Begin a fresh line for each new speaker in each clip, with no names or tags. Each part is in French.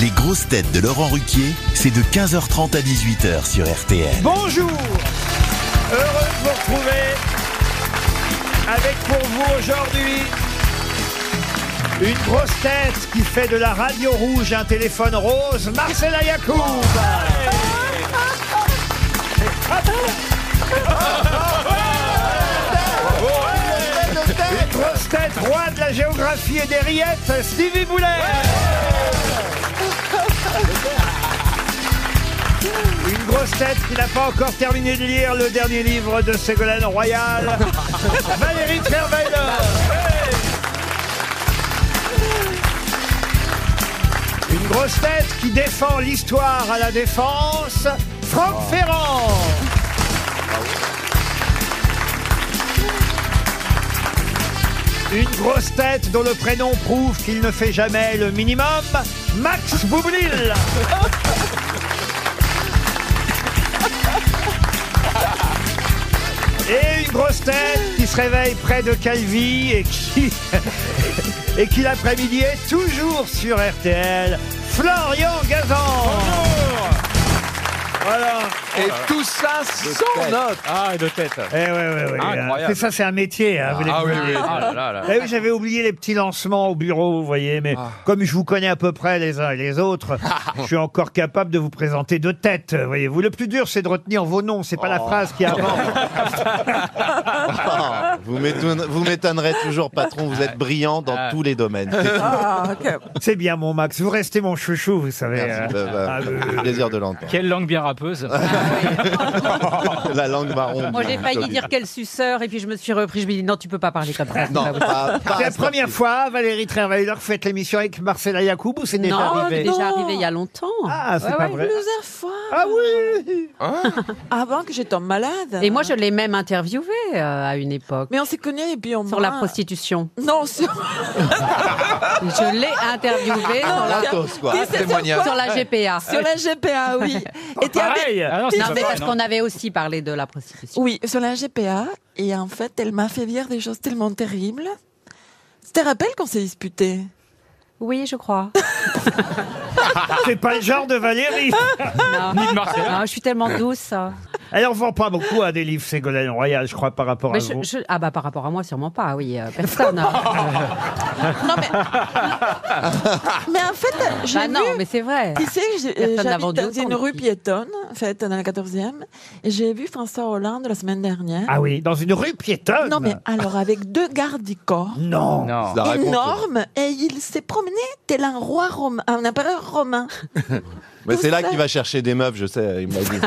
Les grosses têtes de Laurent Ruquier, c'est de 15h30 à 18h sur RTL.
Bonjour Heureux de vous retrouver avec pour vous aujourd'hui une grosse tête qui fait de la radio rouge un téléphone rose, Marcela Yacoub Une grosse tête, roi de la géographie et des rillettes, Stevie Boulet Une grosse tête qui n'a pas encore terminé de lire le dernier livre de Ségolène Royal, Valérie Trierweiler. Hey Une grosse tête qui défend l'histoire à la défense, Franck Ferrand. Une grosse tête dont le prénom prouve qu'il ne fait jamais le minimum, Max Boublil. Et une grosse tête qui se réveille près de Calvi et qui, et qui l'après-midi est toujours sur RTL, Florian Gazan. Voilà.
Et tout ça sans note. Ah, et de tête.
Eh ouais, ouais, ouais.
Incroyable.
C'est ça, c'est un métier. hein, vous l'avez
Ah oui,
oublié.
oui. Ah là là Ah. là.
Eh oui, j'avais oublié les petits lancements au bureau, vous voyez, mais comme je vous connais à peu près les uns et les autres,
Ah.
je suis encore capable de vous présenter de tête, euh, voyez-vous. Le plus dur, c'est de retenir vos noms, c'est pas la
Oh.
phrase qui avance.
Ah, vous m'étonne- vous m'étonnerez toujours, patron. Vous êtes brillant dans
Ah.
tous les domaines. C'est
C'est bien, mon Max, vous restez mon chouchou, vous savez.
merci,
euh.
bah, bah,
Ah, oui, oui,
c'est un plaisir de l'entendre.
Quelle langue bien rappeuse.
La langue marron.
Moi, j'ai failli dire quel suceur, et puis je me suis repris. Je me dis non, tu peux pas parler comme ça.
Non,
c'est pas possible.
pas- pas
C'est la
à ce
première
stade.
fois, Valérie Trierweiler, que vous faites l'émission avec Marcela Yacoub ou c'est déjà
Non,
arrivé
déjà arrivé il y a longtemps.
Ah, c'est
Ouais,
pas
ouais.
vrai.
plusieurs fois
Ah oui
Ah. avant que j'étais malade.
Et moi, je l'ai même interviewé euh, à une époque
mais on s'est connus et puis on
sur
m'a-
la prostitution.
Non, sur
Je l'ai interviewé sur la,
Gratos, quoi.
T'es- Ah. c'est sur, quoi
sur la GPA.
Sur la GPA, oui. Et t'es avec-
Pareil
Ah non, c'est
Ah, Non,
pas
mais
vrai,
parce
non.
qu'on avait aussi parlé de la prostitution.
Oui, sur la GPA. Et en fait, elle m'a fait dire des choses tellement terribles. Tu te rappelles qu'on s'est disputé
Oui, je crois.
C'est pas le genre de Valérie
Ni de Marseille.
Non, je suis tellement douce.
Elle en vend pas beaucoup à des livres, Ségolène Royal, je crois, par rapport
Mais
à vous.
je- je- ah bah par rapport à moi, sûrement pas. Oui, euh, personne.
Non, mais.
Ah.
mais en fait, j'ai
Bah non,
vu-
mais c'est vrai.
Tu sais, j'ai-
Personne
euh,
n'a
j'habite
vendu
dans une
autant
rue
depuis.
piétonne, en fait, dans la 14e. Et j'ai vu François Hollande la semaine dernière.
Ah oui, dans une rue piétonne
non, mais alors, avec deux gardes du corps.
Non,
Non.
Ça raconte.
énorme et il s'est promené tel un roi romain, un empereur romain.
Mais c'est là
Tout ça.
qu'il va chercher des meufs, je sais, il m'a dit.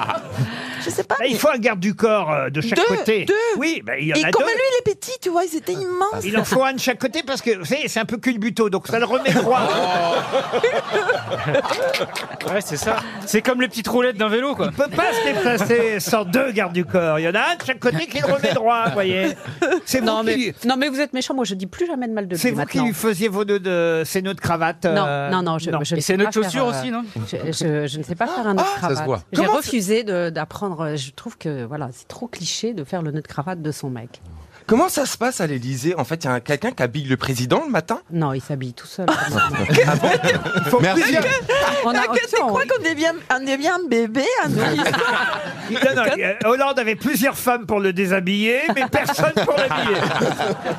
Je sais pas.
Bah, il faut un garde du corps euh, de chaque
Deux,
côté.
deux.
Oui, bah, il y en
mais-
a
Et
deux.
comme lui, il est petit, tu vois, ils étaient immenses.
Il en faut un de chaque côté parce que, vous savez, c'est un peu culbuto, donc ça le remet droit.
Ouais, c'est ça. C'est comme les petites roulettes d'un vélo, quoi.
Il peut pas se déplacer sans deux gardes du corps. Il y en a un de chaque côté qui le remet droit, vous voyez. C'est vous,
Non mais,
qui,
non mais vous êtes méchant, moi je dis plus jamais de mal de lui
c'est vous qui
maintenant.
lui faisiez vos nœuds de ces nœuds de cravate. euh,
Non, non, non, je, je ne
Et
sais
c'est notre
pas faire,
chaussure
euh,
aussi, non
je, je- je ne sais pas faire un nœud
Ah,
de
se
cravate.
voit.
J'ai refusé de- d'apprendre. Je trouve que voilà, c'est trop cliché de faire le nœud de cravate de son mec.
Comment ça se passe à l'Elysée En fait, il y a un- quelqu'un qui habille le président le matin Ah,
Non, il s'habille tout seul.
il faut
Merci.
plusieurs-
on a
Ah, que- Tu crois qu'on devient, on devient un bébé un nourrisson
Ah,
Non, non, euh, Hollande avait plusieurs femmes pour le déshabiller, mais personne pour l'habiller.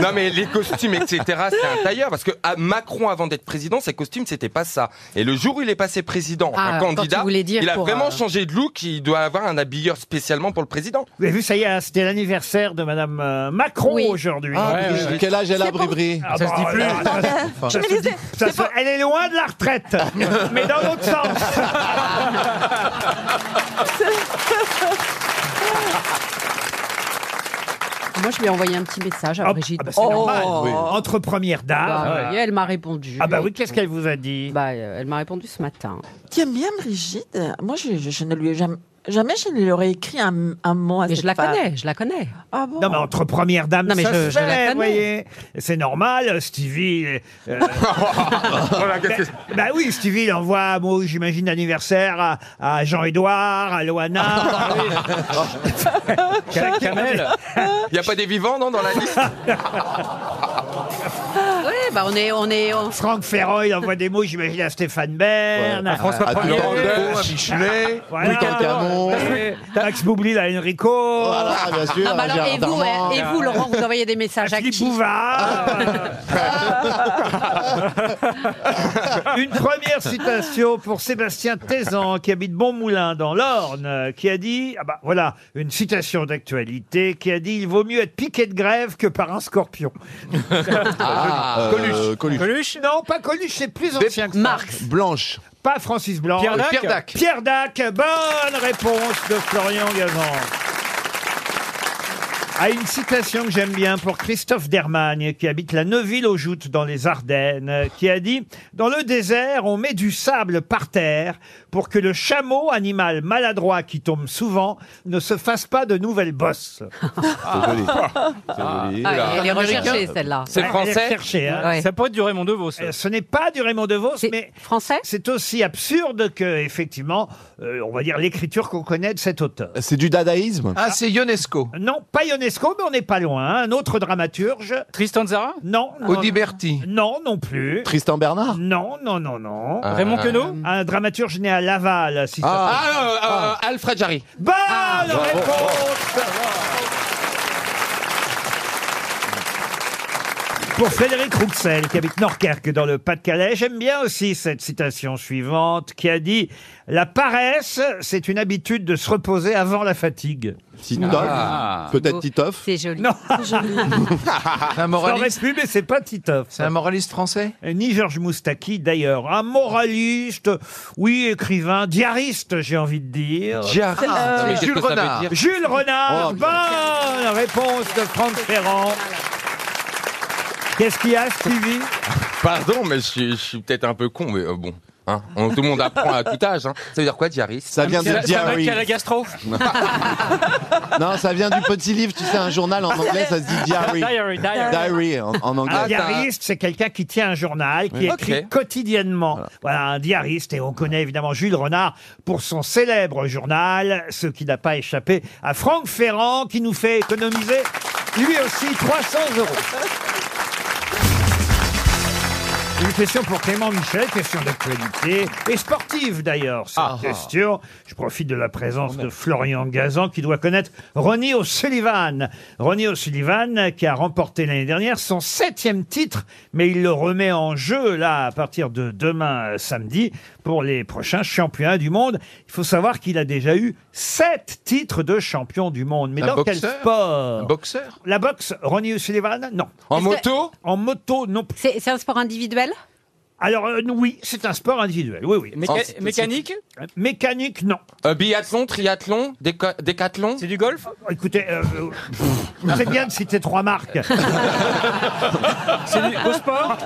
Non, mais les costumes, etc., c'est un tailleur. Parce que à Macron, avant d'être président, ses costumes, c'était pas ça. Et le jour où il est passé président,
Ah,
un
quand il
candidat,
voulait dire
il a
pour,
vraiment
euh,
changé de look. Il doit avoir un habilleur spécialement pour le président.
Vous avez vu, ça y est, hein, c'était l'anniversaire de Madame euh, Macron
Oui.
aujourd'hui.
Ah,
Ouais,
Brigitte,
ouais.
Quel âge elle a,
C'est pour-
Bribri
Ah,
Ça se dit
bon,
plus.
alors,
Je me disais,
Ça
c'est
se-
pas-
Elle est loin de la retraite, mais dans l'autre sens.
Moi, je lui ai envoyé un petit message à
Ah,
Brigitte. Oh
ah bah, c'est normal. Entre premières dames.
Bah, et elle m'a répondu.
Ah bah oui, qu'est-ce qu'elle vous a dit
Bah, euh, elle m'a répondu ce matin.
Tu aimes bien Brigitte Moi, je, je- je ne lui ai jamais. Jamais je ne lui aurais écrit un, un mot à
Mais
cette
je la
femme.
connais, je la connais.
Ah bon
Non mais entre premières dames,
Non, mais
ça se
je- je la
fait,
connais.
vous voyez. C'est normal, Stevie. euh,
Voilà, qu'est-ce que-
bah oui, Stevie il envoie un mot, j'imagine, d'anniversaire à, à Jean-Édouard, à Loana.
Camel.
Il n'y a pas des vivants, non, dans la liste
Ah.
Oui, bah on est, on est, on-
Franck Ferrand, il envoie des mots, j'imagine, à Stéphane Bern.
Ouais.
à-
François
à
Premier.
Durand,
à Michelet.
Voilà.
Louis Cancanon.
Max Boublil à Enrico.
Voilà, bien sûr.
Ah, bah alors, et
Gérard
vous,
Darmon.
euh,
hein, et vous, Laurent, vous envoyez des
à
messages à
Philippe
qui
Bouvard. Une première citation pour Sébastien Tézan, qui habite Moulin dans l'Orne, euh, qui a dit, ah bah voilà, une citation d'actualité, qui a dit, il vaut mieux être piqué de grève que par un scorpion.
Ah, euh, Coluche.
Coluche Non, pas Coluche, c'est plus ancien que ça.
Marx.
Blanche.
Pas Francis Blanc.
Pierre Dac
Pierre Dac.
Pierre Dac, bonne réponse de Florian Gazan. À une citation que j'aime bien pour Christophe Dermagne, qui habite la Neuville aux Joutes dans les Ardennes, euh, qui a dit « Dans le désert, on met du sable par terre pour que le chameau, animal maladroit qui tombe souvent, ne se fasse pas de nouvelles bosses.
C'est joli. C'est joli.
Ah,
Oula.
Elle est recherchée, celle-là.
C'est »
Elle est
français
recherchée, hein.
Ouais.
Ça pourrait être du Raymond DeVos. ça.
Euh, Ce n'est pas du Raymond DeVos,
C'est
mais
français
c'est aussi absurde que, effectivement, euh, on va dire l'écriture qu'on connaît de cet auteur.
C'est du dadaïsme.
Ah, c'est Ionesco.
Non, pas Ionesco, mais on n'est pas loin. hein. Un autre dramaturge.
Tristan Zara
Non. non,
Audiberti.
Non, non plus.
Tristan Bernard.
Non, non, non, non.
Ah. Raymond Queneau
Un dramaturge né à Laval, si ça.
Ah,
Ah, euh, euh, Alfred Jarry.
Bonne
Ah.
Ah, réponse Pour Frédéric Rouxel, qui habite Norquerque dans le Pas-de-Calais, j'aime bien aussi cette citation suivante qui a dit « La paresse, c'est une habitude de se reposer avant la fatigue.
Titoff.
Ah.
Peut-être Titoff.
C'est joli.
Non.
Ah. C'est un »
J'en
moraliste.
reste plus, mais c'est pas Titoff.
C'est un moraliste français
Ni Georges Moustaki d'ailleurs. Un moraliste, oui, écrivain, diariste, j'ai envie de dire.
Jarry.
Ah,
euh,
Jules Renard.
Jules Renard,
Oh,
bonne réponse de Franck Ferrand. Qu'est-ce qu'il y a, Stevie
Pardon, mais je suis, je suis peut-être un peu con, mais euh, bon. hein. On- tout le monde apprend à tout âge. hein. Ça veut dire quoi, diariste
Ça vient
C'est
de
un- c'est un mec
Diary.
qui a la gastro
Non, ça vient du petit livre. Tu sais, un journal
Ah,
en anglais, ça se
Ah,
dit Diary.
Diary, diary.
Diary en, en
Un
anglais.
diariste, c'est quelqu'un qui tient un journal, qui
Ok.
écrit quotidiennement. Voilà. un diariste, et on connaît évidemment Jules Renard pour son célèbre journal, ce qui n'a pas échappé à Franck Ferrand, qui nous fait économiser lui aussi 300 euros. Une question pour Clément Michel, question d'actualité, et sportive d'ailleurs, cette
Ah,
question. Je profite de la présence de Florian Gazan, qui doit connaître Ronnie O'Sullivan. Ronnie O'Sullivan, qui a remporté l'année dernière son septième titre, mais il le remet en jeu, là, à partir de demain, euh, samedi, pour les prochains championnats du monde. Il faut savoir qu'il a déjà eu sept titres de champion du monde. Mais
Un
dans quel
boxeur
sport
Boxeur
La boxe, Ronnie O'Sullivan Non.
En
Est-ce que-
moto
En moto, non plus.
C'est c'est un sport individuel
Alors, euh, oui, c'est un sport individuel, oui, oui.
Méca-
Oh, c'est-
Mécanique
Mécanique, non.
Euh, Biathlon, triathlon, déca- décathlon
C'est du golf
Écoutez, euh, euh, c'est bien de citer trois marques.
C'est du au sport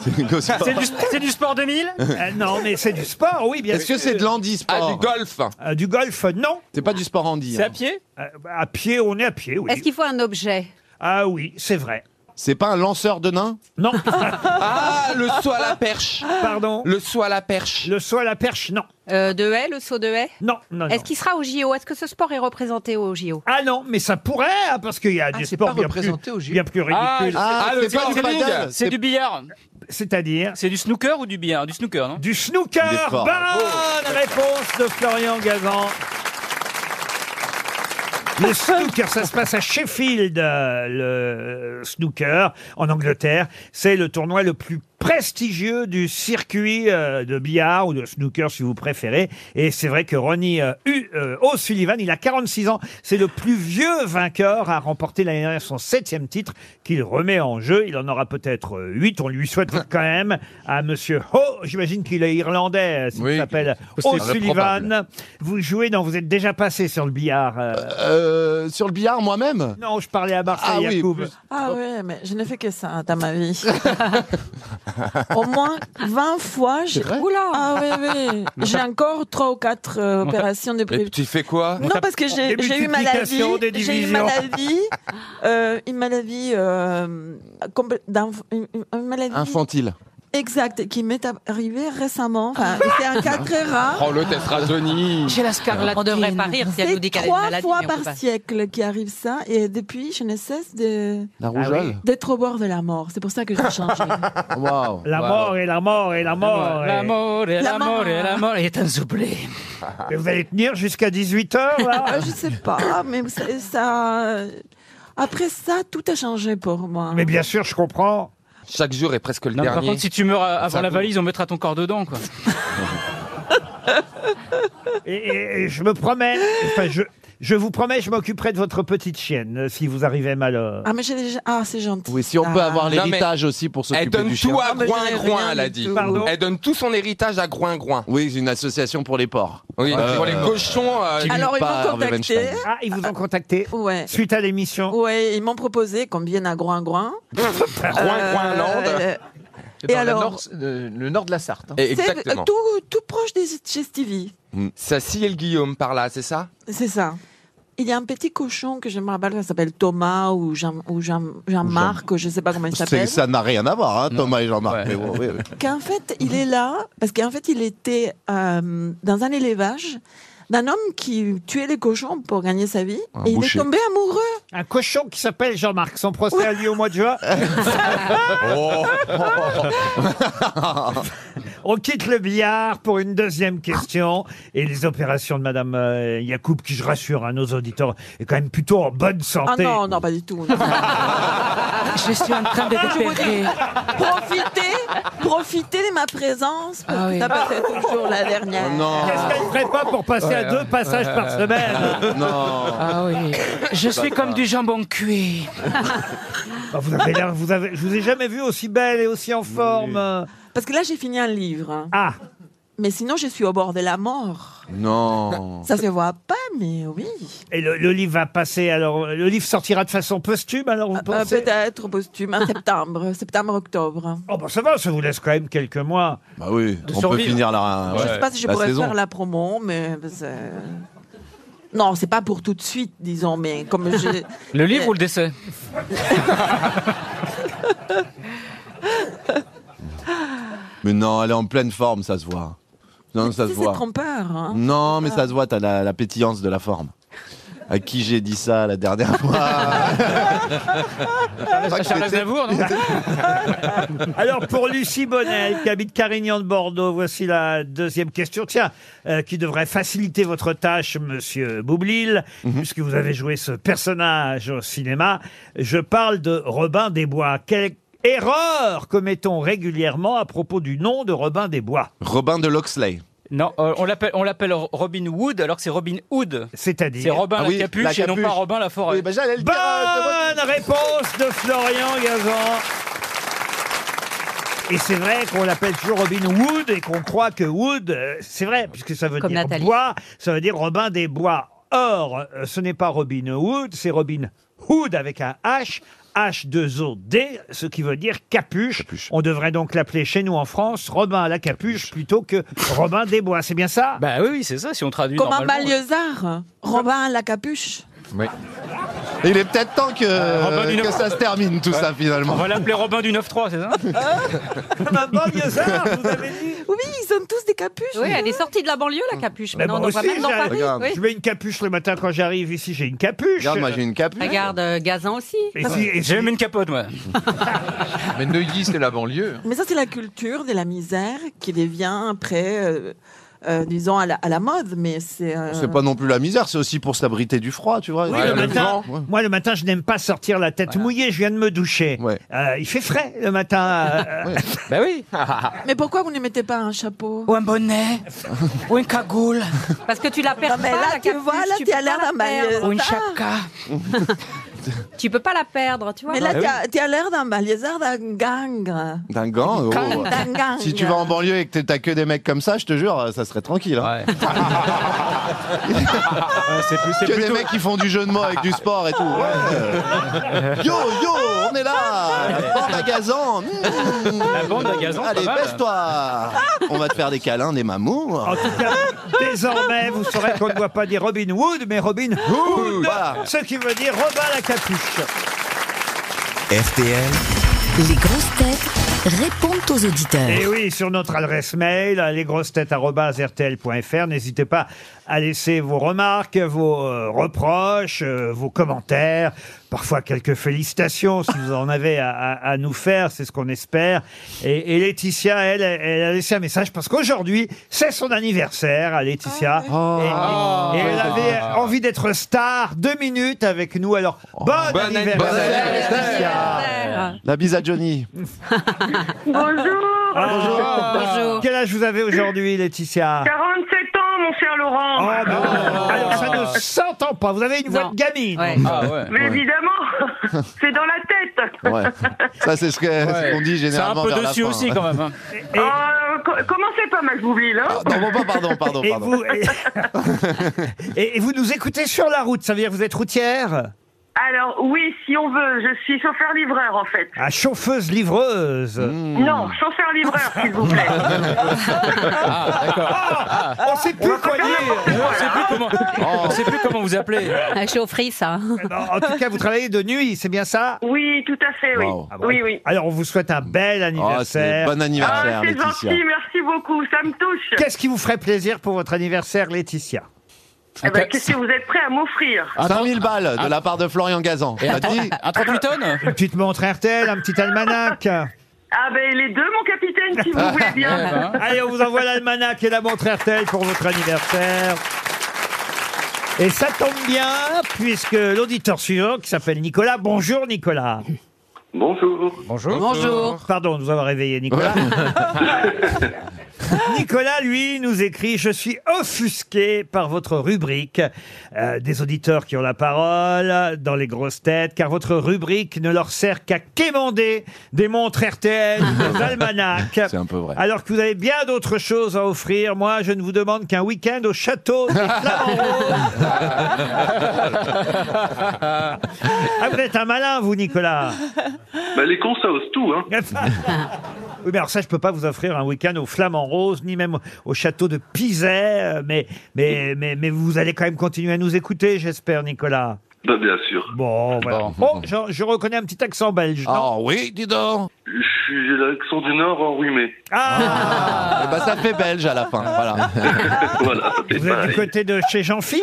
C'est du, c'est du sport 2000
Euh, non, mais c'est du sport, oui, bien
Est-ce
sûr.
que c'est de
Ah, du
l'handisport
golf
Euh, du golf, non.
C'est pas du sport handi.
C'est à
hein.
pied
Euh, à pied, on est à pied, oui.
Est-ce qu'il faut un objet
Ah oui, c'est vrai.
C'est pas un lanceur de nains
Non,
Ah, le saut à la perche
pardon.
Le saut à la perche
Le saut à la perche, non.
Euh, De haie, le saut de haie
Non, non, non.
Est-ce qu'il sera au JO Est-ce que ce sport est représenté au JO
Ah non, mais ça pourrait, hein, parce qu'il y a des
c'est
sports
pas
bien plus,
représenté au JO.
bien plus
Ah,
ridicules.
Ah,
Ah, le
c'est pas du
curling.
paddle
C'est
C'est
du billard
C'est-à-dire
C'est du snooker ou du billard Du snooker, non
du
Il
snooker.
est fort. Oh.
Bonne
Bah
réponse de Florian Gazan. Le snooker, ça se passe à Sheffield, euh, le snooker, en Angleterre. C'est le tournoi le plus prestigieux du circuit euh, de billard ou de snooker, si vous préférez. Et c'est vrai que Ronnie euh, U- euh, O'Sullivan, il a 46 ans. C'est le plus vieux vainqueur à remporter l'année dernière son septième titre qu'il remet en jeu. Il en aura peut-être euh, huit. On lui souhaite quand même à Monsieur Ho. J'imagine qu'il est irlandais, euh, s'il
Oui, Oh,
s'appelle
c'est
O'Sullivan. Vous jouez, non, vous êtes déjà passé sur le billard. euh,
Euh, Sur le billard moi-même
non, je parlais à Marseille,
Ah oui,
Yacoub. Oh.
plus-
Ah ouais, mais je n'ai fait que ça dans ma vie. Au moins 20 fois. j'ai-
vrai
Oula Ah oui, oui. J'ai encore 3 ou 4 opérations de
Et
prévu.
tu fais quoi
Non, parce que j'ai
Des
j'ai eu maladie.
multiplications, des
J'ai eu
divisions.
maladie. euh, une maladie. euh, complè- d'enf- une, une maladie
Infantile.
Exact, et qui m'est arrivé récemment. Enfin, c'est un cas très rare.
Prends Oh, le test Razoni.
J'ai la scarlatine.
On devrait pas rire si elle nous
C'est
dit qu'elle a une
trois
maladie.
fois
mais on peut
par
pas.
siècle qui arrive ça, et depuis, je ne cesse de- Ah
La rougeole
d'être au bord de la mort. C'est pour ça que j'ai changé.
Waouh.
La
Waouh.
mort et la mort et la mort. et-
L'amour et
La
l'amour et l'amour est un soublé.
Mais vous allez tenir jusqu'à 18h, là
Euh, je sais pas, mais c'est- ça. Après ça, tout a changé pour moi.
Mais bien sûr, je comprends.
Chaque jour est presque le
Non, mais par
dernier.
contre, si tu meurs euh, avant
Ça
la
compte.
valise, on mettra ton corps dedans, quoi.
Et, et- et je me promets, enfin, je, je vous promets, je m'occuperai de votre petite chienne euh, si vous arrivez malheur.
Ah, mais j'ai déjà. Ah, c'est gentil.
Oui, si on peut
Ah.
avoir
Non, mais-
l'héritage aussi pour
Elle
s'occuper
donne
du
tout
chien.
à
mais
Groin
j'ai
Groin,
rien
elle a
du
dit.
tout.
Pardon
Elle donne tout son héritage à Groin Groin.
Oui, c'est une association pour les porcs.
Oui,
Euh,
pour les cochons. euh,
qui-
Alors, ils
pas
m'ont
Harvey
contacté. Euh,
Weinstein.
Ah, ils vous ont contacté
Ouais.
suite à l'émission
Ouais, ils m'ont proposé qu'on vienne à Groin-Groin.
Groin Groinland.
euh, Et alors-
le, le nord de la Sarthe. hein.
Et
C'est
Exactement.
tout, tout proche des, chez Stevie.
Mm. Ça, si et le Guillaume par là, c'est ça
C'est ça. Il y a un petit cochon que je me rappelle, ça s'appelle Thomas ou Jean- ou Jean- Jean-Marc, ou je sais pas comment il
C'est-
s'appelle.
Ça n'a rien à voir, hein, Thomas et Jean-Marc.
Ouais.
mais bon, oui, oui.
Qu'en fait, il est là, parce qu'en fait, il était euh, dans un élevage d'un homme qui tuait les cochons pour gagner sa vie. et
boucher.
il est tombé amoureux.
Un cochon qui s'appelle Jean-Marc. Son procès a lieu au mois de juin. On quitte le billard pour une deuxième question. Et les opérations de Madame euh, Yacoub, qui, je rassure, à nos auditeurs, est quand même plutôt en bonne
Ah
santé.
non, non, pas du tout. non.
Je suis en train de dépérer.
profitez, profitez de ma présence, parce
Ah
que
oui.
ça peut être toujours la dernière.
Non,
Qu'est-ce qu'elle ferait pas pour passer à deux passages par semaine
non.
Ah oui.
Bah,
Je suis comme du jambon cuit.
Ah, Vous avez l'air, vous avez, je vous ai jamais vu aussi belle et aussi en forme. euh,
Parce que là, j'ai fini un livre. hein.
Ah,
Mais sinon, je suis au bord de la mort.
Oh.
Non.
Ça se voit pas, mais oui.
et le, le livre va passer. Alors, le livre sortira de façon posthume. Alors, vous
Euh,
pensez
Peut-être posthume, en septembre, septembre-octobre.
Oh, bah ça va, ça vous laisse quand même quelques mois.
Bah oui, on peut
survivre.
finir la,
Je sais pas si je
la
pourrais
saison.
faire la promo, mais c'est- non, c'est pas pour tout de suite, disons. Mais comme je,
Le livre ou le décès
Mais non, elle est en pleine forme, ça se voit. Non, ça se
Si, c'est
voit.
trompeur. hein.
Non, mais ça se voit, t'as la, la pétillance de la forme. À qui j'ai dit ça la dernière fois bah,
Charles Aznavour, non
Alors, pour Lucie Bonnel, qui habite Carignan de Bordeaux, voici la deuxième question. Tiens, euh, qui devrait faciliter votre tâche, monsieur Boublil, puisque vous avez joué ce personnage au cinéma. Je parle de Robin des Bois. Quelle erreur commettons régulièrement à propos du nom de Robin des Bois
Robin de Loxley.
Non, euh, on l'appelle on l'appelle Robin Wood alors que c'est Robin Hood. C'est
C'est-à-dire.
Robin
Ah
la
oui,
capuche
la
et non
capuche.
pas Robin la forêt.
Oui, bah, j'allais le dire, euh,
Bonne réponse de Florian Gazan. Et c'est vrai qu'on l'appelle toujours Robin Wood et qu'on croit que Wood, euh, c'est vrai, puisque ça veut
Comme
dire
Nathalie.
bois, ça veut dire Robin des bois. Or, euh, ce n'est pas Robin Wood, c'est Robin Hood avec un H. H2OD, ce qui veut dire capuche. On devrait donc l'appeler chez nous en France Robin à la capuche plutôt que Robin des Bois. C'est bien ça
Bah oui, oui, c'est ça si on traduit
Comme un
normalement.
malieusard, Robin à la capuche.
Il est peut-être temps que,
Robin du
que
Nord.
ça se termine tout ça
On
finalement.
va l'appeler Robin du 9-3, c'est ça
Ah,
Un
bah,
banlieusard, vous avez dit
Oui, ils ont tous des capuches.
Oui,
Mmh.
elle est sortie de la banlieue, la capuche.
Mais
Maintenant, on
moi
en voit
aussi,
même dans
j'arrive.
Paris.
Regarde.
Oui.
Je mets une capuche le matin quand j'arrive ici, j'ai une capuche.
Regarde, moi j'ai une capuche.
Regarde, euh, Gazan aussi.
Et si- et si-
J'ai même une capote, moi.
Mais Neuilly, c'est la banlieue.
Mais ça, c'est la culture de la misère qui devient après, euh, euh, disons, à la, à la mode. Mais c'est. euh,
C'est pas non plus la misère, c'est aussi pour s'abriter du froid, tu vois.
Oui,
Ouais,
le
le
matin,
vent. Ouais.
moi le matin, je n'aime pas sortir la tête mouillée. Je viens de me doucher.
Ouais. Ben
Euh, il fait frais le matin. euh, euh,
Bah oui.
Mais pourquoi vous ne mettez pas un chapeau
Ou un bonnet. Ou une cagoule.
Parce que tu la perds
Non, mais
pas,
là,
la
tu
capuche,
vois, là,
tu
t'es
peux
à l'air
pas la
d'un
perdre.
Ou une
Ah.
chapka.
Tu peux pas la perdre, tu vois.
Ah
Mais là, tu as, l'air d'un balézard, d'un gangre.
D'un gant. oh.
D'un gangre.
Si tu vas en banlieue et que t'es- t'as que des mecs comme ça, je te jure, ça serait tranquille. hein.
Ouais. Ouais, c'est plus, c'est
Que des
plutôt-
mecs qui font du jeu de mots avec du sport et tout. Ouais. Yo, yo, on est là La bande à gazan Mmh.
La bande à gazon,
Allez,
pas mal.
baisse-toi On va te faire des câlins, des mamours.
en tout cas, désormais, vous saurez qu'on ne doit pas dire Robin Wood, mais Robin Hood,
Voilà.
ce qui veut dire Robin la capuche.
RTL,
Les grosses têtes répondent aux auditeurs.
Et Eh oui, sur notre adresse mail, lesgrossetêtes.rtl.fr, n'hésitez pas à laisser vos remarques, vos euh, reproches, euh, vos commentaires, parfois quelques félicitations si vous en avez à, à- à nous faire, c'est ce qu'on espère. Et, et Laetitia, elle, elle a laissé un message parce qu'aujourd'hui, c'est son anniversaire à Laetitia. Et- et, elle avait envie d'être star deux minutes avec nous. Alors, bon, anniversaire, Laetitia.
La bise à Johnny.
Bonjour.
Ah,
Bonjour.
Quel âge vous avez aujourd'hui, Laetitia
47 ans, mon cher Laurent.
Ah. Oh,
Ah.
Alors, ça ne s'entend pas. Vous avez une voix de gamine.
Ah, Mais évidemment, c'est dans la tête.
Ça, c'est ce que- ce qu'on dit généralement. vers la fin.
hein.
Euh, co- comment c'est pas mal, je vous oublie, là
Ah, pardon, pardon,
Et
pardon.
vous, et, et vous nous écoutez sur la route, ça veut dire que vous êtes routière
Alors, oui, si on veut, je suis chauffeur-livreur, en fait.
À chauffeuse livreuse.
Hmm.
Non, chauffeur-livreur, s'il vous plaît.
Ah, d'accord.
Ah,
on sait plus quoi dire.
On sait plus comment, on sait plus comment vous appelez.
Un chaufferie, ça.
En tout cas, vous travaillez de nuit, c'est bien ça
Oui, tout à fait, oui.
Wow. Ah bon.
Oui, oui.
Alors, on vous souhaite un bel anniversaire.
c'est bon
Ah, c'est gentil, merci beaucoup, ça me touche.
Qu'est-ce qui vous ferait plaisir pour votre anniversaire, Laetitia
Eh ben, Qu'est-ce que vous êtes prêt à m'offrir
5000 balles de la part de Florian Gazan. T'as dit
tonnes Une petite montre RTL, un petit almanach.
Ah ben, les deux, mon capitaine, si vous voulez bien.
Allez, on vous envoie l'almanach et la montre RTL pour votre anniversaire. Et ça tombe bien, puisque l'auditeur suivant, qui s'appelle Nicolas, bonjour Nicolas.
Bonjour.
Bonjour. Pardon de vous avoir réveillé, Nicolas. Nicolas, lui, nous écrit Je suis offusqué par votre rubrique euh, des auditeurs qui ont la parole dans les grosses têtes, car votre rubrique ne leur sert qu'à quémander des montres RTL, des almanachs.
C'est un peu vrai.
Alors que vous avez bien d'autres choses à offrir. Moi, je ne vous demande qu'un week-end au château des Flamands Roses. Ah, vous êtes un malin, vous, Nicolas.
Bah, les cons, ça ose tout, hein.
Oui, mais alors ça, je peux pas vous offrir un week-end aux Flamants Roses, ni même au château de Pizet, euh, mais, mais, mais, mais vous allez quand même continuer à nous écouter, j'espère, Nicolas.
Bah, bien sûr.
Bon, voilà. Oh, je, je reconnais un petit accent belge. Ah oui, dis donc.
Je suis j'ai l'accent du Nord enrhumé.
Eh ben, ça fait belge à la fin. Voilà.
voilà, c'est
Vous êtes du
pareil.
côté de chez Jean-Fille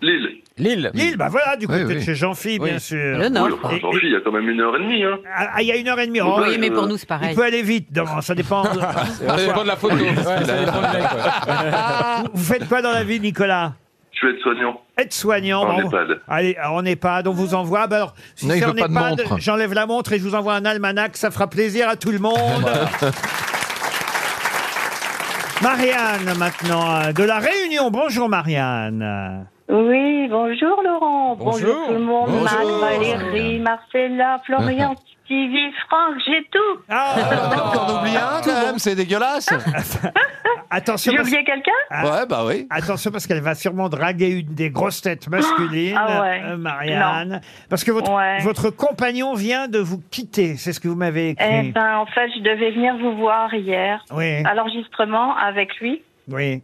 Lille.
Lille. Lille, bah voilà, du
Oui,
côté
oui.
de chez Jean-Fille, bien sûr.
Oui, enfin,
Et-
j'en suis, il y a quand même une heure et demie, hein.
Ah, il y a une heure et demie.
Oui, mais pour nous, c'est
pareil. Il peut aller vite. Non, ça dépend.
Ça dépend de la photo. Ouais, ça dépend de mec,
Vous- Vous faites quoi dans la vie, Nicolas
Je vais être soignant.
être soignant.
En
bon,
EHPAD.
Allez, on EHPAD, on vous envoie. Bah alors, si
Non, il
c'est
veut
en
pas de
EHPAD,
montre.
j'enlève la montre et je vous envoie un almanach. Ça fera plaisir à tout le monde.
Bah.
Marianne, maintenant, euh, de La Réunion. Bonjour, Marianne.
Oui, bonjour Laurent, bonjour,
Bonjour.
tout le monde, Marc,
Bonjour.
Valérie, Marcella, Florian, Stevie, Franck, j'ai tout.
Ah,
T'en oublies un, quand même, c'est dégueulasse.
Attention.
J'ai
parce-
oublié quelqu'un
Ah.
ouais, bah oui. Attention, parce qu'elle va sûrement draguer une des grosses têtes masculines,
Ah ouais.
euh, Marianne. Parce que votre, votre compagnon vient de vous quitter. C'est ce que vous m'avez écrit.
Eh
Hmm.
ben, en fait, je devais venir vous voir hier
Oui.
à l'enregistrement avec lui.
Oui.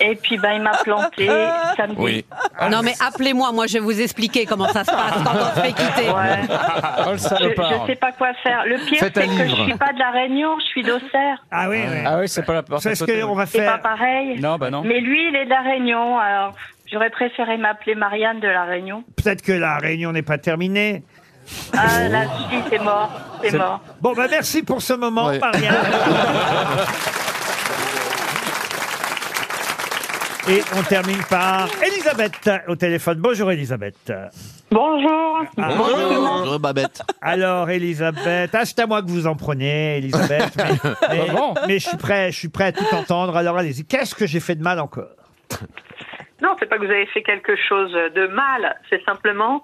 Et puis, ben, il m'a planté samedi. Ah,
Ah,
Non, mais appelez-moi, moi je vais vous expliquer comment ça se passe quand on se fait quitter.
Oh,
le
Je, je
salopard.
sais pas quoi faire. Le pire, c'est
Faites un
que je
livre.
suis pas de la Réunion, je suis d'Auxerre.
Ah oui,
Ah oui, c'est pas la porte.
C'est ce qu'on va
C'est pas
Eh ben,
faire.
pareil.
Non, bah non.
Mais lui, il est de la Réunion. Alors, j'aurais préféré m'appeler Marianne de la Réunion.
Peut-être que la réunion n'est pas terminée.
Oh.
Ah, là, si, c'est mort. C'est mort.
Bon, bah merci pour ce moment, Marianne. Et on termine par Elisabeth au téléphone. Bonjour Elisabeth.
Bonjour.
Bonjour Babette. Alors Elisabeth, ah, c'est à moi que vous en prenez, Elisabeth. Mais, mais- mais je suis prêt, je suis prêt à tout entendre. Alors allez-y. Qu'est-ce que j'ai fait de mal encore
Non, c'est pas que vous avez fait quelque chose de mal, c'est simplement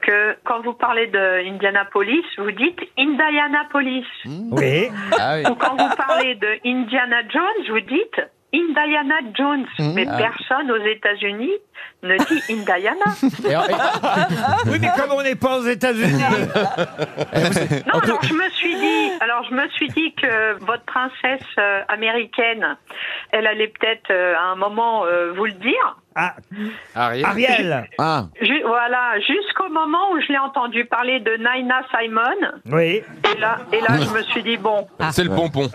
que quand vous parlez de Indianapolis, vous dites Indianapolis.
Oui.
Ah
Ah,
Ou quand vous parlez de Indiana Jones, vous dites Indiana Jones. Mais
Ah.
personne aux États-Unis ne dit Indiana.
Ah,
Oui, mais comme on n'est pas aux États-Unis.
Non, alors je me suis dit, alors je me suis dit que votre princesse euh, américaine, elle allait peut-être euh, à un moment euh, vous le dire.
Ah,
Ariel.
Ariel.
Ah.
Ju- voilà, jusqu'au moment où je l'ai entendu parler de Naina Simon.
Oui.
Et là, et là je me suis dit, bon.
Ah.
C'est le pompon.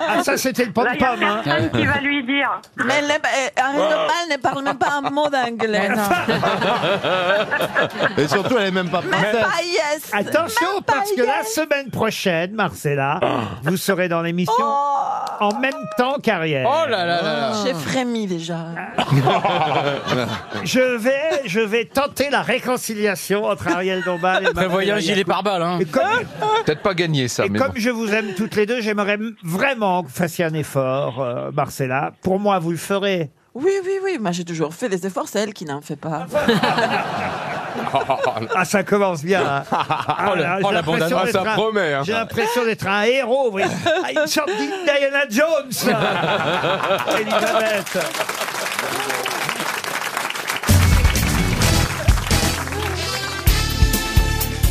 Ah, ça, c'était le
Là, il y a
pom-pom. hein.
personne qui va lui dire.
Mais le, euh, Henri Dopal ne parle même pas un mot d'anglais. non.
Et surtout, elle est même pas
Même
française.
pas yes.
Attention,
Même pas
parce que la
yes.
semaine prochaine, Marcella,
Ah.
vous serez dans l'émission
Oh.
en même temps qu'Ariel.
J'ai frémi déjà.
Je vais, je vais tenter la réconciliation entre Ariel Dombal et
Prévoyant
Marcella
gilet
Yacoub.
pare-balles, hein.
Et comme,
Peut-être pas gagné ça,
et
mais
comme
bon.
je vous aime toutes les deux, j'aimerais m- vraiment que vous fassiez un effort, euh, Marcella. Pour moi, vous le ferez.
Oui, oui, oui. Moi, j'ai toujours fait des efforts. C'est elle qui n'en fait pas.
Ah, ça commence bien. hein. Ah,
Oh, le-
là,
oh,
j'ai
la
l'impression
bande-annonce,
d'être
ça
un-
promet, hein.
J'ai l'impression d'être un héros. vous voyez. Ah, une sorte d'Indiana Jones. Elisabeth.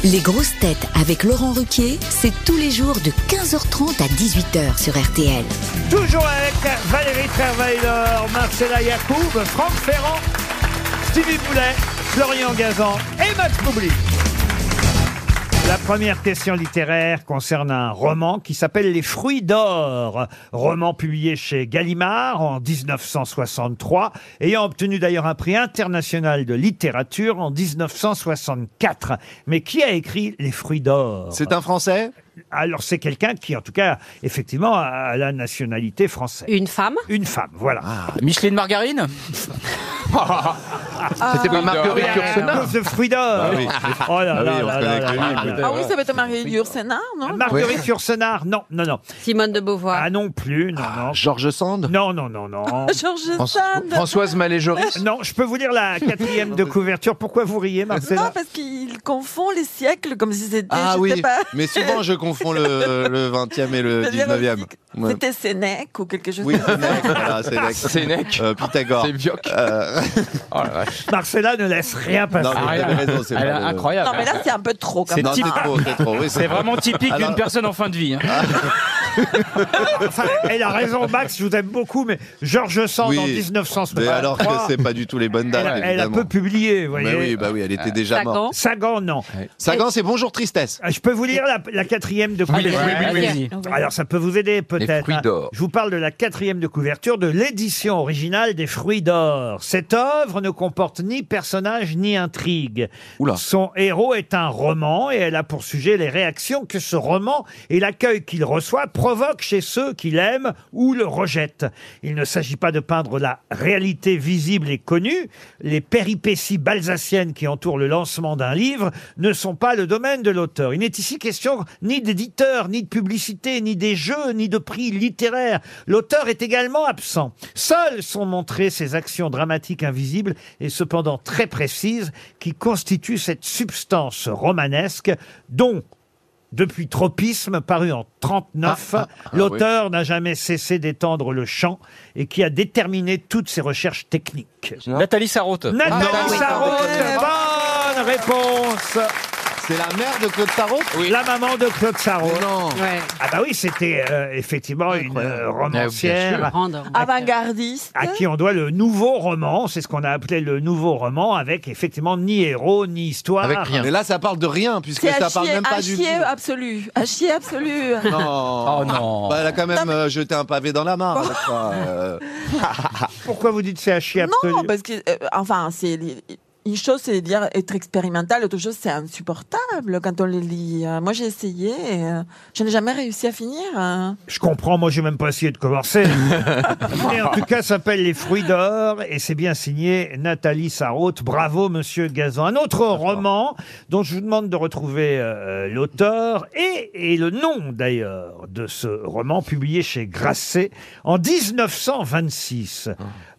Les grosses têtes avec Laurent Ruquier, c'est tous les jours de 15h30 à 18h sur RTL.
Toujours avec Valérie Trierweiler, Marcella Yacoub, Franck Ferrand, Stevie Boulet, Florian Gazan et Max Boublil. La première question littéraire concerne un roman qui s'appelle Les fruits d'or, roman publié chez Gallimard en 1963, ayant obtenu d'ailleurs un prix international de littérature en 1964. Mais qui a écrit Les fruits d'or C'est un Français alors c'est quelqu'un qui, en tout cas, effectivement, a la nationalité française. Une femme Une femme, voilà.
Ah.
Ah, Micheline Margarine
C'était pas Marguerite Yourcenar
Ah, de fruits d'or
Ah oui.
Oh là
Ah oui, on
là
se
là là
connaît
là
que lui,
là
peut-être.
là.
Ah oui, ça va être Marie Yourcenar, non
Marguerite Yourcenar, non, non, non.
Simone de Beauvoir.
Ah non plus, non, non. Georges Sand Non, non, non, non.
Georges
Françoise
Sand.
Françoise Maléjoris Non, je peux vous lire la quatrième de couverture. Pourquoi vous riez,
Non,
Marcella
parce qu'il confond les siècles comme si c'était.
Ah
je
oui,
sais pas.
mais souvent je confonds le, le 20e et le
Le
19e. Ouais.
C'était Sénèque ou quelque chose
Oui,
comme ça.
Sénèque, voilà, Sénèque. Euh, Pythagore. Euh, C'est
Marcella ne laisse rien passer.
Non, mais vous avez raison, c'est pas le-
Non, mais là, c'est un peu trop quand
Euh, C'est
même.
type- Non, c'est trop, c'est trop, oui, c'est
hein. C'est
trop.
vraiment typique d'une
Alors- Ah.
personne en fin de vie. hein.
Enfin, elle a raison, Max, je vous aime beaucoup, mais Georges Sand
Oui.
en
Mais
1963.
alors que c'est pas du tout les bonnes dates.
Elle, a- elle a
évidemment.
peu publié, vous voyez.
Mais oui, bah oui, elle était déjà Sagan. morte.
Sagan, non. Ah,
Sagan, c'est Bonjour Tristesse.
Je peux vous lire la, la quatrième de
Ah, oui,
couverture
oui, oui, oui, oui.
Alors, ça peut vous aider
Les
peut-être.
fruits
hein.
d'or.
Je vous parle de la quatrième de couverture de l'édition originale des Fruits d'or. Cette œuvre ne comporte ni personnage ni intrigue. Son héros est un roman et elle a pour sujet les réactions que ce roman et l'accueil qu'il reçoit provoquent chez ceux qui l'aiment ou le rejettent. Il ne s'agit pas de peindre la réalité visible et connue. Les péripéties balsaciennes qui entourent le lancement d'un livre ne sont pas le domaine de l'auteur. Il n'est ici question ni d'éditeur, ni de publicité, ni des jeux, ni de prix littéraires. L'auteur est également absent. Seules sont montrées ces actions dramatiques invisibles et cependant très précises qui constituent cette substance romanesque dont depuis Tropisme, paru en 39,
Ah,
l'auteur n'a jamais cessé d'étendre le champ et qui a déterminé toutes ses recherches techniques. Ah,
Nathalie Sarraute.
Ah,
Nathalie
Non.
Sarraute, bonne réponse
C'est la mère de Claude Sarraute
La maman de Claude Sarraute.
Ouais.
Ah bah oui, c'était euh, effectivement une
Ah,
euh,
Bien sûr.
romancière
Grande.
Avant-gardiste.
à qui on doit le nouveau roman, c'est ce qu'on a appelé le nouveau roman, avec effectivement ni héros, ni histoire.
Avec rien. Mais là, ça parle de rien, puisque
C'est
ça
à
parle
chier,
même
à
pas du.
chier absolu. À chier absolu.
Non. Oh
non.
Bah, elle a quand même euh, jeté un pavé dans la mare. avec ça, euh.
Pourquoi vous dites c'est à chier absolu
Non, parce que, euh, enfin, c'est. Une chose, c'est de dire être expérimental, autre chose, c'est insupportable quand on les lit. Euh, Moi, j'ai essayé et euh, je n'ai jamais réussi à finir. euh.
Je comprends, moi j'ai même pas essayé de commencer. Mais en tout cas, ça s'appelle Les Fruits d'Or et c'est bien signé Nathalie Sarraute. Bravo, monsieur Gazan. Un autre roman dont je vous demande de retrouver euh, l'auteur et, et le nom d'ailleurs de ce roman publié chez Grasset en 1926.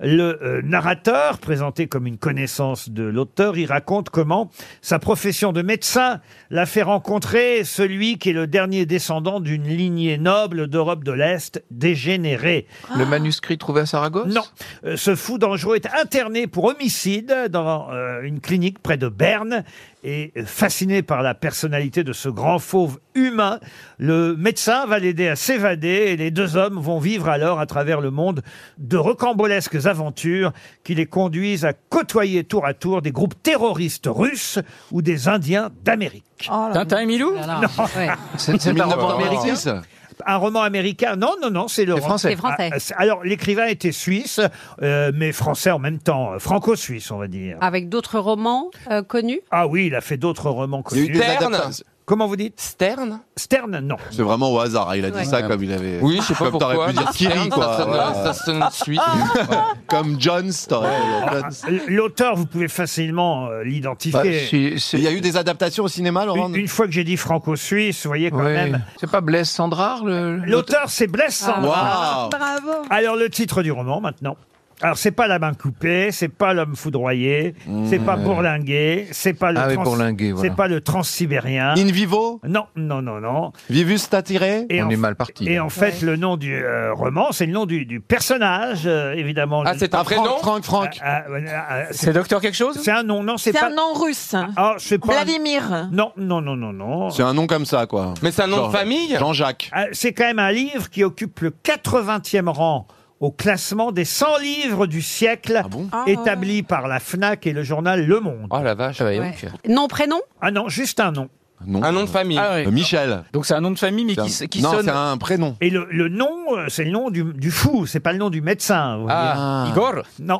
Le euh, narrateur, présenté comme une connaissance de l'auteur, il raconte comment sa profession de médecin l'a fait rencontrer celui qui est le dernier descendant d'une lignée noble d'Europe de l'Est dégénérée.
Le manuscrit trouvé à Saragosse
Non. Euh, ce fou dangereux est interné pour homicide dans euh, une clinique près de Berne est fasciné par la personnalité de ce grand fauve humain. Le médecin va l'aider à s'évader et les deux hommes vont vivre alors à travers le monde de rocambolesques aventures qui les conduisent à côtoyer tour à tour des groupes terroristes russes ou des Indiens d'Amérique.
Tintin et Milou
Non.
C'est- c'est un roman américain,
ça
un roman américain Non, non, non, c'est le
C'est
ro-
français. C'est
français.
Ah, c'est- Alors, l'écrivain était suisse, euh, mais français en même temps, euh, franco-suisse, on va dire.
Avec d'autres romans euh, connus
Ah oui, il a fait d'autres romans
Il y a eu
connus.
des Stern adaptations.
Comment vous dites
Stern
Stern, non.
C'est vraiment au hasard, hein, il a dit
Ouais.
ça comme il avait.
Oui, je sais pas
comme t'aurais
pourquoi. Ah,
pu dire Kiri,
Stern,
quoi. Ah.
ça sonne- ça
sonne suisse.
Comme Jones, t'aurais pu dire Jones.
ah, L'auteur, vous pouvez facilement euh, l'identifier.
Bah, si- si- Il y a eu des adaptations au cinéma, Laurent
Une, une fois que j'ai dit franco-suisse, vous voyez quand
Ouais.
même.
C'est pas Blaise Sandrard le-
L'auteur, c'est Blaise
Ah.
Sandrard.
Bravo.
Alors, le titre du roman, maintenant. Alors, c'est pas La main coupée, c'est pas L'homme foudroyé, c'est pas Bourlingué, c'est pas le
Ah oui,
trans-
Bourlingué, voilà.
c'est pas le transsibérien.
In vivo
Non, non, non, non.
Vivus t'attiré
Et
On
en-
est mal parti.
Et en fait, le nom du euh, roman, c'est le nom du, du personnage, euh, évidemment.
Ah, c'est un Ah, Franck, prénom
Franck, Franck. ah, c'est docteur quelque chose C'est un nom, non, c'est
C'est
pas...
un nom russe.
Ah, c'est pas... un-
Vladimir.
Non, non, non, non, non.
C'est un nom comme ça, quoi.
Mais c'est un nom de
Genre
famille
Jean-Jacques.
Euh, C'est quand même un livre qui occupe le 80e rang au classement des 100 livres du siècle
Ah,
établi par la FNAC et le journal Le Monde.
Oh la
Ah
vache.
Ouais.
bah Nom, prénom
Ah non, juste un nom.
Un nom de famille.
Ah,
Euh, Michel.
Donc c'est un nom de famille mais
C'est qui- un- qui non, sonne- c'est un prénom.
Et le, le nom, euh, c'est le nom du, du fou, c'est pas le nom du médecin. vous
Ah,
voyez.
Igor
Non.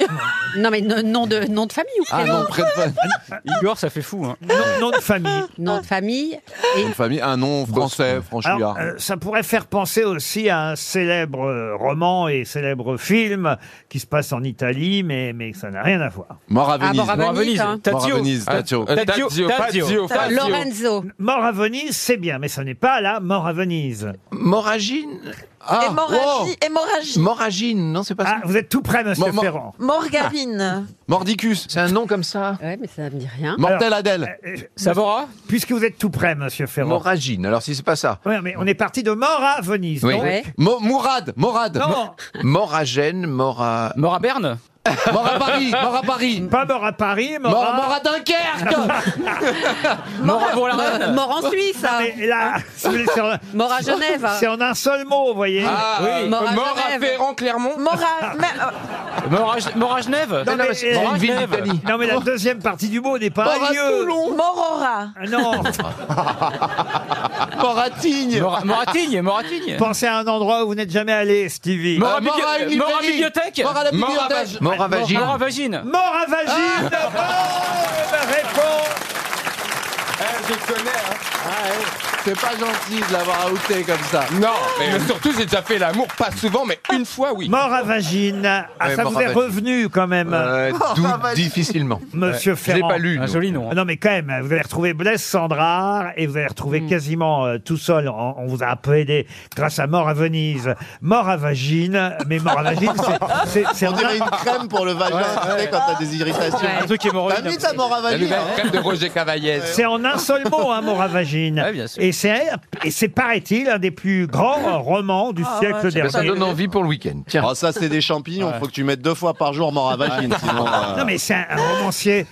Non, mais no- nom de, nom Ah, de famille ou
Ah,
prénom
Igor, ça fait fou. Hein.
Nom de famille.
Nom de famille.
Une famille, un nom français,
Alors,
franchouillard.
euh, ça pourrait faire penser aussi à un célèbre euh, roman et célèbre film qui se passe en Italie, mais, mais ça n'a rien à voir.
Mort à Venise.
Ah, mort à Mort à Venise, Venise, hein. Tazio.
Mort à Venise, Tazio.
Euh, Tazio, Tazio, Tazio, Tazio, Tazio. Lorenzo.
Mort à Venise, c'est bien, mais ça n'est pas la mort à Venise.
Moragine
Ah.
Hémorragie.
Oh.
Hémorragie.
Moragine, Ah, oh non, c'est pas ça.
Ah, vous êtes tout près, monsieur
Mo- mo-
Ferrand.
Morgavine.
Mordicus.
C'est un nom comme ça.
Ouais, mais ça me dit rien.
Mortel
Adèle.
Savora
euh, Puisque vous êtes tout près, monsieur Ferrand.
Moragine, alors si c'est pas ça.
Ouais, mais on est parti de mort à Venise.
Oui.
non
Mo- Mourad, Morad.
Non.
Moragène, Mora. Mora Berne
Mort à Paris, mort à Paris.
Pas mort à Paris, Ah. mort,
Mort-
à...
mort à
Dunkerque
Mort à- Bourg-la-Reine. Mort en Suisse,
Non,
hein.
Ah, mais là, si vous voulez, c'est en-
Mort à Genève. hein.
C'est en un seul mot, vous voyez
Ah, euh, mort à, Ferrand, Clermont
Mort à...
Mort Genève
Non, mais, euh, Non, mais la deuxième partie du mot n'est pas un lieu.
Morora.
Ah Non.
Moratigne.
Mor- Moratigne,
Moratigne.
Pensez à un endroit où vous n'êtes jamais allé, Stevie.
Mort à Euh, bibli-
Ah,
mort à une mort à librairie. bibliothèque. Mort à la Mort à bibliothèque. vag- Mort à vagine. Mort à vagine.
Mort à vagine.
Ah.
Bonne réponse.
Ah, hein.
Ah,
C'est pas gentil de l'avoir outé comme ça.
Non, mais surtout j'ai déjà fait l'amour, pas souvent, mais une fois oui.
Mort à vagine. Ah,
Ouais,
ça
mort
vous
à
est
vagine.
revenu quand même.
Euh, d'où Mort à vagine. difficilement.
Monsieur
Ouais. Je l'ai
Ferrand.
pas lu, Un non. joli nom, hein.
Ah Non, mais quand même, vous avez retrouvé Blaise Sandrard et vous avez retrouvé
Hmm.
quasiment euh, tout seul. On, on vous a un peu aidé grâce à Mort à Venise. Mort à vagine. Mais mort à vagine, c'est- c'est. c'est
On
en
dirait
un-
une crème pour le vagin,
Ouais,
tu sais, quand t'as des irritations.
Ouais. Un truc hémorroïde.
T'as mis ta mort à
La
vagin,
nouvelle
hein.
crème de Roger Cavaillez.
C'est en un seul mot, hein, Moravagine. et c'est, et c'est, paraît-il, un des plus grands romans
Ah,
du siècle dernier.
Ça donne envie pour le week-end. Tiens.
Oh, ça, c'est des champignons.
Ouais.
Faut que tu mettes deux fois par jour mort à vagine. sinon, euh,
Ah, Non, mais c'est un, un romancier.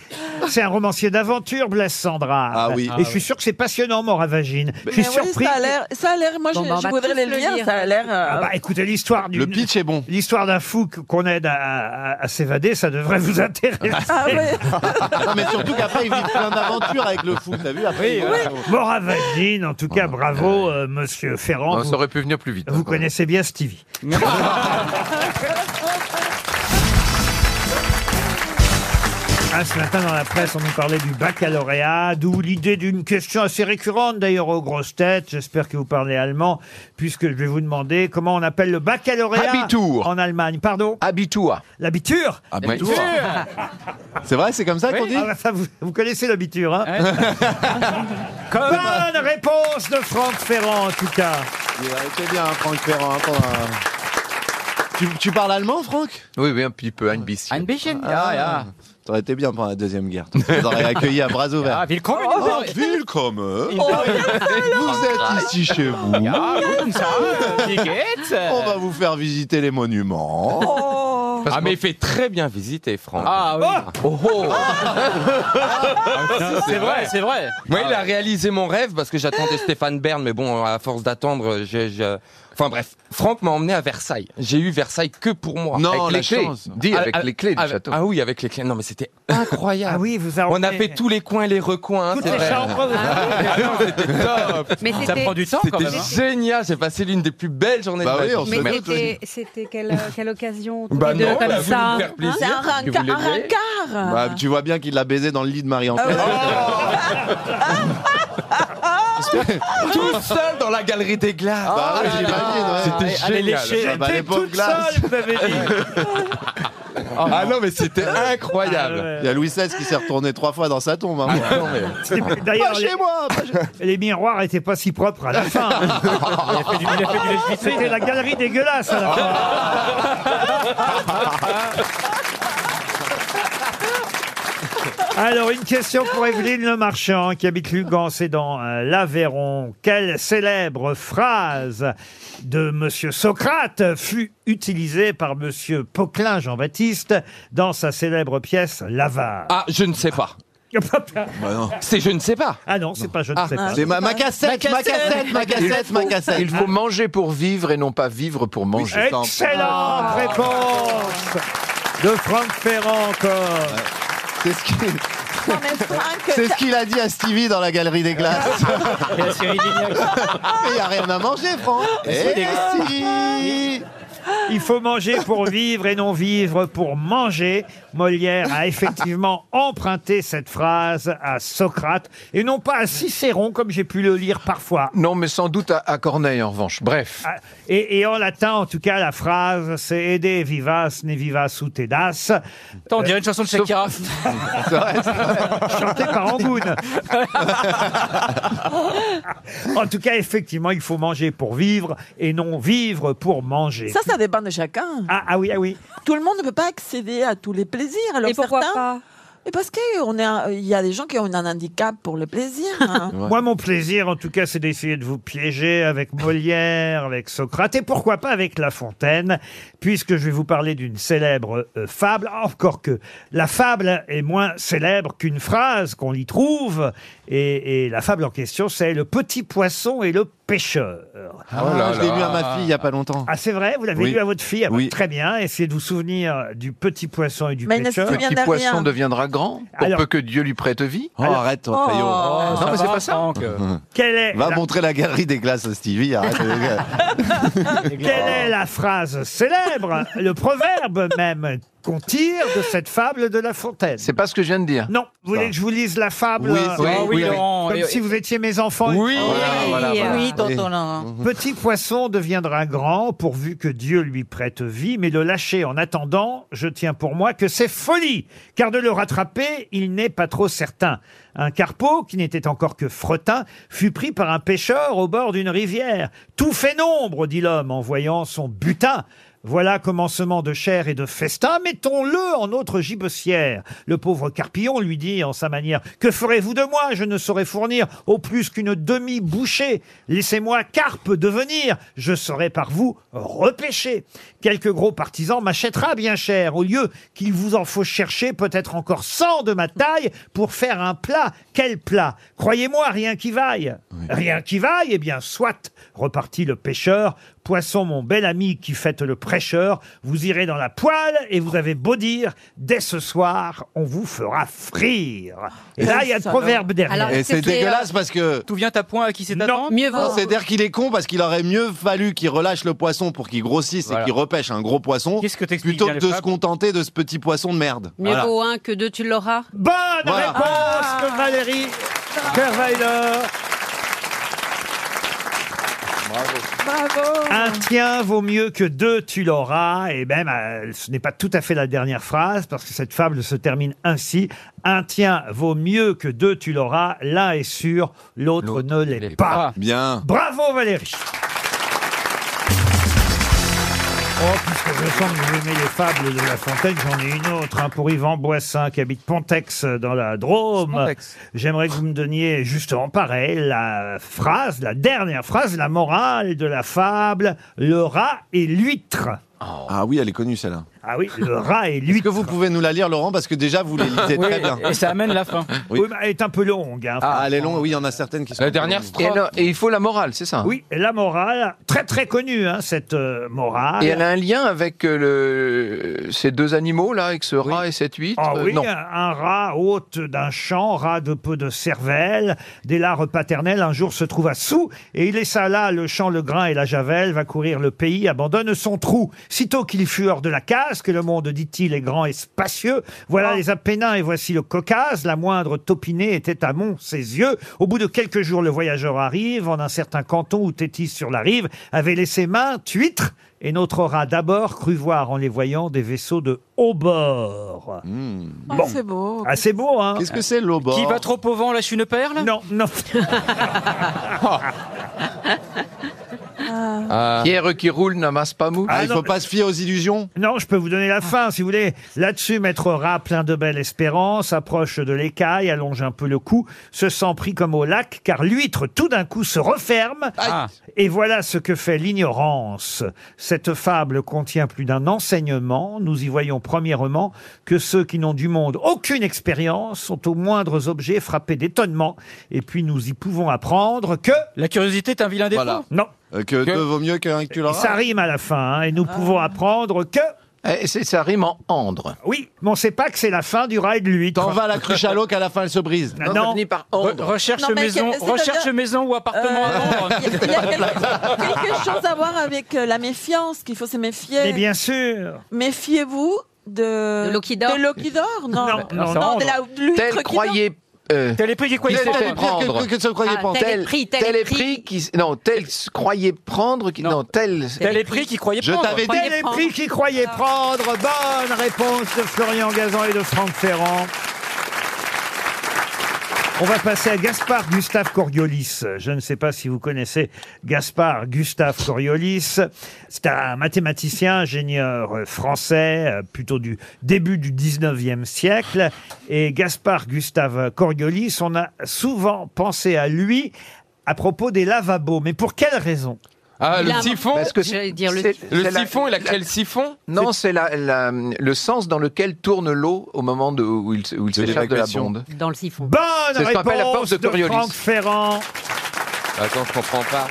C'est un romancier d'aventure, Blaise Sandra.
Ah oui.
Et
Ah
je suis sûr que c'est passionnant, Moravagine. Je suis
Mais Ben oui,
surpris.
ça a l'air, ça a l'air. Moi,
Bon, bah,
je,
ben,
on
je
va
voudrais
tous
les
le
lire.
lire.
Ça a l'air. euh,
Ah bah, écoutez, l'histoire du. Le pitch
est bon.
L'histoire d'un fou que- qu'on aide à, à- à s'évader, ça devrait vous intéresser.
Ah ouais.
non, mais surtout qu'après, ils vivent plein d'aventures avec le fou. T'as vu après, ils-
Moravagine, en tout cas, bravo, euh, monsieur Ferrand.
Non,
Vous-
ça aurait pu venir plus vite. hein,
Vous connaissez bien Stevie. Ah, ce matin, dans la presse, on nous parlait du baccalauréat, d'où l'idée d'une question assez récurrente, d'ailleurs, aux grosses têtes. J'espère que vous parlez allemand, puisque je vais vous demander comment on appelle le baccalauréat
Abitur.
en Allemagne. Pardon
Abitur. Ah,
L'abitur
Ah,
Abitur. C'est vrai, c'est comme ça qu'on dit
Ah, ça, vous, vous connaissez l'abitur, hein Bonne réponse de Franck Ferrand, en tout cas.
Il a été bien, hein, Franck Ferrand. hein, pour, euh. tu, tu parles allemand, Franck
Oui, oui, un petit peu. Ein bisschen. Ein bisschen,
Ah, T'aurais été bien pendant la Deuxième Guerre. T'aurais accueilli à bras ouverts.
Ah, willkommen.
Oh, willkommen. Vous êtes ici chez vous.
Ja, guten Tag. Wie geht's?
On va vous faire visiter les monuments.
Ah, mais il fait très bien visiter, Franck.
Ah oui. Oh, oh.
Ah,
C'est vrai, c'est vrai.
Moi, il a réalisé mon rêve parce que j'attendais Stéphane Bern, mais bon, à force d'attendre, je, je- Enfin bref, Franck m'a emmené à Versailles. J'ai eu Versailles que pour moi.
Non,
avec
la
les clés.
chance. Dis, avec les clés du
avec-
château.
Ah oui, avec les clés. Non, mais c'était incroyable.
Ah oui, vous
On a fait tous les coins et les recoins. hein,
Toutes
c'est
les
vrai.
chambres.
Ah non, c'était top.
Mais Ça c'était- prend du temps, quand
C'était
même, hein.
génial. J'ai passé l'une des plus belles journées
Bah
de ma
oui, on
vie.
Mais
Merci.
c'était- c'était quelle, quelle occasion tous
Bah
les deux, Hein?
non,
comme
bah, vous
ça.
nous faire plaisir,
C'est un
parce que vous
rincard. Un
l'aimez.
Ah.
rincard.
Bah, tu vois bien qu'il l'a baisé dans le lit de Marie-Antoinette.
Ah Tout seul dans la galerie des glaces.
Bah ouais,
Ah,
j'imagine, ouais.
C'était génial.
Ah bah, les pauvres glaces.
Ah non, mais c'était incroyable.
Il y a Louis XVI qui s'est retourné trois fois dans sa
Ah
tombe. hein.
D'ailleurs,
Pas chez
les-
moi
Les miroirs étaient pas si propres à la fin. hein. C'était la galerie dégueulasse à la
Ah,
fin. Alors, une question pour Evelyne Le Marchand, qui habite Lugan, c'est dans euh, l'Aveyron. Quelle célèbre phrase de Monsieur Socrate fut utilisée par Monsieur Poquelin Jean-Baptiste dans sa célèbre pièce L'Avare
Ah, je ne sais pas. C'est je ne sais pas.
Ah non, c'est pas je ne sais pas.
Il faut manger pour vivre et non pas vivre pour manger.
Excellente réponse de Franck Ferrand encore.
C'est ce qu'il
C'est
ce qu'il a dit à Stevie dans la galerie des glaces.
Et à Cyril Lignac.
Mais il n'y a rien à manger, Franck.
Et
Eh
c'est
si.
Il faut manger pour vivre et non vivre pour manger. Molière a effectivement emprunté cette phrase à Socrate et non pas à Cicéron comme j'ai pu le lire parfois.
Non, mais sans doute à, à Corneille en revanche. Bref.
Ah, Et, et en latin, en tout cas, la phrase, c'est « Ede vivas ne vivas ut edas ».
Attends, on dirait une chanson
Euh,
de Shakira.
Chantée par Angoune. en tout cas, effectivement, il faut manger pour vivre et non vivre pour manger.
Ça, ça dépend de chacun.
Ah, oui, ah oui.
Tout le monde ne peut pas accéder à tous les plaisirs. Alors
Et pourquoi
certains-
pas
Et parce qu'il y a des gens qui ont un handicap pour le plaisir. hein.
Moi, mon plaisir, en tout cas, c'est d'essayer de vous piéger avec Molière, avec Socrate, et pourquoi pas avec La Fontaine, puisque je vais vous parler d'une célèbre euh, fable, encore que la fable est moins célèbre qu'une phrase qu'on y trouve, et, et la fable en question, c'est Le petit poisson et le pêcheur.
Ah, je l'ai lu à ma fille il n'y a pas longtemps.
Ah, c'est vrai, vous l'avez
Oui.
lu à votre fille Ah bah,
Oui.
Très bien, essayez de vous souvenir du petit poisson et du
Mais il ne se
pêcheur.
souvient de
Petit poisson
rien.
deviendra grand pour
Alors-
peu que Dieu lui prête vie.
Oh, arrête, toi,
Oh.
Fayot.
Oh,
non,
ça
mais c'est
va,
pas ça.
Quelle
Eh,
est
Va
la-
montrer la galerie des glaces à Stevie. Arrête.
Quelle est la phrase célèbre, le proverbe même qu'on tire de cette fable de La Fontaine
C'est pas ce que je viens de dire.
Non, vous voulez que je vous lise la fable
Oui,
euh,
oui, Ah oui, oui, Laurent,
Comme
et-
si vous étiez mes enfants.
Oui. Voilà, voilà, voilà.
Oui, tonton
Mhm. Petit poisson deviendra grand pourvu que Dieu lui prête vie, mais le lâcher en attendant, je tiens pour moi que c'est folie, car de le rattraper, il n'est pas trop certain. Un carpeau, qui n'était encore que fretin, fut pris par un pêcheur au bord d'une rivière. Tout fait nombre, dit l'homme en voyant son butin. Voilà commencement de chair et de festin, mettons-le en autre gibecière. Le pauvre Carpillon lui dit en sa manière Que ferez-vous de moi Je ne saurais fournir au plus qu'une demi-bouchée. Laissez-moi carpe devenir, je serai par vous repêché. Quelque gros partisan m'achètera bien cher, au lieu qu'il vous en faut chercher peut-être encore cent de ma taille pour faire un plat. Quel plat Croyez-moi, rien qui vaille. Rien qui vaille, eh bien, soit, repartit le pêcheur. Poisson, mon bel ami qui fête le prêcheur, vous irez dans la poêle et vous avez beau dire, dès ce soir, on vous fera frire. Et là, il y a le
Ça,
proverbe derrière.
Et c'est dégueulasse parce que.
Tout vient à point à qui c'est attendre
Mieux
Non,
vaut.
C'est-à-dire qu'il est con parce qu'il aurait mieux fallu qu'il relâche le poisson pour qu'il grossisse et qu'il repêche un gros poisson
Qu'est-ce que t'expliques
plutôt
bien,
que
les
de se
fables
contenter de ce petit poisson de merde.
Mieux
Voilà.
vaut un que deux, tu l'auras.
Bonne
Voilà.
réponse
Ah.
de Valérie Kerweiler.
Bravo.
Un tien vaut mieux que deux, tu l'auras. Et même, euh, ce n'est pas tout à fait la dernière phrase, parce que cette fable se termine ainsi. Un tien vaut mieux que deux, tu l'auras. L'un est sûr, l'autre ne l'est pas.
Bien.
Bravo Valérie Oh, puisque je sens que vous aimez les fables de La Fontaine, j'en ai une autre hein, pour Yvan Boissin qui habite Pontex euh, dans la Drôme.
Pontex.
J'aimerais que vous me donniez justement pareil la phrase, la dernière phrase, la morale de la fable, le rat et l'huître.
Oh.
Ah oui, elle est connue celle-là.
Ah oui, le rat et l'huître.
Ah. Est-ce que vous pouvez nous la lire, Laurent Parce que déjà, vous les lisez
Oui,
très bien.
et ça amène la
fin.
Oui, mais elle est un peu longue. hein,
Ah,
franchement.
elle est longue, oui, il y en a certaines qui sont.
La
plus
dernière
longues.
strophe. Et non,
Et il faut la morale, c'est ça hein
Oui, la morale, très très connue, hein, cette euh, morale.
Et elle a un lien avec euh, le... ces deux animaux, là, avec ce rat et cette huître
Ah
euh,
oui,
Non.
un, un rat hôte d'un champ, rat de peu de cervelle, des larves paternelles, un jour se trouve à sous, et il laissa là le champ, le grain et la javelle, va courir le pays, abandonne son trou. Sitôt qu'il fut hors de la case, que le monde, dit-il, est grand et spacieux, voilà les Apennins et voici le Caucase, la moindre topinée était à Mont ses yeux. Au bout de quelques jours, le voyageur arrive, en un certain canton où Tétis sur la rive avait laissé main, huîtres, et notre rat d'abord crut voir en les voyant des vaisseaux de haut bord.
Ah,
Bon.
c'est beau.
Ah, c'est beau, hein
Qu'est-ce que c'est l'eau bord
Qui va trop au vent lâche une perle Eh,
Non, non.
Pierre qui roule n'amasse pas mouche.
Ah, il faut
pas
se fier aux illusions Non, je peux vous donner la fin, si vous voulez. Là-dessus, maître rat, plein de belles espérances, approche de l'écaille, allonge un peu le cou, se sent pris comme au lac, car l'huître, tout d'un coup, se referme.
Ah.
Et voilà ce que fait l'ignorance. Cette fable contient plus d'un enseignement. Nous y voyons premièrement que ceux qui n'ont du monde aucune expérience sont aux moindres objets frappés d'étonnement. Et puis, nous y pouvons apprendre que...
La curiosité est un vilain défaut
Non.
que deux vaut mieux qu'un que tu l'auras.
Ça rime à la fin, hein, et nous pouvons apprendre que.
ça rime en endre.
Oui, mais on ne sait pas que c'est la fin du rail de l'huître.
T'en vas à la cruche à l'eau qu'à la fin elle se brise.
Non, ça finit
par
Re- recherche
Non, mais
maison,
c'est-à-dire-
recherche maison ou appartement à vendre.
Il y a quelque, quelque chose à voir avec euh, la méfiance, qu'il faut se méfier.
Mais bien sûr.
Méfiez-vous de,
Euh,
De l'eau qui dort.
de l'eau qui dort, non.
Non,
non,
non,
de la l'huître
Tel
qui dort.
croyait. euh,
Tel esprit qui croyait
tel-
se
tel
faire
esprit que-
prendre.
que- que se croyait
Ah,
prendre.
tel
Tel-
esprit, tel
tel esprit qui s- non tel se croyait prendre qui- non tel
Tel esprit qui croyait
Je
prendre.
t'avais
Croyait
Tel est
prendre.
prix qui croyait prendre. Bonne réponse de Florian Gazan et de Franck Ferrand. On va passer à Gaspard Gustave Coriolis. Je ne sais pas si vous connaissez Gaspard Gustave Coriolis. C'est un mathématicien, ingénieur euh, français, euh, plutôt du début du 19e siècle. Et Gaspard Gustave Coriolis, on a souvent pensé à lui à propos des lavabos. Mais pour quelle raison
Ah, le
Là,
siphon
parce que c'est- c'est-
Le
c'est la-
siphon, il a créé le siphon
Non, c'est la- la- le sens dans lequel tourne l'eau au moment de- où il, où il s'échappe de la
l'évacuation.
bombe.
Dans le siphon.
Bonne
C'est ce qu'on appelle la
réponse
porte de
de,
Coriolis.
Franck Ferrand.
Attends, je comprends pas.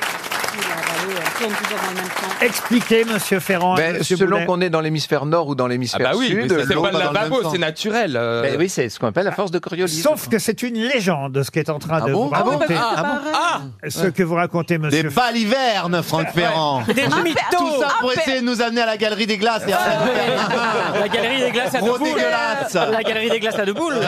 Expliquez, monsieur Ferrand. et
Ben,
monsieur
selon
Boulet.
qu'on est dans l'hémisphère nord ou dans l'hémisphère
Ah bah oui,
sud,
mais c'est
l'eau
pas
va
le
dans même
lavabo,
sens.
c'est naturel, euh.
Ben oui, c'est ce qu'on appelle la force de Coriolis.
Sauf que c'est une légende, ce qui est en train
Ah
de vous raconter.
Ah
Ce que vous racontez, monsieur.
Des balivernes, Franck Ferrand.
Des
Tout ça-
mythos.
Tout ça pour
Ah,
essayer de nous amener à la galerie des glaces. et après nous faire-
La galerie des glaces à deux
Gros
boules.
dégueulasse.
La galerie des glaces à deux boules.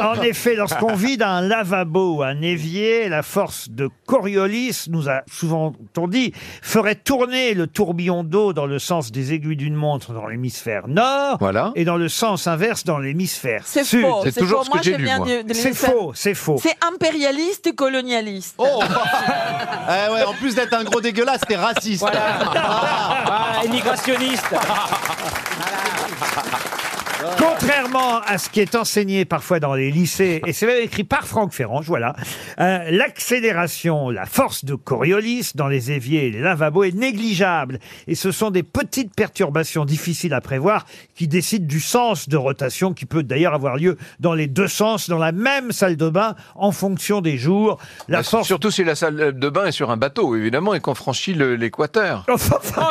En effet, lorsqu'on vit dans un lavabo ou un évier, la force de Coriolis, nous a souvent on dit, ferait tourner le tourbillon d'eau dans le sens des aiguilles d'une montre dans l'hémisphère nord et dans le sens inverse dans l'hémisphère
C'est
sud.
faux. C'est faux. Moi, je viens de- de
C'est
l'hémisphère-
faux, c'est faux.
C'est impérialiste et colonialiste.
Oh Eh ouais, en plus d'être un gros dégueulasse, t'es raciste.
Ah, immigrationniste.
Contrairement à ce qui est enseigné parfois dans les lycées, et c'est même écrit par Franck Ferrand, voilà, euh, l'accélération, la force de Coriolis dans les éviers et les lavabos est négligeable. Et ce sont des petites perturbations difficiles à prévoir qui décident du sens de rotation qui peut d'ailleurs avoir lieu dans les deux sens, dans la même salle de bain, en fonction des jours. La
Ben,
force
Surtout si la salle de bain est sur un bateau, évidemment, et qu'on franchit le- l'équateur.
Oh,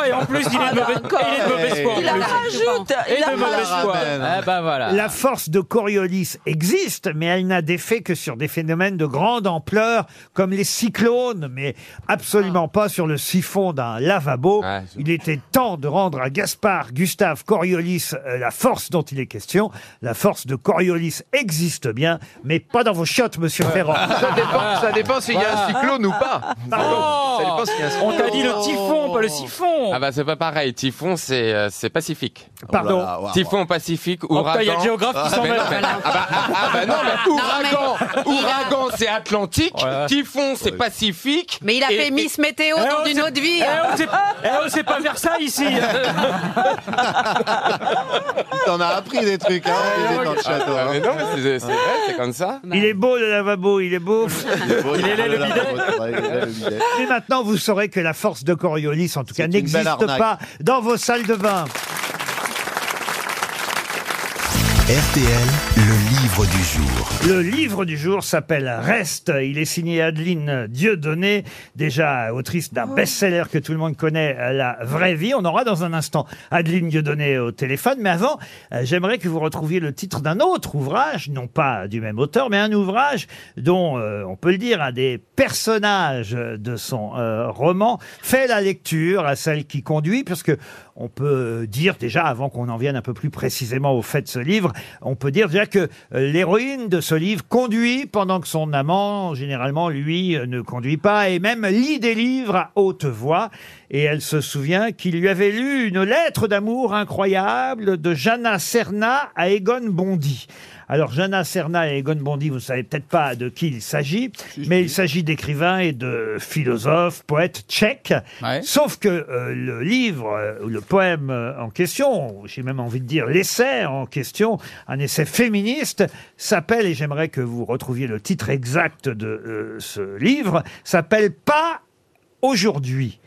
et en plus, il
Ah
Ah,
bah,
est de mauvais, il est de mauvaise foi. en
Il la
plus.
rajoute.
Et
Il la
de mauvaise
rajoute.
foi.
ben,
Ah bah voilà.
La force de Coriolis existe, mais elle n'a d'effet que sur des phénomènes de grande ampleur, comme les cyclones, mais absolument pas sur le siphon d'un lavabo. il était temps de rendre à Gaspard Gustave Coriolis euh, la force dont il est question. La force de Coriolis existe bien, mais pas dans vos chiottes, monsieur Ferrand.
Ça dépend, ça dépend s'il y a un cyclone ou pas. Ça dépend s'il y a un cyclone.
On t'a dit le typhon, pas le siphon.
Ah bah c'est pas pareil, typhon c'est euh, c'est Pacifique.
Pardon.
Typhon Pacifique,
Oh,
ouragan.
putain, il y a le géographe qui s'en
Ah, mais
mêle.
non, mais- Ah bah, ah, ah, bah non, mais ouragan, ouragan c'est Atlantique, typhon c'est Pacifique.
Mais il a
Et-
fait
et-
Miss Météo
Eh,
dans
oh,
une
c'est-
autre vie.
Eh, oh, c'est- eh, oh, c'est pas Versailles ici.
T'en as appris des trucs, hein, t'étais dans le château.
Ah, mais non, mais c'est c'est vrai, c'est comme ça.
Il est beau le lavabo, il est beau.
Il
est laid, le
bidet.
Mais maintenant, vous saurez que la force de Coriolis, en tout cas,
une
n'existe
belle arnaque.
pas dans vos salles de bain.
RTL, le livre du jour.
Le livre du jour s'appelle Reste. Il est signé Adeline Dieudonné, déjà autrice d'un best-seller que tout le monde connaît, euh, La vraie vie. On aura dans un instant Adeline Dieudonné au téléphone. Mais avant, euh, j'aimerais que vous retrouviez le titre d'un autre ouvrage, non pas du même auteur, mais un ouvrage dont, euh, on peut le dire, un des personnages de son euh, roman fait la lecture à celle qui conduit, puisque on peut dire déjà, avant qu'on en vienne un peu plus précisément au fait de ce livre, on peut dire déjà que euh, l'héroïne de ce livre conduit pendant que son amant, généralement, lui, euh, ne conduit pas et même lit des livres à haute voix. Et elle se souvient qu'il lui avait lu une lettre d'amour incroyable de Jana Serna à Egon Bondy. Alors, Jana Serna et Egon Bondy, vous ne savez peut-être pas de qui il s'agit, mais il s'agit d'écrivains et de philosophes, poètes tchèques. Sauf que euh, le livre, euh, ou le poème euh, en question, ou j'ai même envie de dire l'essai en question, un essai féministe, s'appelle, et j'aimerais que vous retrouviez le titre exact de euh, ce livre, s'appelle Pas aujourd'hui.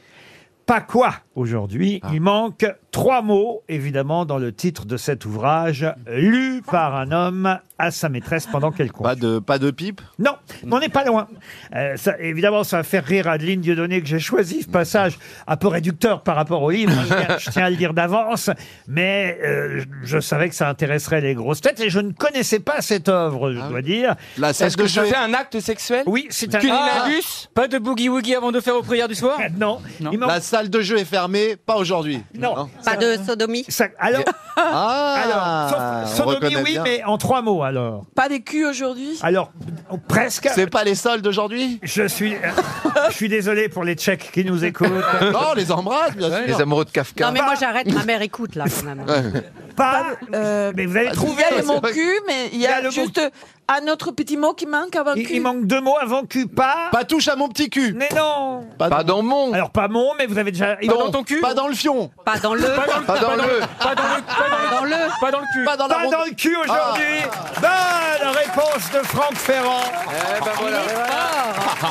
Pas quoi aujourd'hui Il manque trois mots, évidemment, dans le titre de cet ouvrage, lu par un homme à sa maîtresse pendant qu'elle conduit. Pas de, pas de pipe Non, mais on n'est pas loin. Euh, ça, évidemment, ça va faire rire Adeline Dieudonné que j'ai choisi ce passage un peu réducteur par rapport au livre, je tiens- je tiens à le dire d'avance, mais euh, je- je savais que ça intéresserait les grosses têtes et je ne connaissais pas cette œuvre, je dois dire.
Est-ce que je fais un acte sexuel
Oui, c'est un- Ah.
Cunnilingus
Ah. Pas de boogie-woogie avant de faire aux prières du soir
Non.
La salle de jeu est fermée, pas aujourd'hui.
Non.
Pas de
sodomie
Alors,
ah,
alors
on
sauf- sodomie,
reconnaît
oui,
bien.
mais en trois mots alors.
Pas des culs aujourd'hui
Alors, presque.
C'est pas les soldes d'aujourd'hui
Je suis, euh, je suis désolé pour les Tchèques qui nous écoutent.
Non, on les embrasse, bien sûr.
Les amoureux de Kafka.
Non, mais moi j'arrête, ma mère écoute là quand même.
Pas. mais vous avez
euh, Il
trouvé.
y a le
c'est
mot
vrai.
cul, mais il y a, juste un autre petit mot qui manque avant
Il,
cul.
il manque deux mots avant cul. Pas.
Pas touche à mon petit cul.
Mais non.
Pas,
dans mon.
Alors pas mon, mais vous avez déjà.
Pas dans ton
cul.
Pas dans le fion.
Pas dans le.
Pas dans le- Pas dans le-
Pas dans le. Pas dans le. Pas dans le cul.
Pas
dans, le cul aujourd'hui. Bonne réponse de Franck Ferrand.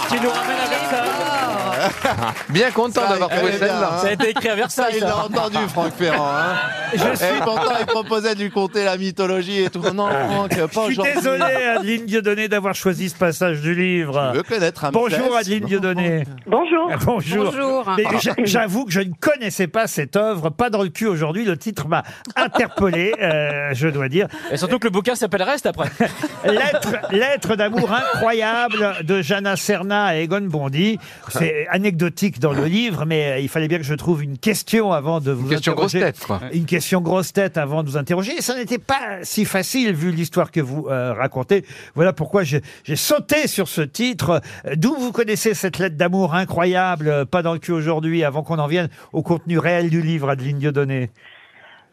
Qui nous ramène à Versailles.
Bien content
Ça,
d'avoir
elle
trouvé
est bien,
celle-là.
hein. Ça a été écrit à Versailles,
Ça,
ça. hein.
Je
Et
Eh,
suis-
pourtant, il proposait de lui conter la mythologie et tout. Non, Franck, pas
Ah. Je
aujourd'hui. hein.
suis désolé, Adeline Dieudonné, d'avoir choisi ce passage du livre.
Tu veux connaître un
Bonjour,
message
Adeline Dieudonné.
Bonjour.
Ah, Bonjour.
Bonjour.
Mais j'a- J'avoue que je ne connaissais pas cette œuvre, pas dans le cul aujourd'hui. Le titre m'a interpellé, euh, je dois dire.
Et surtout que le bouquin s'appelle Reste après.
Lettre, lettre d'amour incroyable de Jana Serna à Egon Bondy. C'est anecdotique dans le livre, mais euh, il fallait bien que je trouve une question avant de vous
question
interroger.
grosse tête, quoi.
Une question grosse tête avant de vous interroger. Et ça n'était pas si facile vu l'histoire que vous euh, racontez. Voilà pourquoi j'ai j'ai sauté sur ce titre. Euh, D'où vous connaissez cette lettre d'amour incroyable, euh, pas dans le cul aujourd'hui, avant qu'on en vienne au contenu réel du livre, Adeline Dieudonné.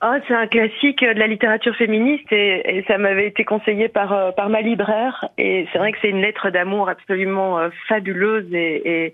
Oh, c'est un classique euh, de la littérature féministe et, et ça m'avait été conseillé par, euh, par ma libraire. Et c'est vrai que c'est une lettre d'amour absolument euh, fabuleuse et, et,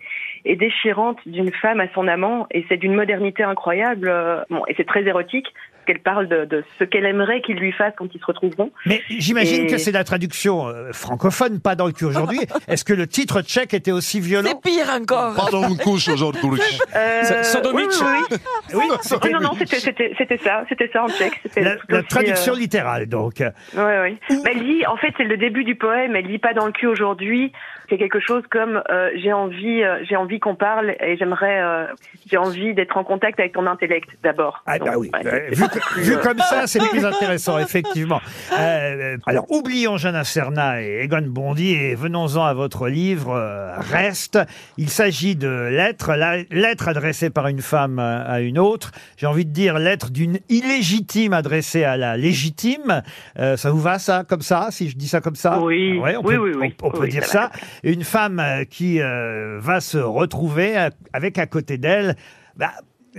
et déchirante d'une femme à son amant. Et c'est d'une modernité incroyable. euh, Bon, et c'est très érotique parce qu'elle parle de, de ce qu'elle aimerait qu'il lui fasse quand ils se retrouveront.
Mais j'imagine
Et-
que c'est la traduction euh, francophone, pas dans le cul aujourd'hui. Est-ce que le titre tchèque était aussi violent
Pire encore.
Pas dans une couche aujourd'hui.
Euh,
Sodomique.
oui, oui, oui.
Oui,
Oui, non, non, c'était- c'était c'était ça, c'était ça en tchèque. c'était
La,
tout
la
aussi,
traduction
euh,
littérale, donc.
Ouais, ouais. Mais elle dit, en fait, c'est le début du poème. Elle dit pas dans le cul aujourd'hui. C'est quelque chose comme euh, j'ai envie, euh, j'ai envie qu'on parle et j'aimerais, euh, j'ai envie d'être en contact avec ton intellect d'abord.
Ah bah
Donc,
oui,
ouais,
euh, vu,
c'est- c'est
que-
plus,
vu
euh,
comme ça, c'est plus intéressant, effectivement. Euh, alors, oublions Jeanne Serna et Egon Bondy et venons-en à votre livre euh, Reste. Il s'agit de lettres, la lettre adressée par une femme euh, à une autre. J'ai envie de dire lettre d'une illégitime adressée à la légitime. Euh, ça vous va, ça, comme ça, si je dis ça comme ça Ah
Oui,
Ouais, on
oui,
peut,
oui, oui.
on- on peut
Oui,
dire
ça
ça.
va.
Une femme euh, qui euh, va se retrouver euh, avec à côté d'elle bah,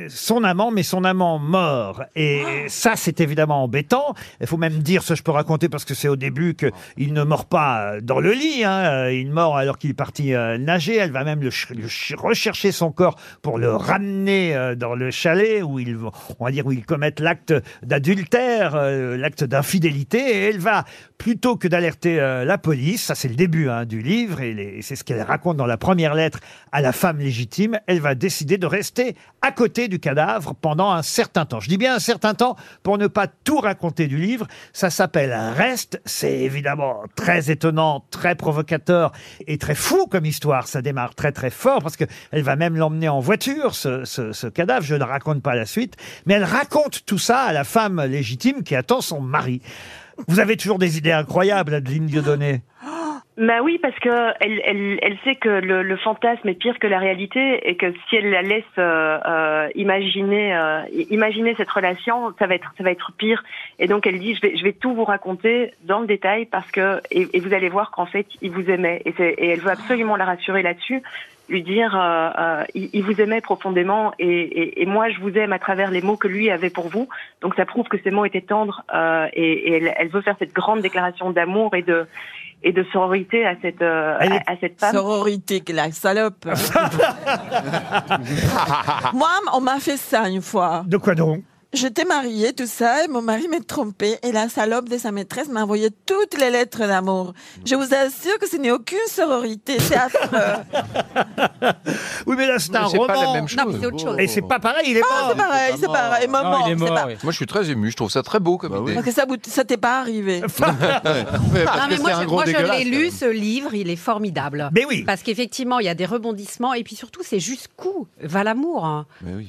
son amant, mais son amant mort. Et ça, c'est évidemment embêtant. Il faut même dire, ça je peux raconter parce que c'est au début qu'il ne mord pas euh, dans le lit. hein. Euh, Il mord alors qu'il est parti euh, nager. Elle va même le ch- le ch- rechercher son corps pour le ramener euh, dans le chalet où ils vont, on va dire, où ils commettent l'acte d'adultère, euh, l'acte d'infidélité. Et elle va, plutôt que d'alerter euh, la police, ça c'est le début hein, du livre, et, les- et c'est ce qu'elle raconte dans la première lettre à la femme légitime, elle va décider de rester à côté côté du cadavre pendant un certain temps. Je dis bien un certain temps pour ne pas tout raconter du livre. Ça s'appelle Reste. C'est évidemment très étonnant, très provocateur et très fou comme histoire. Ça démarre très très fort parce qu'elle va même l'emmener en voiture, ce, ce- ce cadavre. Je ne raconte pas la suite. Mais elle raconte tout ça à la femme légitime qui attend son mari. Vous avez toujours des idées incroyables, Adeline Dieudonné.
Bah oui, parce que elle, elle, elle sait que le, le fantasme est pire que la réalité et que si elle la laisse euh, euh, imaginer, euh, i- imaginer cette relation, ça va être, ça va être pire. Et donc elle dit, je vais, je vais tout vous raconter dans le détail parce que et, et vous allez voir qu'en fait, il vous aimait. Et, c'est- et elle veut absolument la rassurer là-dessus, lui dire, euh, euh, il, il vous aimait profondément et, et, et moi, je vous aime à travers les mots que lui avait pour vous. Donc ça prouve que ces mots étaient tendres euh, et, et elle, elle veut faire cette grande déclaration d'amour et de et de sororité à cette, euh,
Elle
à,
est-
à cette femme.
Sororité, que la salope. Moi, on m'a fait ça une fois.
De quoi donc
J'étais mariée, tout ça, et mon mari m'a trompée, et la salope de sa maîtresse m'a envoyé toutes les lettres d'amour. Je vous assure que ce n'est aucune sororité, c'est affreux.
Oui, mais là, c'est
Mais
un
c'est pas
roman.
la même chose. Non, mais c'est autre chose.
Et c'est pas pareil, il est
Ah,
mort.
c'est pareil, c'est pareil, maman, c'est pas...
Moi, je suis très ému. Je trouve ça très beau comme idée.
Parce que ça, vous- ça t'est pas arrivé.
Non, mais moi, je, moi, je l'ai lu, ce livre, il est formidable.
Mais oui.
Parce qu'effectivement, il y a des rebondissements, et puis surtout, c'est jusqu'où va l'amour. hein.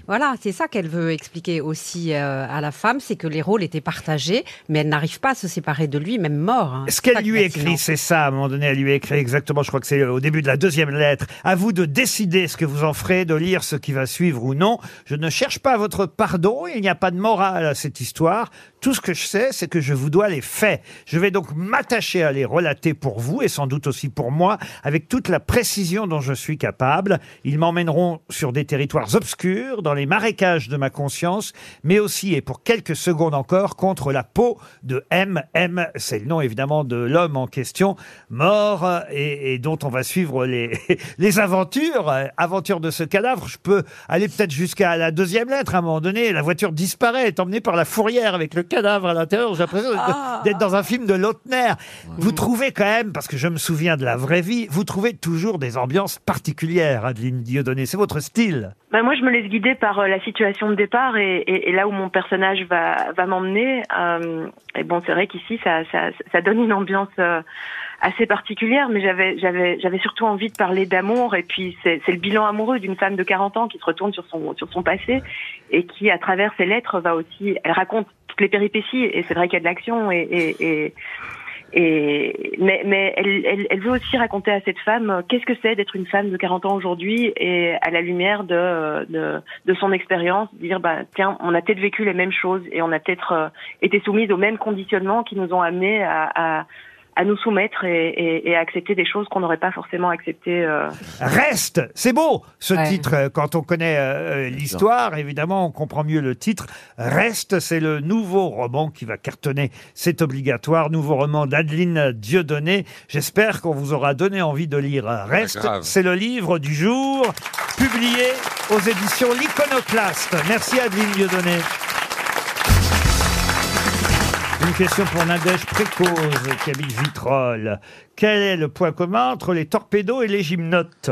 Voilà, c'est ça qu'elle veut expliquer aussi euh, à la femme, c'est que les rôles étaient partagés, mais elle n'arrive pas à se séparer de lui, même mort. hein.
Ce
C'est ça
qu'elle
qui est
lui
fascinant.
écrit, c'est ça, à un moment donné, elle lui écrit exactement, je crois que c'est au début de la deuxième lettre. À vous de décider ce que vous en ferez, de lire ce qui va suivre ou non. Je ne cherche pas votre pardon, il n'y a pas de morale à cette histoire. Tout ce que je sais, c'est que je vous dois les faits. Je vais donc m'attacher à les relater pour vous et sans doute aussi pour moi, avec toute la précision dont je suis capable. Ils m'emmèneront sur des territoires obscurs, dans les marécages de ma conscience, mais aussi, et pour quelques secondes encore, contre la peau de M. M, c'est le nom évidemment de l'homme en question, mort euh, et, et dont on va suivre les, les aventures, euh, aventures de ce cadavre. Je peux aller peut-être jusqu'à la deuxième lettre à un moment donné. La voiture disparaît, est emmenée par la fourrière avec le cadavre à l'intérieur. J'ai l'impression d'être- d'être dans un film de Lautner. Vous trouvez quand même, parce que je me souviens de la vraie vie, vous trouvez toujours des ambiances particulières, Adeline Dieudonné. C'est votre style.
Bah, moi, je me laisse guider par euh, la situation de départ et, et- et là où mon personnage va, va m'emmener. euh, et bon, c'est vrai qu'ici, ça, ça, ça donne une ambiance euh, assez particulière, mais j'avais, j'avais, j'avais surtout envie de parler d'amour. Et puis, c'est, c'est le bilan amoureux d'une femme de 40 ans qui se retourne sur son, sur son passé et qui, à travers ses lettres, va aussi, elle raconte toutes les péripéties. Et c'est vrai qu'il y a de l'action et, et, et et, mais mais elle, elle, elle veut aussi raconter à cette femme euh, qu'est-ce que c'est d'être une femme de 40 ans aujourd'hui et à la lumière de, euh, de, de son expérience, dire bah, tiens, on a peut-être vécu les mêmes choses et on a peut-être euh, été soumise aux mêmes conditionnements qui nous ont amenés à, à, à nous soumettre et, et, et à accepter des choses qu'on n'aurait pas forcément acceptées. euh.
Reste, c'est beau ce titre. euh, Quand on connaît euh, euh, l'histoire, évidemment, on comprend mieux le titre. Reste, c'est le nouveau roman qui va cartonner. C'est obligatoire. Nouveau roman d'Adeline Dieudonné. J'espère qu'on vous aura donné envie de lire Reste.
grave.
c'est le livre du jour, publié aux éditions L'Iconoclaste. Merci Adeline Dieudonné. Une question pour Nadège Précose, qui habite Vitrolles. Quel est le point commun entre les torpédos et les gymnotes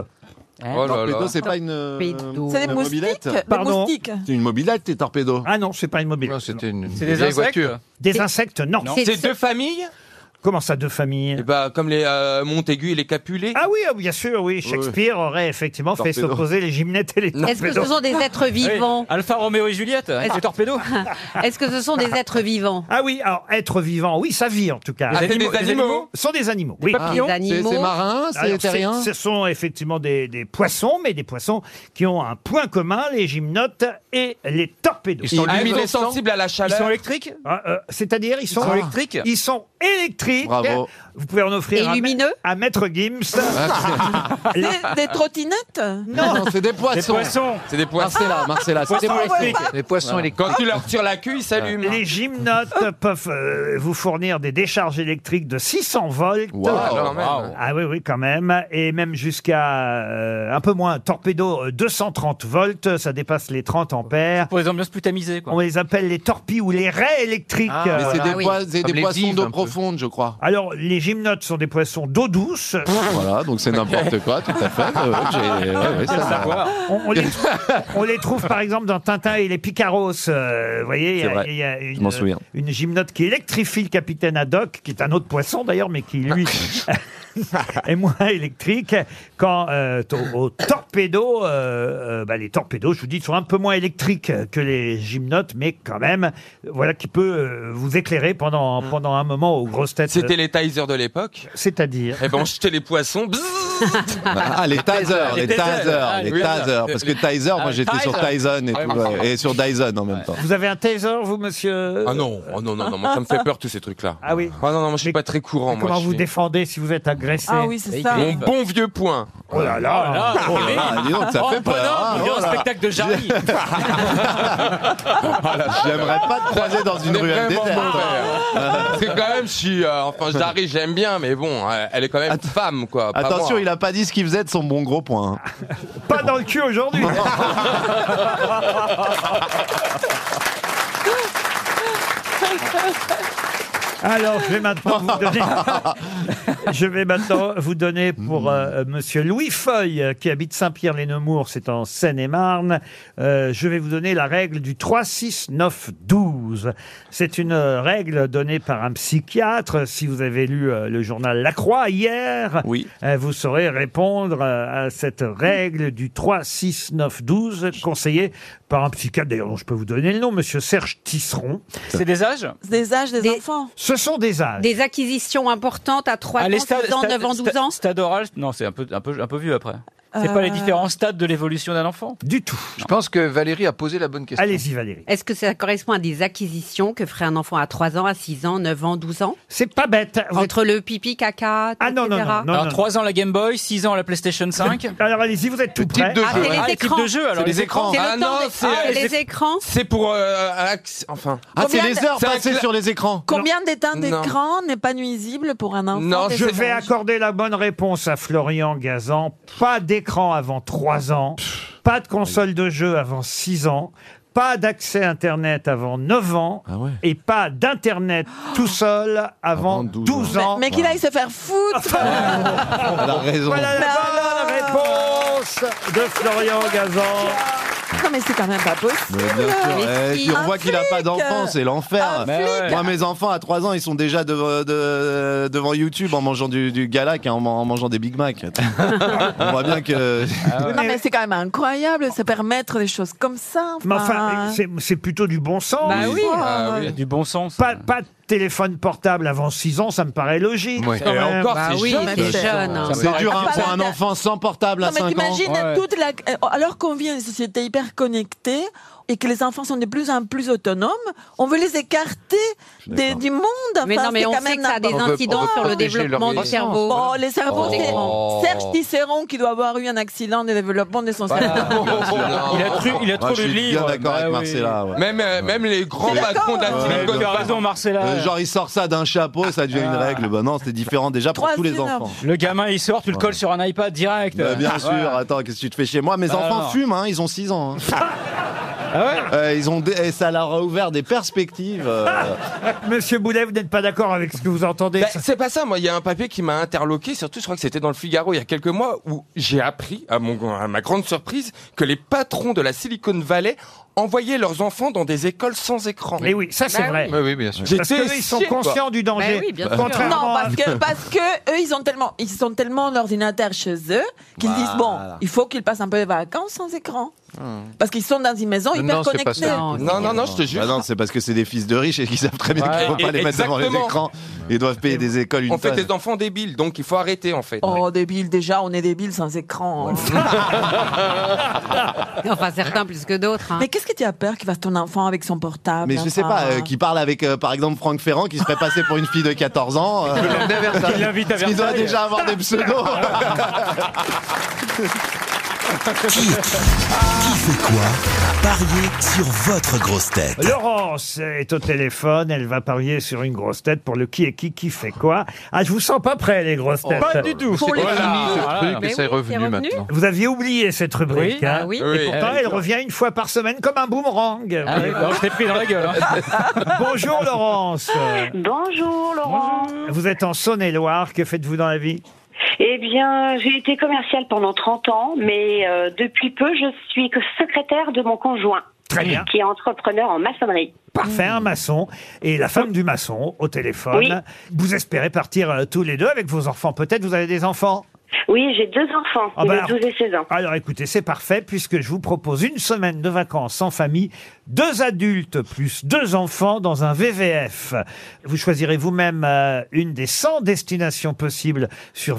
Hein,
Oh là Torpédo, là. c'est pas une, euh, Torpédo. C'est des une mobilière. moustiques, des
Pardon
moustiques.
C'est une mobilette, les torpédos Ah non, c'est pas une mobilette. C'était une
C'est des vieille insectes voiture.
Des
C'est-
insectes, non.
Non. C'est C'est- deux familles
Comment ça, deux familles
Eh ben, comme les euh, Montaigu et les Capulet.
Ah oui, ah bien sûr, oui. Shakespeare aurait effectivement fait
Torpédo.
s'opposer les gymnettes et les torpédos.
Est-ce que ce sont des êtres vivants
Alpha Romeo et Juliette,
Est-ce- les
torpédos
Est-ce que ce sont des êtres vivants
Ah oui, alors être vivant, oui, ça vit en tout cas.
Ah, c'est des Des animaux- animaux Ah.
Ce sont des animaux,
Des
oui.
papillons Des animaux. C'est- c'est marin, c'est
Alors,
terrien
Ce sont effectivement des, des poissons, mais des poissons qui ont un point commun, les gymnotes et les torpédos.
Ils sont Ah, ils sont luminescents sensibles à la chaleur Ils sont électriques
Ah, euh, C'est-à-dire, ils sont,
sont électriques
Ils sont électriques.
Bravo.
Vous pouvez en offrir
Et
à,
lumineux
à Maître Gims.
Des, des trottinettes
Non, Ah non, c'est des poissons.
C'est des poissons.
Ah,
Marcella, Marcella, c'est des
Poissons
poissons.
électriques.
Des poissons
Voilà.
électriques.
Quand tu leur tires la queue, ils s'allument.
Les gymnotes peuvent euh, vous fournir des décharges électriques de 600 volts.
Wow, quand même.
Ah oui, oui, quand même. Et même jusqu'à euh, un peu moins, torpedo, euh, 230 volts, ça dépasse les 30 ampères.
Pour les ambiances plus tamisées, quoi.
On les appelle les torpilles ou les raies électriques.
Ah, mais c'est des,
Voilà.
pois- c'est des poissons d'eau profonde, je crois.
Alors, les gymnotes sont des poissons d'eau douce.
Voilà, donc c'est n'importe quoi, tout à fait. Euh, Ouais, ouais, j'ai- ouais, ouais, ça-
on, on les, trou- on les trouve par exemple dans Tintin et les Picaros. euh, vous voyez, il y
C'est
a-
vrai.
il y a une,
Je m'en souviens.
une gymnote qui électrifie le capitaine Haddock, qui est un autre poisson d'ailleurs, mais qui lui est moins électrique. Quand euh, to- au torpedo, euh, euh, bah, les torpedos, je vous dis, sont un peu moins électriques que les gymnotes, mais quand même, voilà qui peut euh, vous éclairer pendant, pendant un moment aux grosses têtes.
Mm.
euh,
C'était les tasers de l'époque.
C'est-à-dire
Eh ben, on jetait les poissons. bzzz.
Ah, les tasers, les
Ah,
tasers, les
Ah, Oui, Ah,
tasers. Parce que taser, moi j'étais sur Tyson et tout, ouais, et sur Dyson en même temps.
Vous avez un taser, vous, monsieur
Euh,
Ah non, oh non, non, non, moi, ça me fait peur tous ces trucs-là.
Ah oui.
Ah non, non, moi je suis pas très courant. moi,
Comment
je
vous
fais-
défendez si vous êtes agressé
Ah oui, c'est ça. Mon bon vieux point.
Oh là là.
Oh là là, dis donc, ça fait peur. Ah, oh là.
de Jarry.
J'aimerais pas te croiser dans une
On est
ruelle
vraiment
déserte.
mauvais. Parce que quand même, je suis. euh, enfin, Jarry, j'aime bien, mais bon, euh, elle est quand même femme, quoi. Ah, pas
Attention,
moi.
il a pas dit ce qu'il faisait de son bon gros point. hein.
Pas dans le cul aujourd'hui. Alors, je vais maintenant vous donner. je vais maintenant vous donner pour euh, euh, Monsieur Louis Feuille, euh, qui habite Saint-Pierre-les-Nemours, c'est en Seine-et-Marne. Euh, je vais vous donner la règle du 3, 6, 9, 12. C'est une euh, règle donnée par un psychiatre. Si vous avez lu euh, le journal La Croix hier, euh, vous saurez répondre euh, à cette règle du 3, 6, 9, 12, conseillée par un psychiatre. D'ailleurs, dont je peux vous donner le nom, Monsieur Serge Tisseron.
C'est des âges
Des âges, des, enfants.
Ce sont des âges.
Des acquisitions importantes à
Ah,
3 ans, 6 ans, 9 ans, 12 ans Euh.
Stade oral, non, c'est un peu, un, peu, un peu vieux après. C'est pas les différents stades de l'évolution d'un enfant
Du tout.
Je pense que Valérie a posé la bonne question.
Allez-y, Valérie.
Est-ce que ça correspond à des acquisitions que ferait un enfant à 3 ans, à 6 ans, 9 ans, 12 ans
C'est pas bête.
Entre le pipi, caca, ah,
non,
Alors, 3 ans la Game Boy, 6 ans la PlayStation 5.
Alors allez-y, vous êtes tout
prêts.
de
ah,
jeu.
c'est les
Ah,
écrans. type de jeu, alors
C'est les écrans.
C'est le
Ah
temps
non,
des- ah,
euh,
les écrans.
C'est pour. euh, Alex- enfin.
Ah, c'est les heures
C'est un
passées
cla-
sur les écrans.
Combien de temps
Non.
d'écran n'est pas nuisible pour un enfant de
je
cet
vais
âge
accorder la bonne réponse à Florian Gazan. Pas d'écran avant 3 ans, pas de console de jeu avant 6 ans, pas d'accès Internet avant 9 ans
Ah
et pas d'Internet tout seul avant 12, ans.
Mais, mais qu'il aille se faire foutre Ah.
Elle a raison.
Voilà la bonne réponse de Florian Gazan.
Non mais c'est quand même pas possible
Mais bien sûr,
Mais
eh,
si.
puis on voit
Un
qu'il a pas
flic.
d'enfant, c'est l'enfer.
Mais flic. ouais.
Moi, mes enfants à 3 ans, ils sont déjà de- de- devant YouTube en mangeant du, du Galac, hein, en, man- en mangeant des Big Mac. on voit bien que.
Non mais c'est quand même incroyable de se permettre des choses comme ça. hein.
Mais enfin, c'est- c'est plutôt du bon sens.
Ah. Bah oui. Ah oui.
du bon sens. hein. Pas, pas de téléphone portable avant 6 ans, ça me paraît logique.
Ouais.
quand
Et
même.
encore, Bah c'est oui, jeune, c'est ça. jeune, hein. C'est dur, hein,
Ah,
pour
bah,
un
t'as-
enfant sans portable à
Non, mais
5 Ah, ans.
t'imagines
Ouais.
toute la... euh, Alors qu'on vit dans une société hyper connectée et que les enfants sont de plus en plus autonomes, on veut les écarter des- du monde.
Mais
Enfin,
non, mais
c'est
on
quand
sait
même
que ça a des
n'importe
incidents
quoi.
sur le Protéger leur développement du naissance. cerveau.
Bon, les cerveaux, c'est
Oh.
Serge Tisseron qui doit avoir eu un accident de développement de son cerveau.
Oh
Il a trop, il a trop
Moi, Ah, je
lu le
suis bien
livre. Bah
d'accord avec Marcella, ouais. Ah,
Même, euh, même les grands
Je suis
patrons
Ouais,
d'Atlantique.
de-
Ah, raison, Marcella. Ah.
Euh, genre, il sort ça d'un chapeau, ça devient une règle. Bah non, c'est différent déjà pour tous les enfants.
Le gamin, il sort, tu le colles sur un iPad direct. Ah,
Bah, bien
Ouais.
sûr, attends, qu'est-ce que tu te fais chez moi Mes
Bah, Ah
enfants
alors.
fument, hein, ils ont 6 ans. hein. Euh, ils ont dé- et ça leur a ouvert des perspectives. euh.
Monsieur Boulet, vous n'êtes pas d'accord avec ce que vous entendez
Bah, c'est pas ça, moi. Il y a un papier qui m'a interloqué, surtout, je crois que c'était dans le Figaro il y a quelques mois, où j'ai appris, à, mon, à ma grande surprise, que les patrons de la Silicon Valley envoyaient leurs enfants dans des écoles sans écran.
Et Eh oui, ça c'est vrai. Parce
J'étais
qu'ils sont
scié, quoi.
conscients du danger.
oui, bien sûr.
Contrairement
Non,
à-
parce que, parce que eux, ils ont tellement, ils sont tellement l'ordinateur chez eux qu'ils
Voilà.
disent bon, il faut qu'ils passent un peu de vacances sans écran. Parce qu'ils sont dans une maison hyper connectée.
Bah non, c'est parce que c'est des fils de riches et qu'ils savent très bien
Ouais,
qu'il ne faut
et-
pas les mettre devant les
exactement.
écrans. Ils doivent payer des écoles une
On fait
tonne.
des enfants débiles, donc il faut arrêter, en fait.
Oh, débile, déjà, on est débile sans écran.
Enfin, certains plus que d'autres. hein.
Mais qu'est-ce que tu as peur qu'il fasse ton enfant avec son portable
Mais je sais pas, euh,
enfin
qui parle avec, euh, par exemple, Franck Ferrand, qui se ferait passer pour une fille de 14 ans. euh,
l'emmener à Versailles. Il l'invite à
Il doit
Versailles.
déjà avoir des pseudos.
Qui est qui Qui fait quoi Pariez sur votre grosse tête.
Laurence est au téléphone, elle va parier sur une grosse tête pour le qui est qui, qui fait quoi. Ah, je vous sens pas prêt, les grosses têtes.
Pas du tout, Pour c'est les pas fini, ce
Voilà.
truc, Mais et ça est oui, revenu c'est revenu. maintenant.
Vous aviez oublié cette rubrique.
Oui,
hein.
ah oui.
Et
Oui.
pourtant,
Ah oui.
elle revient une fois par semaine comme un boomerang.
Ah oui, bah, on s'est pris dans la
hein.
gueule,
Bonjour, Laurence.
Bonjour Laurent.
Vous êtes en Saône-et-Loire, que faites-vous dans la vie
Eh bien, j'ai été commerciale pendant 30 ans, mais euh, depuis peu, je suis que secrétaire de mon conjoint.
Très bien.
Qui est entrepreneur en maçonnerie.
Parfait, un maçon et la femme du maçon au téléphone.
Oui.
Vous espérez partir euh, tous les deux avec vos enfants. Peut-être vous avez des enfants
Oui, j'ai deux enfants,
Ah
de
bah alors-
12 et 16 ans.
Alors écoutez, c'est parfait puisque je vous propose une semaine de vacances en famille, deux adultes plus deux enfants dans un VVF. Vous choisirez vous-même euh, une des 100 destinations possibles sur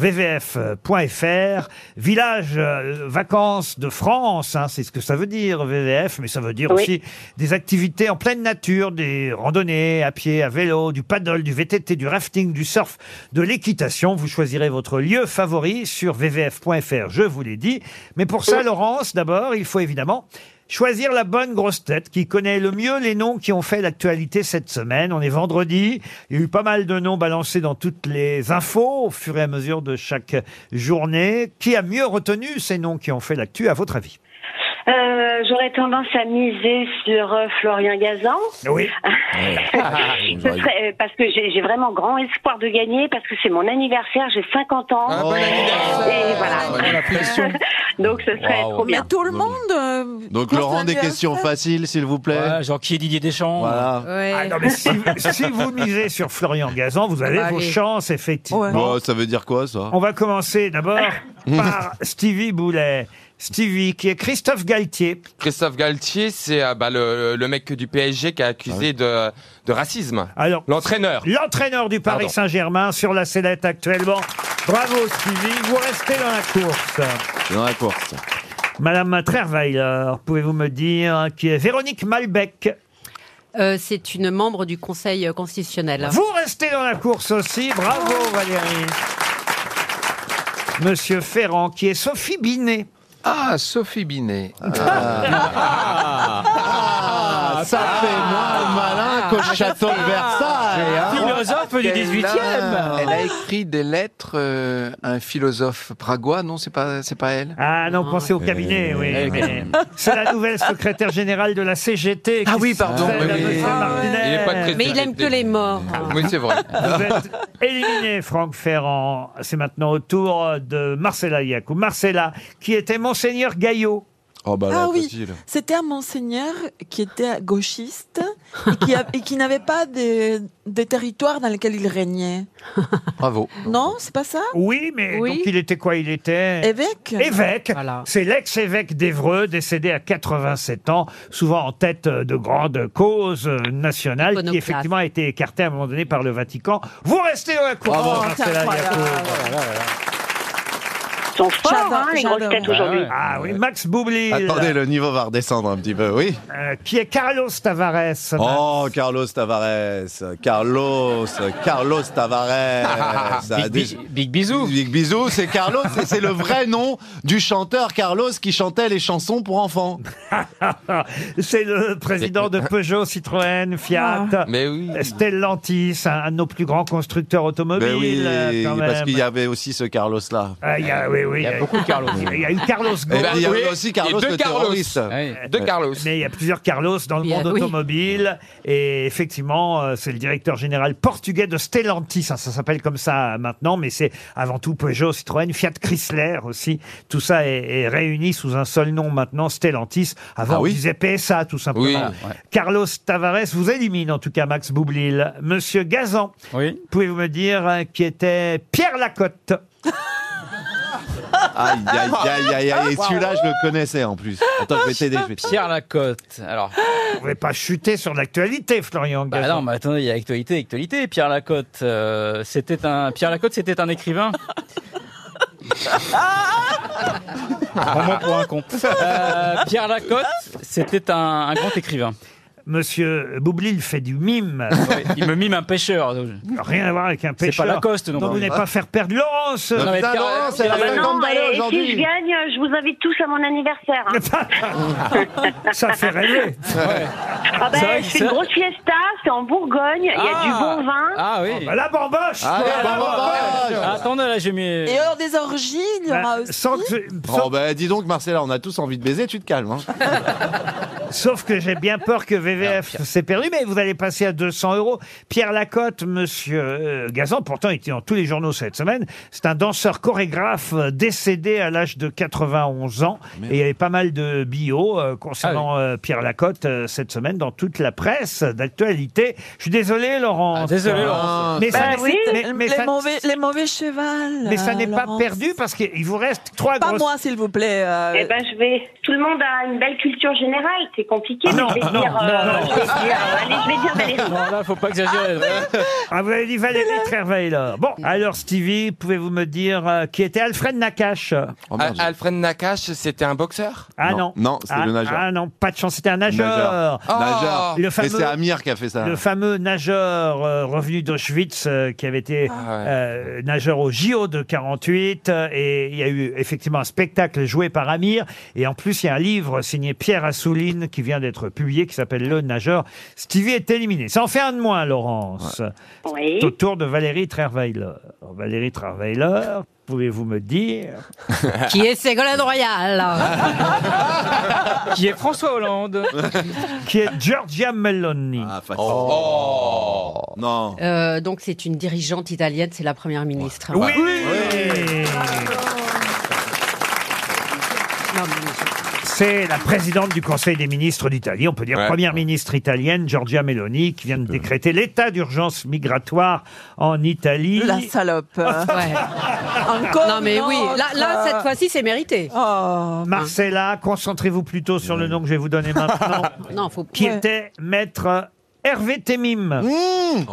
vvf.fr, village euh, vacances de France, hein, c'est ce que ça veut dire VVF, mais ça veut dire
Oui.
aussi des activités en pleine nature, des randonnées à pied, à vélo, du paddle, du VTT, du rafting, du surf, de l'équitation. Vous choisirez votre lieu favori sur vvf.fr, je vous l'ai dit. Mais pour ça, Laurence, d'abord, il faut évidemment choisir la bonne grosse tête qui connaît le mieux les noms qui ont fait l'actualité cette semaine. On est vendredi, il y a eu pas mal de noms balancés dans toutes les infos au fur et à mesure de chaque journée. Qui a mieux retenu ces noms qui ont fait l'actu, à votre avis
Euh, J'aurais tendance à miser sur euh, Florian Gazan.
Oui.
Ce serait- euh, parce que j'ai j'ai vraiment grand espoir de gagner, parce que c'est mon anniversaire, j'ai 50 ans. Et voilà. Donc ce serait
Waouh.
trop bien.
Mais
Tout le monde. euh,
Donc
pense
Laurent,
à
des
lui à
questions
ça.
faciles, s'il vous plaît.
genre qui est Didier Deschamps
Voilà.
Ah non, mais si, si vous misez sur Florian Gazan, vous avez
Bah,
vos
allez.
chances, effectivement.
Bon, ça veut dire quoi ça
On va commencer d'abord par Stevie Boulet. Stevie, qui est Christophe Galtier.
Christophe Galtier, c'est euh, bah, le, le mec du PSG qui a accusé de, de racisme.
Alors,
L'entraîneur.
L'entraîneur du Paris
Pardon.
Saint-Germain sur la sellette actuellement. Bravo Stevie, vous restez dans la course.
Dans la course.
Madame Trerweiler, pouvez-vous me dire qui est Véronique Malbec
Euh, c'est une membre du Conseil euh, constitutionnel.
Vous restez dans la course aussi. Bravo Valérie. Monsieur Ferrand, qui est Sophie Binet. Ah.
Ah, Sophie Binet. Ah.
Ah, ça fait moins malin
Ah.
qu'au château de Versailles.
Ah,
hein. Ah.
Elle a écrit des lettres euh, à un philosophe pragois, non, c'est pas, c'est pas elle
Ah non, pensez au cabinet, oui. mais C'est la nouvelle secrétaire générale de la CGT. Ah oui,
pardon, oui, oui.
Mais il aime que les morts.
Oui, c'est vrai.
Vous êtes éliminé, Franck Ferrand. C'est maintenant au tour de Marcella Yacoub. Marcella, qui était Monseigneur Gaillot.
Oh bah
Ah oui, c'était un monseigneur qui était gauchiste et qui, a- et qui n'avait pas des des territoires dans lesquels il régnait.
Bravo.
Non, c'est pas ça
Oui, mais donc il était quoi Il était
Évêque
Évêque. C'est l'ex-évêque d'Évreux, décédé à 87 ans, souvent en tête euh, de grandes causes euh, nationales, qui
Iconoclaste.
effectivement a été écarté à un moment donné par le Vatican. Vous restez dans la course,
Bravo.
Marcella
Incroyable.
Yacoub.
Ils sont forts, hein, les grosses têtes aujourd'hui.
Ah oui, Max Boublil.
euh,
Attendez, le niveau va redescendre un petit peu, oui.
Euh, qui est Carlos Tavares.
Oh, Carlos Tavares, Carlos, Carlos Tavares.
Big bi-
bisou. Big bisou, c'est Carlos, et c'est le vrai nom du chanteur Carlos qui chantait les chansons pour enfants.
Ah, C'est le président de Peugeot, Citroën, Fiat,
Ah.
Stellantis, un, un de nos plus grands constructeurs automobiles.
Ben oui,
euh, quand
parce
même.
qu'il y avait aussi ce Carlos-là.
Ah, il y a- oui, oui, il y a- Il y a eu Carlos
Et
Ghosn.
Eh ben, il y avait aussi Carlos le terroriste.
Eh.
Deux Carlos.
Euh, Mais il y a plusieurs Carlos dans le
y a-
monde
oui.
automobile. Et effectivement, euh, c'est le directeur général portugais de Stellantis. hein, Ça s'appelle comme ça euh, maintenant, mais c'est avant tout Peugeot, Citroën, Fiat Chrysler aussi. Tout ça est, est réuni sous un seul nom maintenant, Stellantis. Avant,
Ah oui
on disait PSA, tout simplement.
Oui.
Carlos Tavares vous élimine, en tout cas, Max Boublil. Monsieur Gazan, pouvez-vous me dire euh, qui était Pierre Lacotte
Aïe, aïe, aïe, aïe, aïe. Et celui-là, je le connaissais en plus. Attends, je vais t'aider. je vais t'aider.
Pierre Lacotte. Alors.
Vous pouvez pas chuter sur l'actualité, Florian
Bah non, mais attendez, il y a actualité, actualité. Pierre Lacotte, euh, c'était un Pierre Lacotte, c'était un écrivain.
Ah,
Prends-moi pour un con. Euh, Pierre Lacotte, c'était un, un grand écrivain.
Monsieur Boublil fait du mime.
Il me mime un pêcheur.
Rien à voir avec un
C'est pas
pêcheur.
Lacoste non
Donc vous
plus.
n'allez pas faire perdre Laurence.
Non, mais Putain, Pierre- Laurence, elle a
Ah non, et- et si je gagne, je vous invite tous à mon anniversaire. hein.
Ça fait rêver.
Ah ben,
C'est vrai que
je fais une
ça-
grosse fiesta, c'est en Bourgogne, il y a
Ah.
du bon vin.
Ah oui.
bah, la bamboche
Ah,
la
la
bamboche.
bamboche. Attendez, là, j'ai mis.
Et hors des orgies, il y
Bah,
aura aussi.
Oh bah dis donc Marcella, on a tous envie de baiser, tu te calmes. hein.
Sauf que j'ai bien peur que VVF s'est perdu, mais vous allez passer à 200 euros. Pierre Lacotte, monsieur euh, Gazan, pourtant il était dans tous les journaux cette semaine, c'est un danseur chorégraphe euh, décédé à l'âge de 91 ans.
Ah,
Et il y avait pas mal de bio euh, concernant euh, Pierre Lacotte euh, cette semaine dans toute la presse d'actualité. Je suis désolé, Laurent.
Ah, désolé, Laurent.
Mais ça,
Bah oui,
mais- mais
les,
ça-
mauvais, les mauvais chevals.
mais ça
euh,
n'est pas
Laurence.
perdu parce qu'il vous reste trois
Pas
grosses-
moi, s'il vous plaît. euh,
Eh ben, je vais. Tout le monde a une belle culture générale, c'est compliqué. mais
Ah Non,
je vais
non,
dire, euh,
non, non.
je vais dire, euh, allez, je vais dire Valérie.
Non, là, faut pas exagérer.
Ah, vous avez dit Valérie Trierweiler. Bon, alors Stevie, pouvez-vous me dire euh, qui était Alfred Nakache
Al- Alfred Nakash, c'était un boxeur
Ah non.
Oh, Non, c'est
ah,
le nageur.
Ah non, pas de chance, c'était un nageur.
Nageur.
Oh.
Nageur.
Ah, Le
Ah, Et
fameux,
c'est Amir qui a fait ça.
Le fameux nageur euh, revenu d'Auschwitz euh, qui avait été euh, nageur au JO de 48. euh, et il y a eu effectivement un spectacle joué par Amir. Et en plus, il y a un livre signé Pierre Assouline qui vient d'être publié qui s'appelle Le Nageur. Stevie est éliminé. Ça en fait un de moins, Laurence.
Oui.
C'est au tour de Valérie Trierweiler. Valérie Trierweiler, pouvez-vous me dire
Qui est Ségolène Royal
Qui est François Hollande
qui est Giorgia Meloni.
Oh, Non.
Euh, Donc c'est une dirigeante italienne, c'est la première ministre.
Oui,
Non, mais-
C'est la présidente du Conseil des ministres d'Italie, on peut dire première ministre italienne, Giorgia Meloni, qui vient de décréter l'état d'urgence migratoire en Italie.
La salope. Encore
Non, mais
une
oui, là, là,
autre. Oh.
cette fois-ci c'est mérité. Hein?
Marcella, concentrez-vous plutôt sur le nom que je vais vous donner maintenant,
Non, faut
qui
Ouais.
était maître Hervé Temim.
Mmh.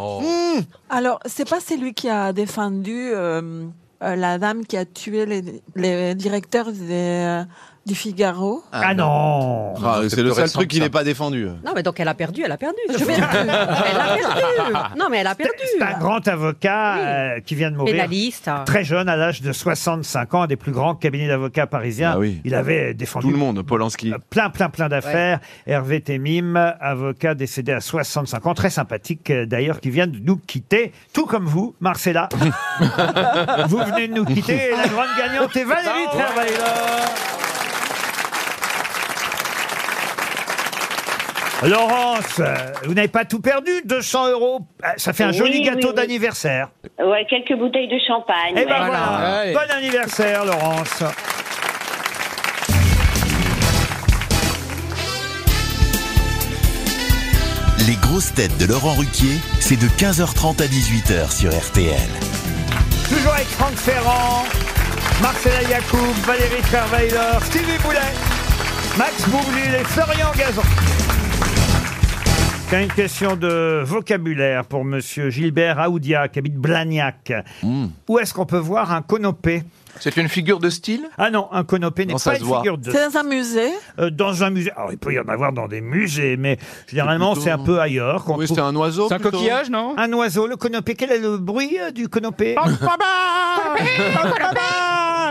Alors, c'est pas celui qui a défendu euh, euh, la dame qui a tué les, les directeurs des, euh, du Figaro
Ah non
Ah,
c'est
C'est le
plus
seul
récent
truc
que
qui
ça.
n'est pas défendu.
Non, mais donc elle a perdu, elle a perdu. elle
Ah,
a perdu. Non, mais elle a perdu.
C'est un grand avocat euh, qui vient de mourir.
Pénaliste.
Très jeune, à l'âge de 65 ans, un des plus grands cabinets d'avocats parisiens.
Ah oui.
Il avait défendu
Tout le monde, Polanski.
plein, plein, plein d'affaires. Hervé Temim, avocat décédé à 65 ans, très sympathique euh, d'ailleurs, qui vient de nous quitter, tout comme vous, Marcella. vous venez de nous quitter et la grande gagnante est Valérie Trierweiler. Laurence, euh, vous n'avez pas tout perdu, 200 euros, euh, ça fait un
Oui,
joli
oui,
gâteau
oui.
d'anniversaire.
Ouais, quelques bouteilles de champagne.
Eh ben
ouais.
voilà, bon anniversaire Laurence.
Les grosses têtes de Laurent Ruquier, c'est de 15h30 à 18h sur RTL.
Toujours avec Franck Ferrand, Marcela Yacoub, Valérie Trierweiler, Stevie Boulet, Max Boublil et Florian Gazan. Tiens, Une question de vocabulaire pour Monsieur Gilbert Aoudia, qui habite Blagnac. Où est-ce qu'on peut voir un conopé
Hmm. C'est une figure de style
Ah non, un conopé n'est
Non, ça
pas
se
une
voit.
figure de
C'est dans un musée
euh, dans un musée. Alors, il peut y en avoir dans des musées, mais généralement,
plutôt-
c'est un peu ailleurs. qu'on
Oui,
trouve.
c'est un oiseau C'est un plutôt. coquillage,
non Un oiseau, le conopé. Quel est le bruit euh, du conopé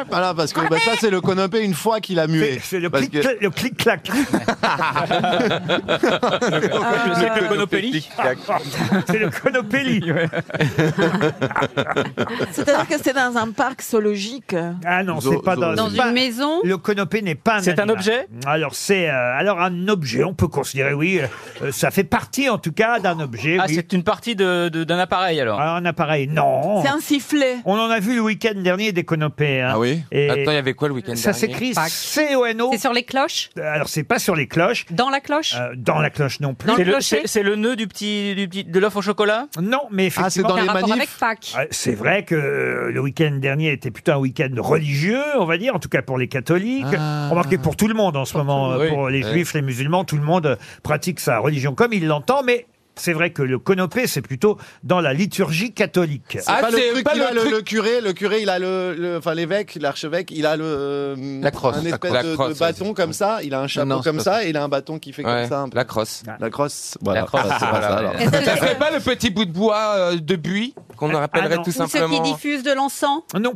Voilà, parce que bah, ça, c'est le conopé une fois qu'il a mué.
Ah, C'est le
Parce que-
clic- le clic-clac.
C'est le Conopelli.
C'est le Conopelli.
C'est-à-dire que c'est dans un parc zoologique.
Ah non, c'est pas dans,
Dans
c'est
une
pas-
maison
Le canopé n'est pas.
C'est un
animal.
objet
Alors c'est euh, alors un objet. On peut considérer oui, euh, ça fait partie en tout cas d'un objet.
Ah,
oui.
c'est une partie de- de- d'un appareil alors.
Alors, un appareil, Ah, non.
C'est un sifflet.
On en a vu le week-end dernier des canopées. Ah oui.
Attends, il y avait quoi le week-end
Ça s'écrit
dernier
C-O-N-O.
C'est sur les cloches
Alors c'est pas sur les cloches.
Dans la cloche
Euh, dans la cloche non plus.
Dans
C'est
le
le,
clocher
c'est- c'est le nœud du petit, du petit de l'œuf au chocolat
Non, mais
Ah,
effectivement.
Qui a un rapport avec Pâques.
Ah, C'est vrai que euh, le week-end dernier était plutôt un week-end religieux, on va dire, en tout cas pour les catholiques. Remarquez, pour tout le monde en ce moment, euh,
Oui.
pour les
Oui.
juifs, les musulmans, tout le monde euh, pratique sa religion comme il l'entend, mais C'est vrai que le canopé, c'est plutôt dans la liturgie catholique.
Ah,
Ah, C'est pas le truc qu'il a, le, le curé, le curé, il a le, le- enfin l'évêque, l'archevêque, il a le euh,
La crosse,
un
la
espèce
crosse.
de,
La
de
crosse,
bâton comme ça, il a un chapeau
Non, non,
comme
c'est pas
ça, et il a un bâton qui fait
Ouais,
comme ça. un peu.
La crosse.
La crosse, voilà. Ah, c'est pas ça, alors.
Ça serait pas le petit bout de
Ah,
bois euh, de buis qu'on
Ah,
rappellerait tout simplement
diffusent de l'encens
Non.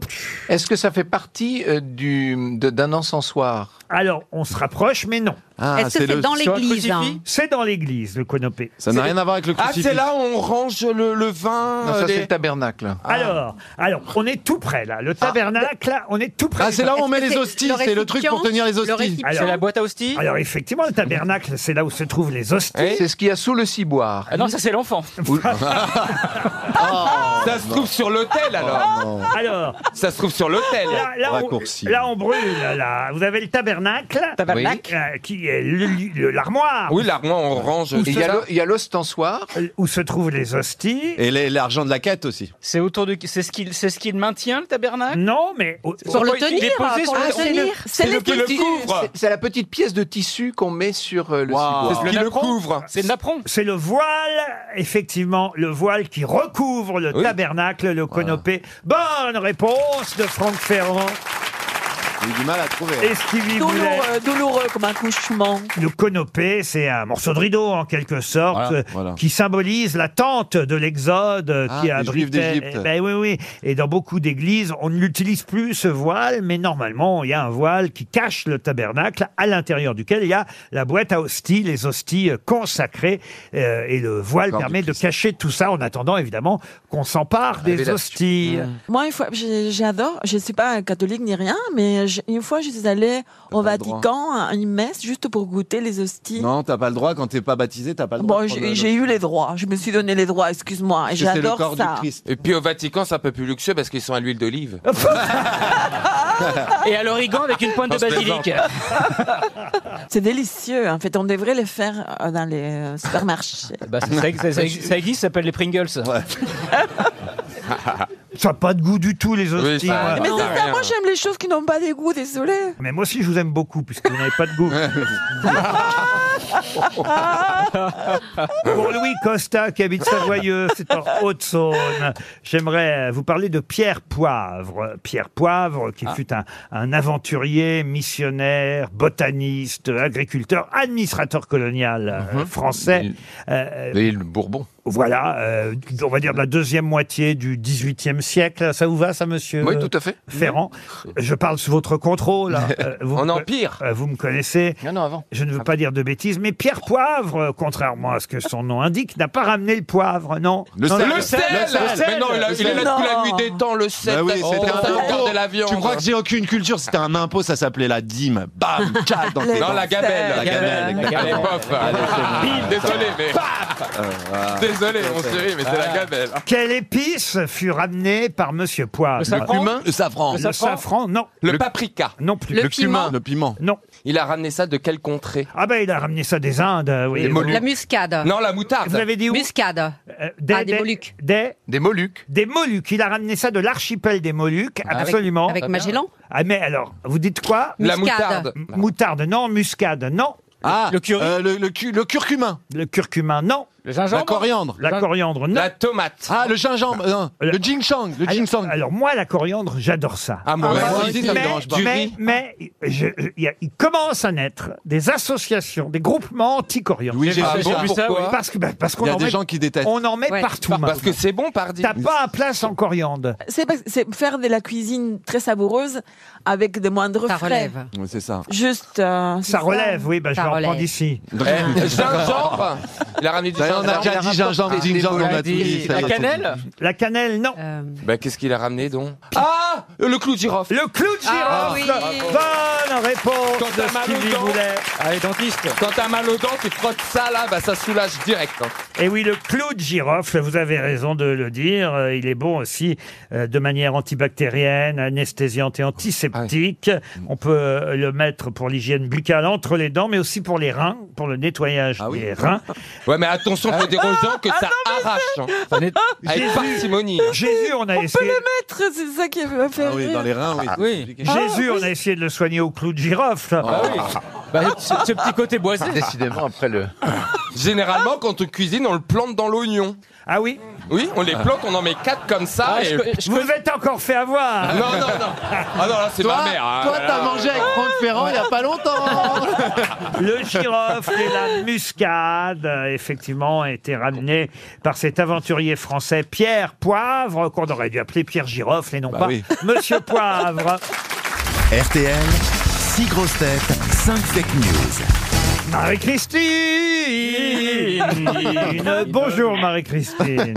Est-ce que ça fait partie euh, du, de- d'un encensoir
Alors, on se rapproche, mais non.
Ah, Est-ce que c'est c'est le- dans sur un l'église, crucifix hein
C'est dans l'église, le canopé.
Ça n'a rien à voir avec le
Ah, c'est là où on range le, le vin.
Non, ça,
euh,
c'est
des-
le tabernacle. Ah. Alors, alors, on est tout près là. Le tabernacle, là, on est tout près.
Ah, c'est là où on Est-ce met que les c'est hosties, le c'est le truc pour récipient tenir les Le hosties. récipient
Alors-
C'est la
boîte à hosties
Alors effectivement, le tabernacle, c'est là où se trouvent les hosties.
Oui. C'est
ce qu'il y a sous le ciboire.
Ah non, ça c'est l'enfant.
Oh,
ça se trouve sur l'autel alors.
Alors.
Ça se trouve sur l'autel.
Là, là, on, là, on brûle. Là, vous avez le tabernacle,
Tabernacle.
euh, qui est le- le- l'armoire.
Oui, l'armoire, on range.
Où se-
l'ostensoir.
Euh, Où se trouvent les hosties.
Et les- l'argent de la quête aussi.
C'est autour de c'est ce qu'il c'est ce qu'il maintient le tabernacle
Non, mais
Pour le tenir,
pour le tenir. C'est le qui le couvre.
C'est- C'est la petite pièce de tissu qu'on met sur euh, le ciboire.
C'est ce qui le couvre.
C'est le napperon.
C'est le voile, effectivement, le voile qui recouvre le tabernacle, le canopé. Bonne réponse de Franck Ferrand.
J'ai du mal à trouver.
Et Stevie
douloureux,
Boulet.
douloureux comme un couchement.
Le canopé, c'est un morceau de rideau en quelque sorte,
Voilà,
euh,
voilà.
qui symbolise la tente de l'Exode euh,
Ah,
qui
des Juifs
abritait.
d'Égypte.
eh ben oui, oui. Et dans beaucoup d'églises, on ne l'utilise plus ce voile, mais normalement, il y a un voile qui cache le tabernacle, à l'intérieur duquel il y a la boîte à hosties, les hosties euh, consacrées, euh, et le voile
Corps du
permet de cacher tout ça en attendant évidemment qu'on s'empare des
Révélation.
hosties.
Mmh.
Moi, une fois, j'ai- j'adore, je ne suis pas catholique ni rien, mais j'ai- une fois, je suis allée au
pas le droit.
Vatican à une messe juste pour goûter les hosties.
Non, t'as pas le droit quand t'es pas baptisé, t'as pas le droit.
Bon,
de prendre
j'ai
le-
j'ai eu les droits, je me suis donné les droits, excuse-moi, et
Parce que c'est le
j'adore
corps du
ça.
Christ.
Et puis au Vatican, c'est un peu plus luxueux parce qu'ils sont à l'huile d'olive.
Et à l'origan avec une pointe
Non,
de
je
basilic.
plaisante.
C'est délicieux, en fait, on devrait les faire euh, dans les euh, supermarchés.
Bah, ça, ça- ça- ça- ça existe, ça s'appelle les Pringles.
Ça n'a pas de goût du tout les hosties. moi.
mais c'est ça, moi j'aime les choses qui n'ont pas des goûts, désolé.
Mais moi aussi, je vous aime beaucoup, puisque vous n'avez pas de goût. Pour Louis Costa, qui habite Savoyeux, c'est en Haute-Saône, j'aimerais vous parler de Pierre Poivre. Pierre Poivre,
Ah.
qui fut un, un aventurier, missionnaire, botaniste, agriculteur, administrateur colonial euh, français. Euh,
Mhm. L'île Bourbon.
voilà, euh, on va dire de la deuxième moitié du XVIIIe siècle. Ça vous va, ça, monsieur
Oui, tout à fait.
Ferrand, je parle sous votre contrôle. hein. Euh, vous
En
me-
Empire.
euh, Vous me connaissez. Je
Ah
ne veux pas dire de bêtises, mais Pierre Poivre, euh, contrairement à ce que son nom indique, n'a pas ramené le poivre, non
Le
Non,
sel.
non.
Le sel. Le sel.
Le sel.
Mais non, il, a- il est là
Non.
toute la nuit des temps, le 7.
Bah oui,
t'as-
c'était
t'as
un
regardé
impôt.
la viande.
Tu crois que j'ai aucune culture C'était un impôt, ça s'appelait la dîme. Bam, tchat, dans tes
Non,
dents.
la gabelle.
La gabelle,
Allez,
exactement.
pof.
Allez, c'est bon.
Bim, Désolé, mais.
Ah,
Euh, voilà.
Désolé, on se rit, mais c'est
Ah.
la gabelle.
Quelle épice fut ramenée par Monsieur Poivre
Le safran
cumin Le safran.
Le safran, non.
Le, paprika.
Non plus.
Le cumin.
Le piment.
Non.
Il a ramené ça de quelle contrée
Ah ben, il a ramené ça des Indes, euh, oui.
La muscade.
Non, la moutarde.
Vous avez dit où
Muscade.
Euh, des,
Ah, des
des-
Moluques.
Des,
Des Moluques.
des Moluques. Il a ramené ça de l'archipel des Moluques,
Ah, Avec-
absolument.
avec Magellan
Ah, mais alors, vous dites quoi
La Muscade. moutarde.
M- Moutarde, non. Muscade, non.
Ah,
Le curry.
euh, le, le cu- le curcumin.
Le curcuma, non.
Le
La
gingembre.
coriandre.
La coriandre, non.
La tomate.
Ah, le gingembre. non. Le ginseng. Le
Alors-
ginseng.
Alors moi, la coriandre, j'adore ça.
Ah, moi
Ah,
aussi.
aussi, ça me
mais,
dérange pas.
mais, mais, je- je- il y a- il commence à naître des associations, des groupements anti-coriandre.
Oui, j'ai
Ah
vu
bon,
ça.
vu ça, ouais.
Parce que bah, parce qu'on
Il y a
en
des
met,
gens qui détestent.
on en met
Ouais.
partout.
Parce
maintenant.
que c'est bon, pardi.
T'as pas un place en coriandre.
C'est parce- c'est faire de la cuisine très savoureuse avec des moindres
Ça
frais.
relève.
Ouais, C'est ça.
Juste. euh, c'est
Ça relève, oui, bah, je
Ça
vais en
relève.
prendre ici.
Eh, Gingembre. Il a ramené du
D'ailleurs, Bah, on a
gingembre. Ah,
déjà dit gingembre, ginseng, on a tout dit. ça
La
y est, c'est
cannelle
La cannelle, non.
Euh,
Bah, qu'est-ce qu'il a ramené donc Ah Le clou de girofle.
Le clou de girofle.
Ah, oui.
Bonne réponse.
Quand t'as
de
mal aux
Stevie
dents.
Boulet.
Allez, dentiste.
Quand t'as mal aux dents, tu te frottes ça là, bah ça soulage direct. hein.
Et oui, le clou de girofle, vous avez raison de le dire, euh, il est bon aussi euh, de manière antibactérienne, anesthésiante et antiseptique.
Ah
On peut euh, le mettre pour l'hygiène buccale entre les dents, mais aussi pour les reins, pour le nettoyage
oui.
des reins.
Ah
Ah,
Ouais, mais attention, faut dire aux gens que ça arrache. hein. Avec parcimonie. hein.
Jésus, on a essayé...
Maître, c'est ça qui m'a fait
Ah oui,
rire.
dans les reins, oui. c'est
Oui.
compliqué.
Jésus, on a essayé de le
Ah
soigner au clou de girofle.
Ah
Bah oui. Bah, ce, ce petit côté boisé.
Décidément, après le.
Généralement, quand on cuisine, on le plante dans l'oignon.
Ah oui
Oui, on les plante, on en met quatre comme ça.
Ah,
et...
je co- je Vous co- êtes encore fait avoir
Non, non, non. Ah non, là, c'est
Toi-
ma mère. hein.
toi,
Là,
t'as
là,
mangé avec
Franck Ferrand, il n'y a pas longtemps.
Le girofle et la muscade, euh, effectivement, ont été ramenés par cet aventurier français Pierre Poivre, qu'on aurait dû appeler Pierre Girofle et non
Bah
pas
oui.
Monsieur Poivre.
RTL, 6 grosses têtes, 5 fake news.
Marie-Christine Bonjour Marie-Christine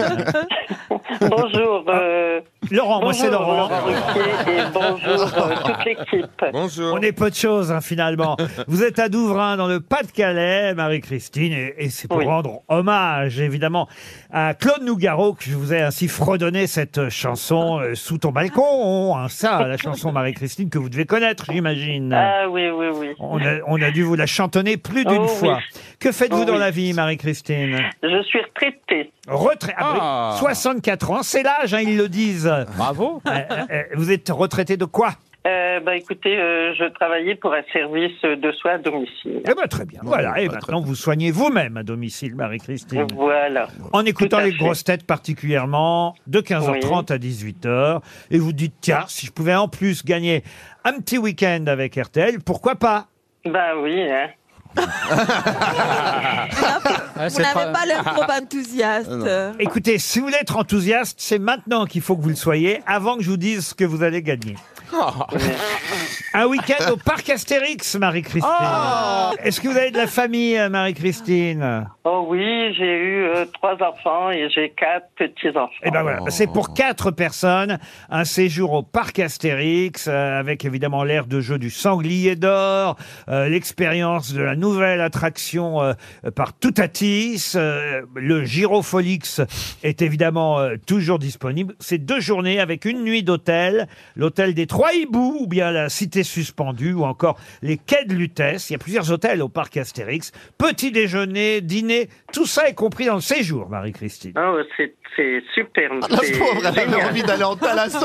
Bonjour. euh,
Laurent, moi, c'est
bonjour,
Laurent.
Ruquier et bonjour euh, toute l'équipe.
On est peu de choses, hein, finalement. Vous êtes à Douvrin, dans le Pas-de-Calais, Marie-Christine, et, et c'est pour rendre hommage, évidemment, à Claude Nougaro, que je vous ai ainsi fredonné cette chanson euh, sous ton balcon. hein, ça, la chanson, Marie-Christine, que vous devez connaître, j'imagine.
Ah oui, oui, oui.
On a, on a dû vous la chantonner plus d'une
Oh,
fois.
oui.
Que faites-vous
Oh,
dans
oui.
la vie, Marie-Christine
Je suis retraitée.
Retraite.
Ah.
64 ans, c'est l'âge, hein, ils le disent. Bravo. Euh, vous êtes retraité de quoi
Euh, bah écoutez, euh, je travaillais pour un service de soins à domicile.
Eh ben très bien. Voilà,
bah,
et maintenant vous soignez vous-même à domicile, Marie-Christine.
Voilà.
En écoutant
Tout à
les
fait.
grosses têtes particulièrement, de 15h30 à 18h, et vous dites, tiens, si je pouvais en plus gagner un petit week-end avec RTL, pourquoi pas
Bah oui, hein.
Vous n'avez pas l'air
Ah,
trop enthousiaste.
Écoutez, si vous voulez être enthousiaste, c'est maintenant qu'il faut que vous le soyez, avant que je vous dise ce que vous allez gagner.
Ah.
Un week-end au parc Astérix, Marie-Christine.
Ah.
Est-ce que vous avez de la famille, euh, Marie-Christine
Oh oui, j'ai eu euh, trois enfants et j'ai quatre petits-enfants.
Et ben voilà, c'est pour quatre personnes, un séjour au parc Astérix, euh, avec évidemment l'air de jeu du sanglier d'or, euh, l'expérience de la nouvelle attraction euh, par Toutatis, euh, le Girofolix est évidemment euh, toujours disponible. C'est deux journées avec une nuit d'hôtel, l'hôtel des Trois Hiboux, ou bien la Cité Suspendue, ou encore les Quais de Lutèce. Il y a plusieurs hôtels au parc Astérix. Petit déjeuner, dîner, tout ça est compris dans le séjour, Marie-Christine.
Oh, c'est c'est super.
Ah, la
c'est
pauvre, elle avait
génial.
envie d'aller en thalasso.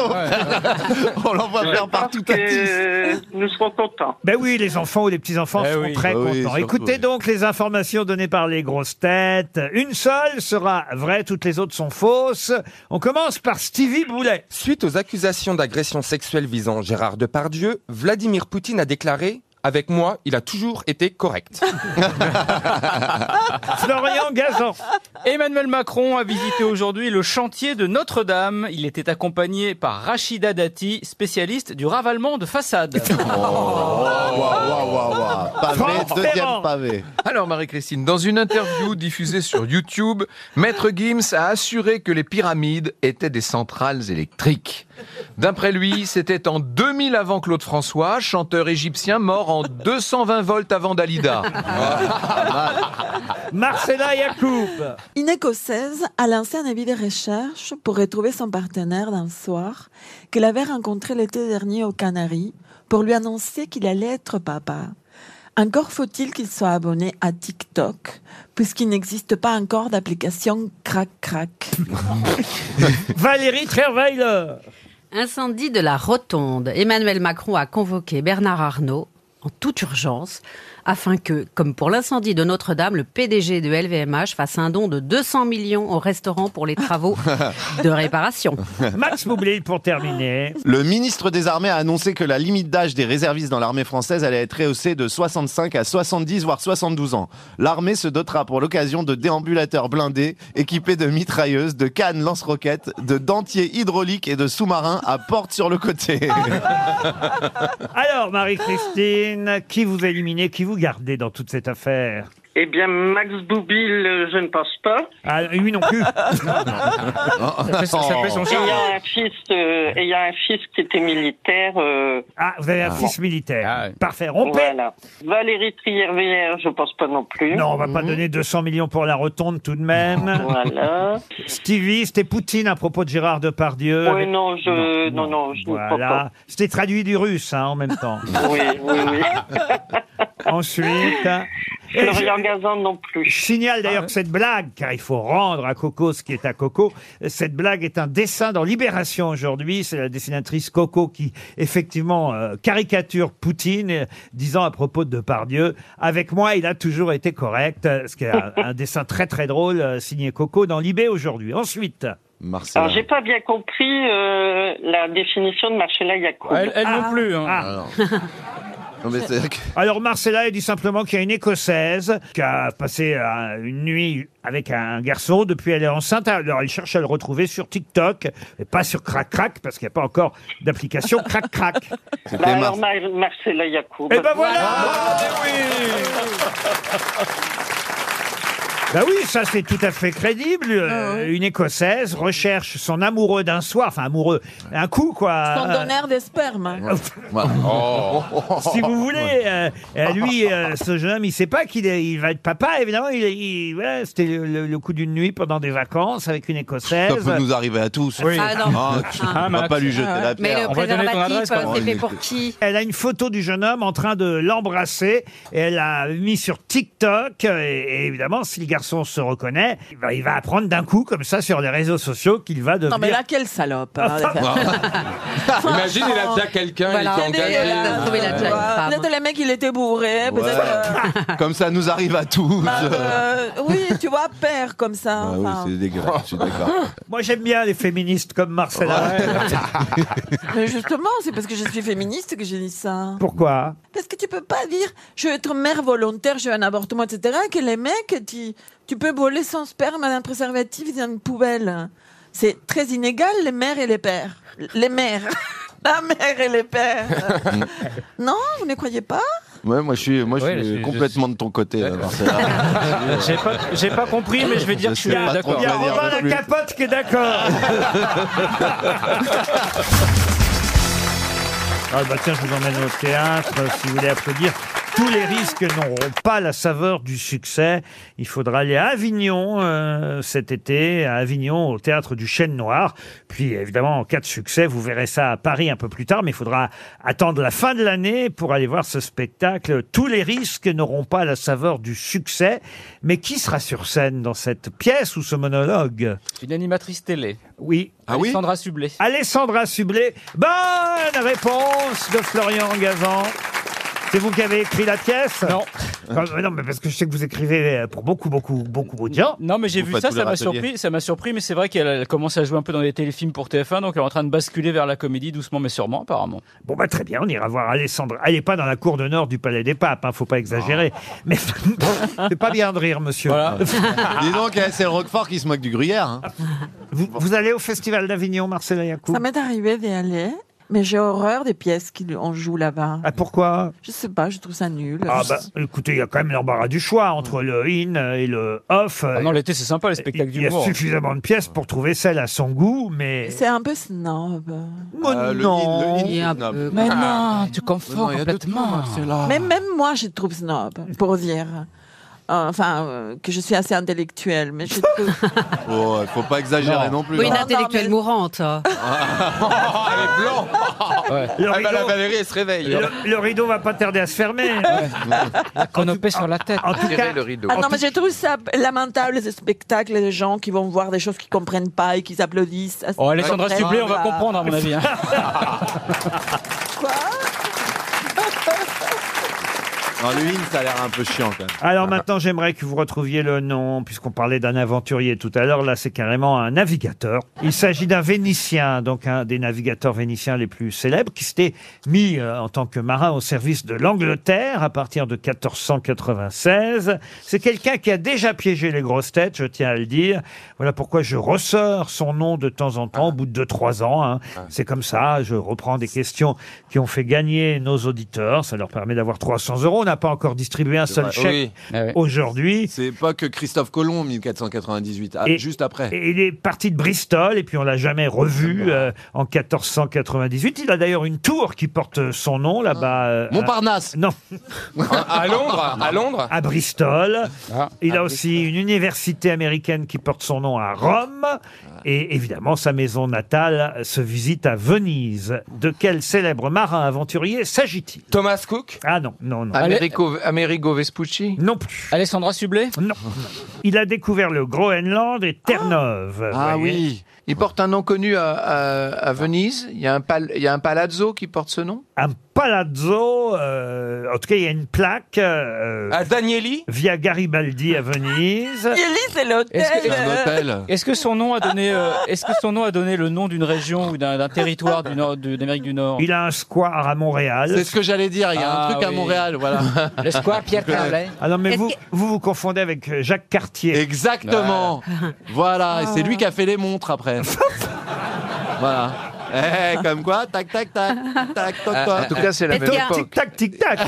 On l'envoie faire partout
à Nous serons contents.
Ben oui, les enfants ou les petits-enfants
Eh
seront
oui.
très
Ah oui,
contents.
surtout,
Écoutez
oui.
donc les informations données par les grosses têtes. Une seule sera vraie, toutes les autres sont fausses. On commence par Stevie Boulet.
Suite aux accusations d'agression sexuelle visant Gérard Depardieu, Vladimir Poutine a déclaré Avec moi, il a toujours été correct.
Florian Gazan.
Emmanuel Macron a visité aujourd'hui le chantier de Notre-Dame. Il était accompagné par Rachida Dati, spécialiste du ravalement de façade. Oh.
Franck
deuxième
Ferrand.
pavé.
Alors Marie-Christine, dans une interview diffusée sur YouTube, Maître Gims a assuré que les pyramides étaient des centrales électriques. D'après lui, c'était en 2000 avant Claude François, chanteur égyptien mort en 220 volts avant Dalida.
Ah.
Marcella Yacoub.
Une Écossaise a lancé un avis de recherche pour retrouver son partenaire d'un soir qu'elle avait rencontré l'été dernier aux Canaries pour lui annoncer qu'il allait être papa. Encore faut-il qu'il soit abonné à TikTok, puisqu'il n'existe pas encore d'application Crac Crac.
Valérie Trierweiler.
Incendie de la Rotonde. Emmanuel Macron a convoqué Bernard Arnault en toute urgence afin que, comme pour l'incendie de Notre-Dame, le PDG de LVMH fasse un don de 200 millions au restaurant pour les travaux de réparation.
Max Boublil pour terminer.
Le ministre des Armées a annoncé que la limite d'âge des réservistes dans l'armée française allait être rehaussée de 65 à 70 voire 72 ans. L'armée se dotera pour l'occasion de déambulateurs blindés équipés de mitrailleuses, de cannes lance-roquettes, de dentiers hydrauliques et de sous-marins à porte sur le côté.
Alors Marie-Christine, qui vous éliminez, qui vous gardez dans toute cette affaire
Eh bien, Max Boubil, euh, je ne pense pas.
ah, Lui non plus.
Ah.
fait son- ça fait son
Et
charme.
Il y a un fils, euh, et il y a un fils qui était militaire.
Ah, vous avez un fils militaire. Parfait, on paie.
Voilà. Valérie Trierveillère, je pense pas non plus.
Non, on va pas donner 200 millions pour la rotonde tout de même.
Voilà.
Stevie, c'était Poutine à propos de Gérard Depardieu.
Oui, non, je, non, non, je ne crois
Voilà.
pas.
C'était traduit du russe hein, en même temps.
Oui, oui, oui.
Ensuite,
Florian Gazan non plus.
Je signale d'ailleurs que cette blague, car il faut rendre à Coco ce qui est à Coco, cette blague est un dessin dans Libération aujourd'hui. C'est la dessinatrice Coco qui, effectivement, euh, caricature Poutine, euh, disant à propos de Pardieu, avec moi, il a toujours été correct. Euh, Ce qui est un, un dessin très très drôle, euh, signé Coco dans Libé aujourd'hui. Ensuite.
Alors j'ai pas bien compris euh, la définition de Marcella Yacoub.
Elle- elle non Ah. plus, hein.
c'est-
Alors Marcella, elle dit simplement qu'il y a une Écossaise qui a passé euh, une nuit avec un garçon. Depuis, elle est enceinte. Alors, elle cherche à le retrouver sur TikTok, et pas sur Crac Crac, parce qu'il n'y a pas encore d'application Crac Crac.
Bah, alors Mar- Marcella Yacoub.
Eh ben voilà Bah oui, ça c'est tout à fait crédible. Euh, Une Écossaise recherche son amoureux d'un soir, enfin amoureux, un coup quoi.
Sans
Euh,
donneur de sperme.
Oh.
Si vous voulez, euh, euh, lui, euh, ce jeune homme, il sait pas qu'il est- il va être papa. Évidemment, il, il- voilà, c'était le, le- le coup d'une nuit pendant des vacances avec une écossaise.
Ça peut nous arriver à tous.
Oui.
Ah, non. Ah, tu- Ah, on va Max. pas lui jeter Ah, la mais pierre. le préservatif, euh, c'est fait pour
qui Elle a une photo du jeune homme en train de l'embrasser. Et Elle a mis sur TikTok. euh, Et, et évidemment, si le garçon se reconnaît, il va- il va apprendre d'un coup, comme ça, sur les réseaux sociaux, qu'il va devenir.
Non, mais là, quelle salope. hein, les gars.
Imagine, il a déjà quelqu'un, il est engagé.
Ouais. Peut-être le mec, il était bourré. Peut-être.
Comme ça Bah, nous arrive à tous.
euh, euh, oui, tu vois, père comme ça.
Ah oui,
enfin.
c'est dégueulasse, je suis d'accord.
Moi, j'aime bien les féministes comme Marcella.
Mais justement, c'est parce que je suis féministe que j'ai dit ça.
Pourquoi
Parce que tu peux pas dire, je vais être mère volontaire, j'ai un avortement, etc. Que les mecs, tu, tu peux voler son sperme d'un préservatif dans une poubelle. C'est très inégal, les mères et les pères. Les mères. La mère et les pères. non, vous ne croyez pas
Ouais, moi je suis, moi, je
Ouais,
suis
je- je-
complètement de ton côté. là, Marcella.
J'ai pas, j'ai pas compris, mais je vais dire que je suis
sais pas
d'accord.
trop quoi dire non plus.
qui est d'accord. Ah bah tiens, je vous emmène au théâtre euh, si vous voulez applaudir. Tous les risques n'auront pas la saveur du succès. Il faudra aller à Avignon euh, cet été, à Avignon au théâtre du Chêne Noir. Puis évidemment, en cas de succès, vous verrez ça à Paris un peu plus tard, mais il faudra attendre la fin de l'année pour aller voir ce spectacle. Tous les risques n'auront pas la saveur du succès. Mais qui sera sur scène dans cette pièce ou ce monologue
Une animatrice télé.
Oui.
Ah oui Alexandra Sublet.
Alessandra Sublet. Bonne réponse de Florian Gazan. C'est vous qui avez écrit la pièce Non. non, mais parce que je sais que vous écrivez euh, pour beaucoup, beaucoup, beaucoup, beaucoup de gens.
Non, mais j'ai vu ça, ça m'a surpris, ça m'a surpris, mais c'est vrai qu'elle elle commence à jouer un peu dans des téléfilms pour TF1, donc elle est en train de basculer vers la comédie doucement mais sûrement apparemment.
Bon, bah très bien, on ira voir Alessandra. Elle n'est pas dans la cour d'honneur du Palais des Papes, hein, faut pas exagérer.
Ah.
Mais c'est pas bien de rire, monsieur.
Dis donc, eh, c'est le Roquefort qui se moque du gruyère. hein.
Vous, vous allez au Festival d'Avignon, Marcela Yacoub
Ça m'est arrivé d'y aller, mais j'ai horreur des pièces qu'on joue là-bas.
Ah, pourquoi
Je sais pas, je trouve ça nul.
Ah
Je-
bah écoutez, il y a quand même l'embarras du choix entre le in et le off.
Ah non, l'été c'est sympa les spectacles
Il y a
d'humour.
suffisamment de pièces pour trouver celle à son goût, mais...
C'est un peu snob.
Oh non.
Mais
Ah.
non, tu
confonds complètement.
Mais même moi, je trouve snob, pour dire. Euh, Enfin, euh, que je suis assez intellectuelle, mais je trouve.
Oh, faut pas exagérer non, plus.
Oui, une
hein.
intellectuelle mourante. hein.
Elle est blanc.
Le
Ah bah, la
rideau-
Valérie, elle se réveille. hein.
Le, le rideau va pas tarder à se fermer. Canopée sur la tête. En tout
Tirez
cas,
le rideau.
Ah non, mais je trouve ça lamentable, ce spectacle, les gens qui vont voir des choses qu'ils comprennent pas et qui applaudissent. Ça,
Oh,
c'est
Alessandra
très
Sublet, on va
grave.
comprendre à mon avis. hein.
Non, le in, ça a l'air un peu chiant quand même.
Alors maintenant, j'aimerais que vous retrouviez le nom, puisqu'on parlait d'un aventurier tout à l'heure. Là, c'est carrément un navigateur. Il s'agit d'un Vénitien, donc un des navigateurs vénitiens les plus célèbres, qui s'était mis euh, en tant que marin au service de l'Angleterre à partir de 1496. C'est quelqu'un qui a déjà piégé les grosses têtes, je tiens à le dire. Voilà pourquoi je ressors son nom de temps en temps, au bout de 2-3 ans. hein. C'est comme ça, je reprends des questions qui ont fait gagner nos auditeurs. Ça leur permet d'avoir 300 euros. On n'a pas encore distribué un seul
Ouais.
chèque
Oui.
Ah
aujourd'hui.
C'est pas que Christophe Colomb, 1498, ah,
Et-
juste après.
Et il est parti de Bristol et puis on l'a jamais revu euh, en 1498. Il a d'ailleurs une tour qui porte son nom là-bas. euh,
Montparnasse.
à- Non.
Ah. À Londres, à Londres.
À Bristol.
Ah.
il a aussi une université américaine qui porte son nom à Rome.
Ah.
Et évidemment, sa maison natale se visite à Venise. De quel célèbre marin aventurier s'agit-il
Thomas Cook
Ah non, non, non.
Ale-
Americo, Amerigo Vespucci
Non plus.
Alessandra Sublet
Non. Il a découvert le Groenland et Terre-Neuve.
Ah
voyez.
oui. Il porte un nom connu à, à- à Venise. Il y, a un pal- il y a un palazzo qui porte ce nom.
Un palazzo, euh, en tout cas, il y a une plaque. à
Danieli
Via Garibaldi à Venise.
Danieli, c'est l'hôtel.
Est-ce que son nom a donné euh, Est-ce que son nom a donné le nom d'une région ou d'un d'un territoire du nord du- d'Amérique du Nord Ah,
Il a un square à Montréal.
C'est ce que
j'allais dire, il y a un truc à Montréal, voilà. Ah Le square Pierre Carlet.
Ah non, mais
Est-ce
vous,
que-
vous vous confondez avec euh, Jacques Cartier.
Exactement.
Ah.
Ah,
Voilà, et c'est lui qui a fait les montres après. voilà. Eh, comme quoi, tac, tac, tac, tac, toc, toc.
En tout cas, c'est la
Est-ce
même
qu'il y a-
époque.
Tic-tac, tic-tac.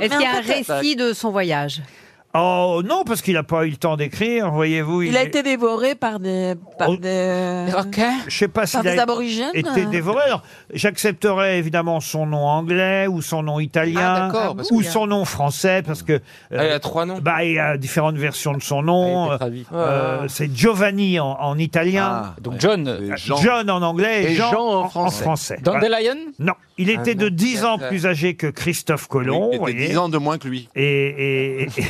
Est-ce qu'il y a un récit de son voyage
Oh non, parce qu'il n'a pas eu le temps d'écrire, voyez-vous.
Il a été dévoré par des. euh, Par
Oh.
des...
Je sais pas
Par
s'il
des
a
aborigènes euh
été dévoré. Alors, j'accepterais évidemment son nom anglais ou son nom
Ah,
italien
d'accord, parce
ou
qu'il y a-
son nom français parce que euh,
Ah, il y a trois noms. Ah,
Bah, il y a différentes versions de son nom. Euh, euh, C'est Giovanni en, en italien.
Donc John.
Euh, John. en anglais et,
Et
Jean,
Jean en
en, en
français.
français.
Dandelion
Non, il était
Ah,
de
non,
10 ans
c'est ça.
plus âgé que Christophe Colomb.
Il était 10 ans de moins que lui.
Et,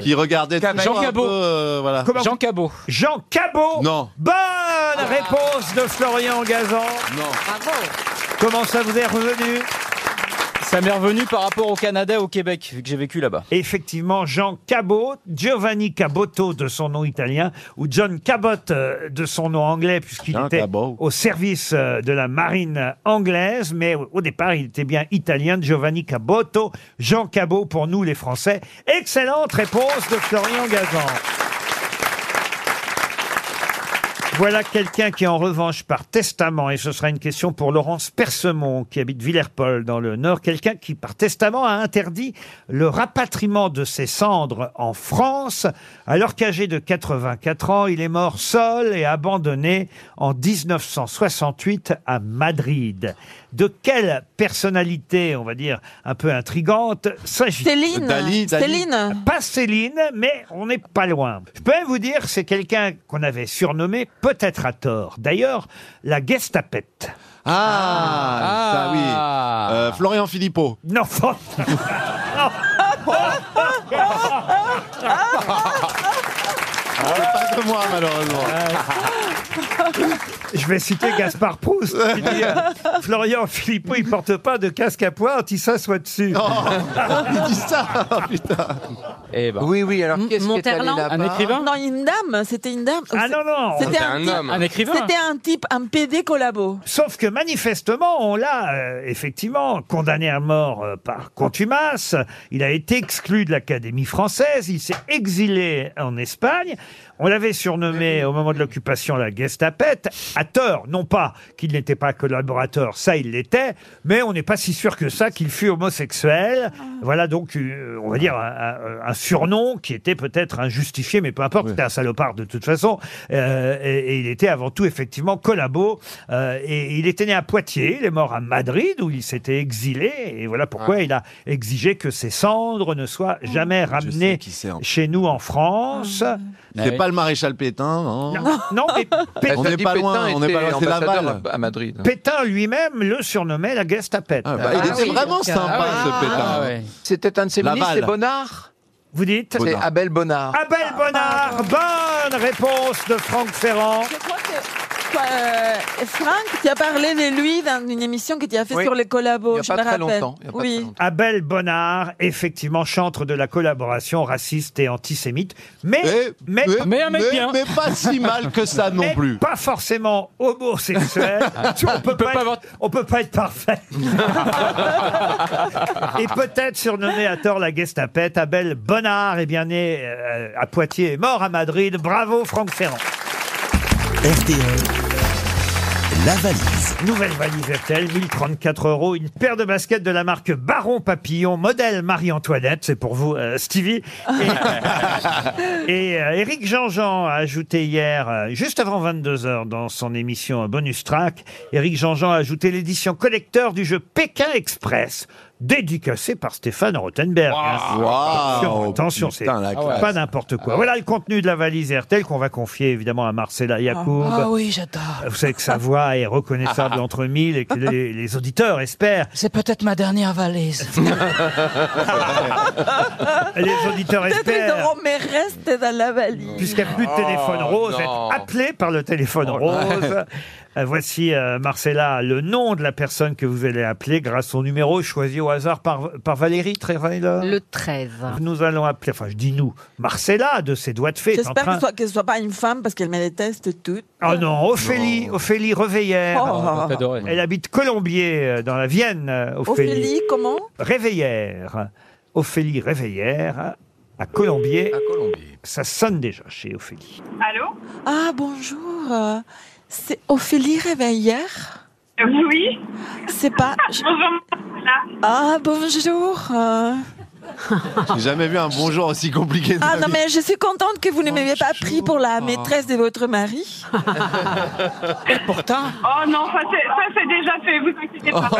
Qui regardait toujours un peu, euh, voilà.
Jean Cabot.
Jean Cabot.
Non.
Bonne réponse de Florian Gazan. Comment ça vous est revenu
Ça m'est revenu par rapport au Canada et au Québec, vu que j'ai vécu là-bas.
Effectivement, Jean Cabot, Giovanni Cabotto de son nom italien, ou John Cabot euh, de son nom anglais, puisqu'il
Jean
était
Cabot.
au service euh, de la marine anglaise, mais au au départ, il était bien italien, Giovanni Cabotto, Jean Cabot pour nous les Français. Excellente réponse de Florian Gazan. Voilà quelqu'un qui, en revanche, par testament, et ce sera une question pour Laurence Persemont, qui habite Villerpol, dans le Nord, quelqu'un qui, par testament, a interdit le rapatriement de ses cendres en France, alors qu'âgé de 84 ans, il est mort seul et abandonné en 1968 à Madrid. De quelle personnalité, on va dire, un peu intrigante, s'agit-il
Céline. Dali, Dali. Céline.
pas Céline, mais on n'est pas loin. Je peux même vous dire, c'est quelqu'un qu'on avait surnommé, peut-être à tort. D'ailleurs, la Gestapette.
Ah, ça oui. Euh, Florian Philippot.
Non,
Ah, Pas que moi, malheureusement.
Je vais citer Gaspard Proust. qui dit, euh, Florian Philippot, il porte pas de casque à pointe, il s'assoit dessus.
Oh, il dit ça, putain.
Eh
Oui, oui, alors qu'est-ce qui est allé
Monterland.
là-bas
Non, une dame, c'était une dame.
Ah non, non
C'était un, type- C'était un type, un PD collabo.
Sauf que manifestement, on l'a euh, effectivement condamné à mort euh, par contumace. Il a été exclu de l'Académie française. Il s'est exilé en Espagne. On l'avait surnommé au moment de l'occupation la Gestapette, à tort, non pas qu'il n'était pas collaborateur, ça il l'était, mais on n'est pas si sûr que ça qu'il fût homosexuel. Voilà donc, euh, on va dire, un, un- un surnom qui était peut-être injustifié, mais peu importe, c'était un salopard de toute façon. Euh, et, et il était avant tout effectivement collabo. Euh, et il était né à Poitiers, il est mort à Madrid où il s'était exilé. Et voilà pourquoi
Ah.
il a exigé que ses cendres ne soient jamais ramenées chez nous en France.
C'est pas le maréchal Pétain, non
Non, non, mais
Ah
Pé-
On n'est pas loin, on n'est pas loin, c'est Laval.
à Madrid.
Pétain lui-même le surnommait la Gestapette.
bah, il Ah était oui, vraiment donc, euh, sympa, ah, ce Pétain. ah ouais.
C'était un de ses ministres,
Laval.
c'est Bonnard
Vous dites
C'est
Bonnard.
Abel Bonnard.
Abel Bonnard, bonne réponse de Franck Ferrand.
Euh, Franck, tu as parlé de lui dans une émission que tu as fait
Oui.
sur les collabos.
Il y a
je
pas
me
très
rappelle.
longtemps, il y a pas
oui.
Abel Bonnard, effectivement chantre de la collaboration raciste et antisémite, mais
Eh,
mais,
mais un mec mais- bien. mais pas si mal que ça non
Mais
plus.
Pas forcément homosexuel.
Ah.
Tu vois, on peut pas, être- on peut pas être parfait. et peut-être surnommé à tort la Gestapette, Abel Bonnard est bien né euh, à Poitiers et mort à Madrid. Bravo Franck Ferrand.
RTL, la valise.
Nouvelle valise RTL, 1034 euros, une paire de baskets de la marque Baron Papillon, modèle Marie-Antoinette, c'est pour vous euh, Stevie. Et, et, euh, Eric Jean-Jean a ajouté hier, euh, juste avant 22h dans son émission Bonus Track, Eric Jean-Jean a ajouté l'édition collecteur du jeu Pékin Express, dédicacé par Stéphane Rothenberg.
Waouh
attention, attention, c'est
Putain, la classe. Ah
pas n'importe quoi. Voilà le contenu de la valise RTL qu'on va confier évidemment à Marcella Yacoub.
Ah oui, j'adore.
Vous savez que sa voix est reconnaissable sable entre mille et que les, les auditeurs espèrent.
C'est peut-être ma dernière valise.
Les auditeurs
Peut-être ils
espèrent.
auront mes restes dans la valise.
Puisqu'il n'y a plus de téléphone rose,
Oh, non.
être appelé par le téléphone
Oh,
rose.
ouais.
Euh, Voici, euh, Marcella, le nom de la personne que vous allez appeler grâce au numéro choisi au hasard par, par Valérie Trierweiler.
Le 13.
Nous allons appeler, enfin je dis nous, Marcella de ses doigts de fée. est en
J'espère
train-
qu'elle soit- qu'elle ne soit pas une femme parce qu'elle me déteste toutes.
Oh non, Ophélie, Ophélie Réveillère.
Oh. Ah, on va t'adorer.
Elle habite Colombier, euh, dans la Vienne, euh, Ophélie.
Ophélie, comment
Réveillère. Ophélie Réveillère, à Colombier. Ça sonne déjà chez Ophélie.
Allô Ah bonjour, euh, c'est Ophélie Réveillère
Oui.
C'est pas.
Bonjour.
Ah bonjour. euh.
J'ai jamais vu un bonjour aussi compliqué. de
Ah
ma
non
vie.
mais je suis contente que vous ne m'ayez pas pris pour la maîtresse de votre mari.
Ah.
Pourtant.
Oh non, ça c'est ça, c'est déjà fait, vous inquiétez pas.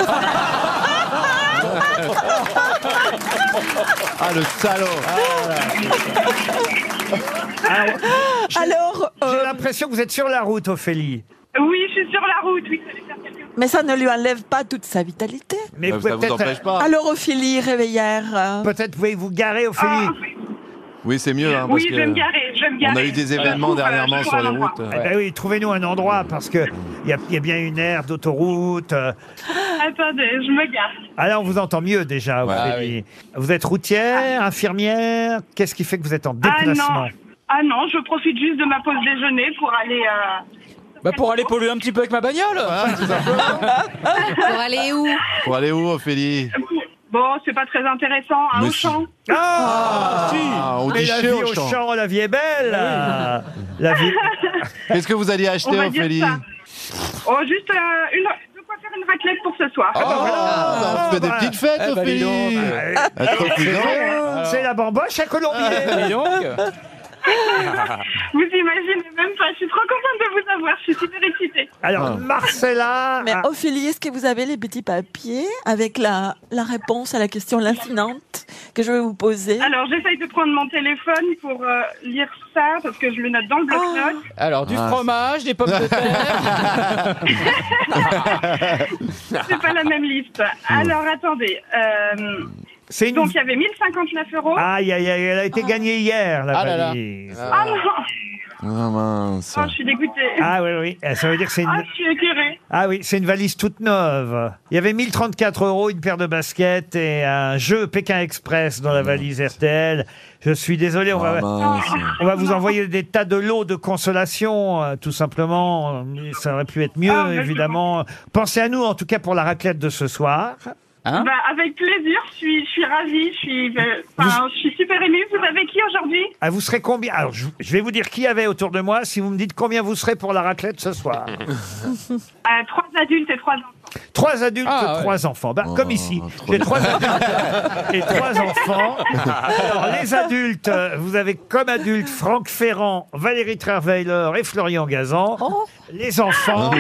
Ah le salaud.
Alors,
j'ai l'impression que vous êtes sur la route, Ophélie.
Oui, je suis sur la route. Oui. Mais ça ne lui enlève pas toute sa vitalité.
Bah,
Mais vous Ça vous peut-être- empêche pas.
Alors Ophélie euh, Réveillère.
Peut-être pouvez-vous garer Ophélie.
Oui, c'est mieux. hein, parce
Oui, Ah, je vais
que
me garer, je vais me
On a
garer. Euh,
eu des événements
Je trouve,
dernièrement
je
sur
trouve
les
un
routes.
Eh ben oui, trouvez-nous un endroit parce que il y, a- il y a bien une aire d'autoroute. euh.
Attendez, je me gare.
Ah là, on vous entend mieux déjà, Ophélie. Vous êtes routière, infirmière. Qu'est-ce qui fait que vous êtes en
Ah
déplacement
non. Ah non, je profite juste de ma pause déjeuner pour aller euh, à...
Bah pour aller polluer un petit peu avec ma bagnole hein,
pour aller où
Pour aller où, Ophélie
Euh, Bon, c'est pas très intéressant, à
Mais
Auchan.
Ah,
si. on
Mais
dit
la
chez
vie
Auchan.
au champ, la vie est belle. euh, La vie.
Qu'est-ce que vous alliez
On
acheter,
va dire
Ophélie
ça. Oh, juste euh, une... de quoi faire une raclette pour ce soir.
bah
Ah, on fait des petites fêtes, Ophélie. Ah, trop prudent.
Ah,
C'est la bamboche à Colombier.
Vous imaginez même pas, je suis trop contente de vous avoir, je suis super excitée.
Ah.
Alors,
Ah.
Marcella.
Mais Ophélie, est-ce que vous avez les petits papiers avec la, la réponse à la question lancinante que je vais vous poser
Alors, j'essaye de prendre mon téléphone pour euh, lire ça, parce que je le note dans le bloc-notes.
Alors, du
Ah,
fromage, des pommes de terre.
C'est pas la même liste. Alors, attendez. euh,
C'est une- Ah.
Donc, il y avait 1059 euros.
Aïe, aïe, aïe, elle a été gagnée hier, la
Ah là là.
valise.
Ah non
Ah mince.
Oh, Je suis dégoûtée.
Ah oui, oui, euh, ça veut dire que c'est
Ah,
une...
je suis écœurée.
Ah oui, c'est une valise toute neuve. Il y avait 1034 euros, une paire de baskets et un jeu Pékin Express dans la valise RTL. Je suis désolé, on
Ah,
va,
mince.
on va vous envoyer des tas de lots de consolation, euh, tout simplement. Mais Ça aurait pu être mieux,
Ah, mais
évidemment. Pensez à nous, en tout cas, pour la raclette de ce soir.
Bah, avec plaisir, je suis, je suis ravie, je suis, euh, enfin, je suis super émue. Vous avez qui aujourd'hui
Ah, vous serez combien Alors, je, je vais vous dire qui y avait autour de moi si vous me dites combien vous serez pour la raclette ce soir.
Euh, Trois adultes et trois enfants.
trois adultes,
Ah, ouais.
trois enfants. Bah, comme ici, j'ai trois adultes et trois enfants. Alors, les adultes, euh, vous avez comme adultes Franck Ferrand, Valérie Traveiller et Florian Gazan. Les enfants,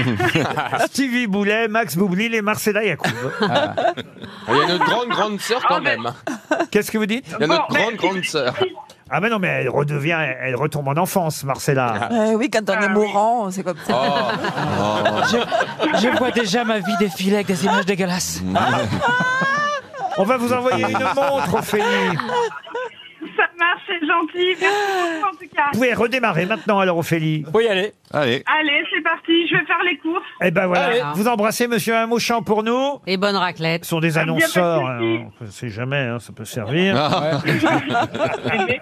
Stevie Boulet, Max Boublil et Marcella Yacoub.
Ah. Il y a notre grande, grande
Ah,
sœur quand même.
Qu'est-ce que vous dites
Il y a notre grande, grande sœur.
Ah, mais non, mais elle redevient, elle retombe en enfance, Marcella.
Euh, Oui, quand on
Ah,
est mourant, c'est comme ça.
Ah.
Oh. Je, je vois déjà ma vie défiler avec des images dégueulasses.
On va vous envoyer une montre, Ophélie.
Ça marche, c'est gentil. Merci beaucoup, en tout cas.
Vous pouvez redémarrer maintenant, alors, Ophélie.
Oui, allez.
Allez.
Allez, c'est parti, je vais faire les courses.
Eh ben voilà,
Allez.
vous embrassez Monsieur Amouchamp pour nous.
Et bonne raclette.
Ce sont des
Ah, bien,
annonceurs,
pas de
hein, on ne sait jamais, hein, ça peut servir.
Ah,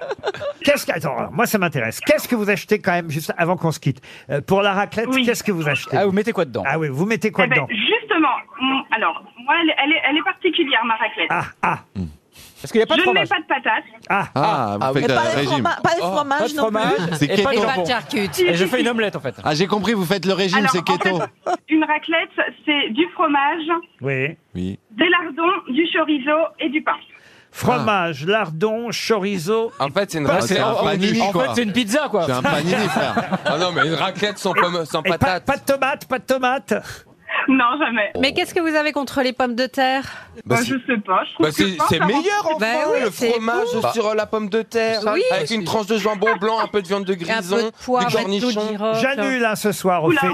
Qu'est-ce que, attends, alors, moi ça m'intéresse. Qu'est-ce que vous achetez quand même, juste avant qu'on se quitte Euh, Pour la raclette, qu'est-ce que vous achetez Ah, vous
mettez quoi dedans
Ah oui, vous mettez quoi
Eh ben,
dedans
Justement, mm, alors, moi, elle, elle est, elle est particulière, ma raclette.
Ah, ah.
Parce qu'il n'y a
je ne mets pas de patates.
Ah,
Ah, vous faites
oui.
un
Mais pas les
régime.
fromages- pas les
Oh,
fromages
pas de
non plus.
fromage,
Et
C'est
pas de
keto.
pâte charcute. Et je fais une
omelette en fait.
Ah, j'ai compris, vous faites le régime,
Alors,
c'est
en
keto.
fait, une raclette, c'est du fromage,
Oui.
Oui.
des lardons, du chorizo et du pain.
Fromage, lardon, chorizo.
En fait, Bah, c'est une
Pas-
raclette.
Ah, c'est un panini,
En
quoi.
fait, c'est une
pizza, quoi.
C'est un panini, frère.
Ah non, mais une raclette sans, pomme- sans
Et pas,
patate.
pas de tomates, pas de tomates.
Non, jamais. Euh,
Mais qu'est-ce que vous avez contre les pommes de terre
Bah, Bah, c'est-
je sais pas.
Bah, c'est c'est meilleur enfin
Bah oui,
le
c'est
fromage
bon.
sur euh, la pomme de terre
Oui.
avec une tranche de jambon blanc, un peu de viande de
peu de
grison,
poivre,
du
un peu de
cornichon.
girofle.
J'annule hein, ce soir au fait.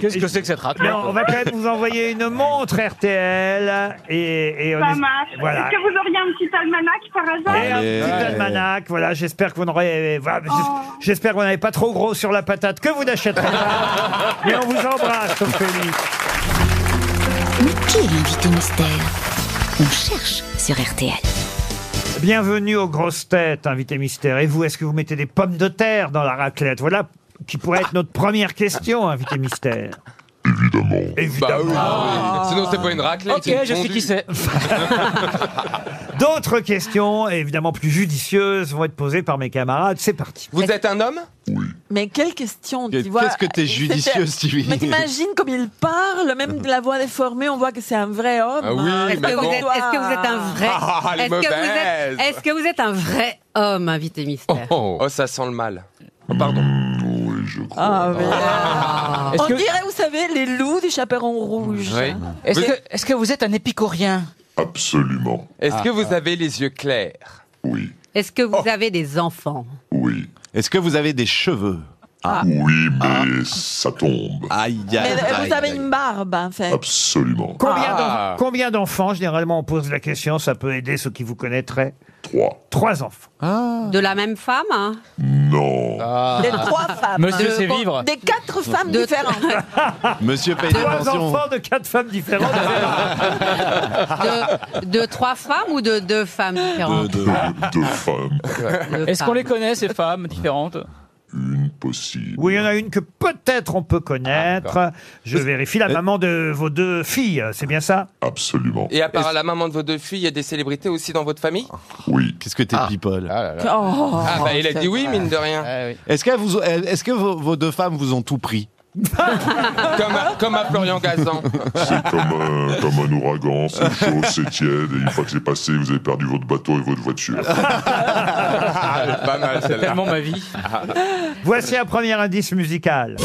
Qu'est-ce que c'est que cette raclette
Mais on va quand même vous envoyer une montre RTL et, et on
Ça
est-
marche.
Voilà.
Est-ce que vous auriez un petit almanach par hasard
Et un petit almanach, voilà, j'espère que vous n'aurez, euh, voilà, j'es- j'espère que vous n'avez pas trop gros sur la patate, que vous n'achèterez pas. Mais on vous embrasse, Ophélie.
Mais qui est l'invité mystère On cherche sur RTL.
Bienvenue aux grosses têtes, invité mystère. Et vous, est-ce que vous mettez des pommes de terre dans la raclette Voilà qui pourrait être notre première question, invité mystère. Évidemment. Évidemment.
Ah oui. Sinon, c'est pas une raclette.
Ok,
c'est une
je sais
fondue.
qui c'est. D'autres questions, évidemment plus judicieuses, vont être posées par mes camarades. C'est parti.
Vous êtes un homme
Mais quelle question, tu
Qu'est-ce
vois
que t'es
euh,
judicieux,
c'était-
Stevie.
Mais t'imagines comme il parle, même de la voix déformée, on voit que c'est un vrai homme.
Ah oui,
Est-ce
Est-ce mais
que
que vous
vous
bon.
êtes,
êtes-
un vrai
Ah, elle est
est-ce, que vous êtes,
mauvaise.
est-ce que vous êtes un vrai homme, invité mystère
Oh, oh, ça sent le mal. Oh, pardon.
Ah, mais
Est-ce
On
que-
dirait, vous savez, les loups du chaperon rouge.
Est-ce que, est-ce que vous êtes un épicorien
Absolument.
Est-ce que
Ah,
vous avez les yeux clairs
Est-ce que vous avez des enfants
Est-ce que vous avez des cheveux
Ah.
Oui, mais ça tombe.
Aïe,
Mais vous avez une barbe, en fait.
Absolument.
Combien
Ah.
d'en- combien d'enfants Généralement, on pose la question, ça peut aider ceux qui vous connaîtraient.
Trois. Ah.
Trois enfants.
De la même femme hein
Non.
Ah.
Des trois femmes.
Ah. Monsieur
De-
sait vivre.
Des quatre femmes
De-
différentes.
Monsieur paye des
Trois
pensions. Ah.
enfants de quatre femmes différentes.
de, de trois femmes ou de deux femmes différentes
Deux femmes.
Est-ce qu'on les connaît, ces femmes différentes
Possible.
Oui, il y en a une que peut-être on peut connaître.
Ah,
Je vérifie la maman de vos deux filles, c'est bien ça
Absolument.
Et à part la maman de vos deux filles, il y a des célébrités aussi dans votre famille
Oui.
Qu'est-ce que t'es people
Oh.
Oh.
Ah bah il a dit oui, mine de rien.
Est-ce que, vous, est-ce que vos, vos deux femmes vous ont tout pris
Comme à, comme à Florian Gazan.
Ah. C'est comme, un- comme un ouragan, c'est chaud, c'est tiède, et une fois que c'est passé, vous avez perdu votre bateau et votre voiture.
Ah.
Ah,
pas mal,
C'est
celle-là.
tellement ma vie.
Voici un premier indice musical.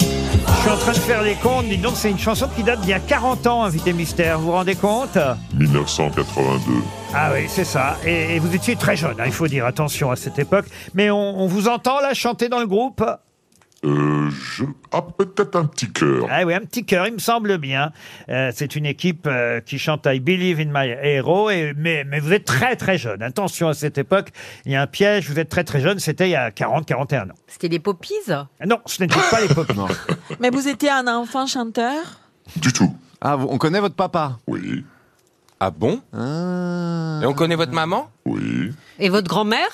Je suis en train de faire les comptes, dis donc, c'est une chanson qui date d'il y a 40 ans, invité mystère, vous vous rendez compte
1982.
Ah oui, c'est ça. Et, et vous étiez très jeune, hein, il faut dire attention à cette époque. Mais on, on vous entend là chanter dans le groupe
Euh, je... Ah, peut-être un petit cœur.
Ah oui, un petit cœur, il me semble bien. Euh, c'est une équipe euh, qui chante I Believe in My Hero, et, mais, mais vous êtes très très jeune. Attention à cette époque, il y a un piège, vous êtes très très jeune, c'était il y a 40-41 ans.
C'était les poppies
Non, ce n'était pas les pop.
Mais vous étiez un enfant chanteur
Ah, vous- on connaît votre papa
Oui.
Ah bon Et on connaît votre maman
Et votre grand-mère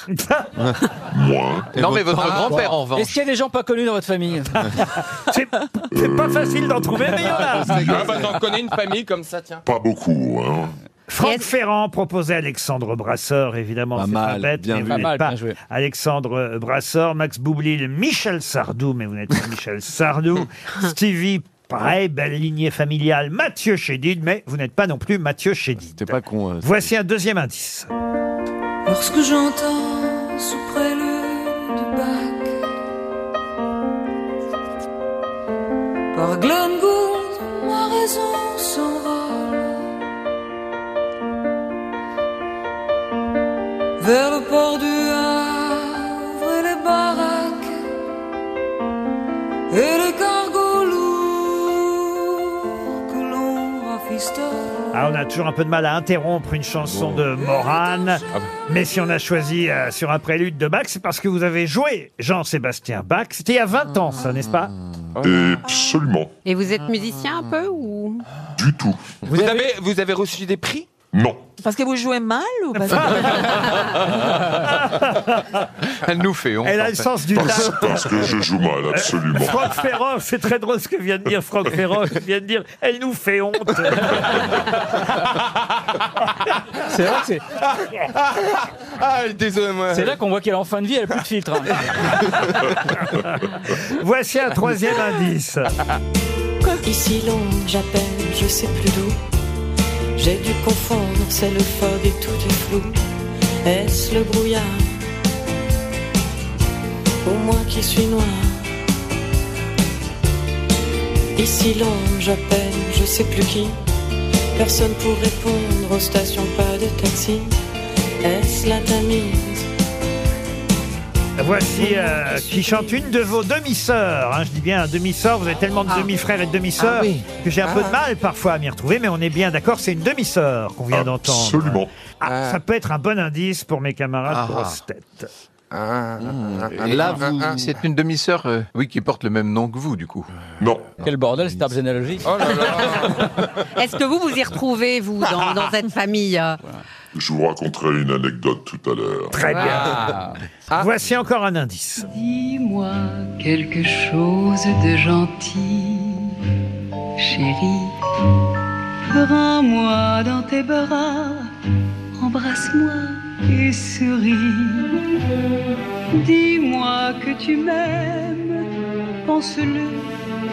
Moi.
Non, mais votre
Ah.
grand-père, en
Est-ce
revanche.
qu'il y a des gens pas connus dans votre famille
C'est c'est pas facile d'en trouver, mais il y en a.
Ah bah t'en connais une famille comme ça, tiens.
Pas beaucoup, hein.
Franck Ferrand proposait Alexandre Brasseur, évidemment, c'est pas
mal,
bête,
bien vu.
mais vous
Pas
n'êtes
mal,
pas
bien joué.
Alexandre Brasseur, Max Boublil, Michel Sardou, mais vous n'êtes pas Michel Sardou, Stevie, pareil, belle lignée familiale, Mathieu Chédid, mais vous n'êtes pas non plus Mathieu Chédid. C'était
pas con. hein,
Voici un deuxième indice.
Lorsque j'entends sous prélude de Bach par Glenn Gould, ma raison s'envole vers le port du Havre et les baraques et le cargo lourd que l'on rafistole.
Ah, on a toujours un peu de mal à interrompre une chanson de Morane, mais si on a choisi euh, sur un prélude de Bach, c'est parce que vous avez joué Jean-Sébastien Bach. C'était il y a 20 ans, ça, n'est-ce pas
Et absolument.
Et vous êtes musicien un peu ou
Du tout.
Vous, avez... vous avez reçu des prix
Non.
Parce que vous jouez mal ou parce que...
Elle nous fait honte.
Elle a le sens du
Parce,
tact.
parce que je joue mal, absolument.
Franck Ferroche, c'est très drôle ce que vient de dire Franck Ferroche. Il vient de dire Elle nous fait honte.
C'est vrai que c'est.
Ah, désolé, moi.
C'est là qu'on voit qu'elle est en fin de vie, elle a plus de filtre. hein.
Voici un troisième
Ah,
indice.
Ici long, j'appelle, je sais plus d'où. J'ai dû confondre, c'est le fog et tout est flou. Est-ce le brouillard Ou moi qui suis noir Ici long, j'appelle, je sais plus qui. Personne pour répondre aux stations, pas de taxi. Est-ce la Tamise
Voici euh, qui chante une de vos demi-sœurs. hein. je dis bien demi-sœur, vous avez tellement de demi-frères et de demi-sœurs
Ah oui.
que j'ai un peu
Ah.
de mal parfois à m'y retrouver, mais on est bien d'accord, c'est une demi-sœur qu'on vient d'entendre.
Absolument.
Ah, Ça peut être un bon indice pour mes camarades
Ah.
grosses têtes.
Ah.
Et Ah, là, vous- c'est une demi-sœur, euh, oui, qui porte le même nom que vous, du coup.
Non.
Quel bordel, cette arbre généalogique.
Oh là là.
Est-ce que vous vous y retrouvez, vous, dans, dans cette famille euh
Je vous raconterai une anecdote tout à l'heure.
Très bien.
Ah.
Ah.
Ah. Voici encore un indice.
Dis-moi quelque chose de gentil, chérie. Prends-moi dans tes bras, embrasse-moi et souris. Dis-moi que tu m'aimes, pense-le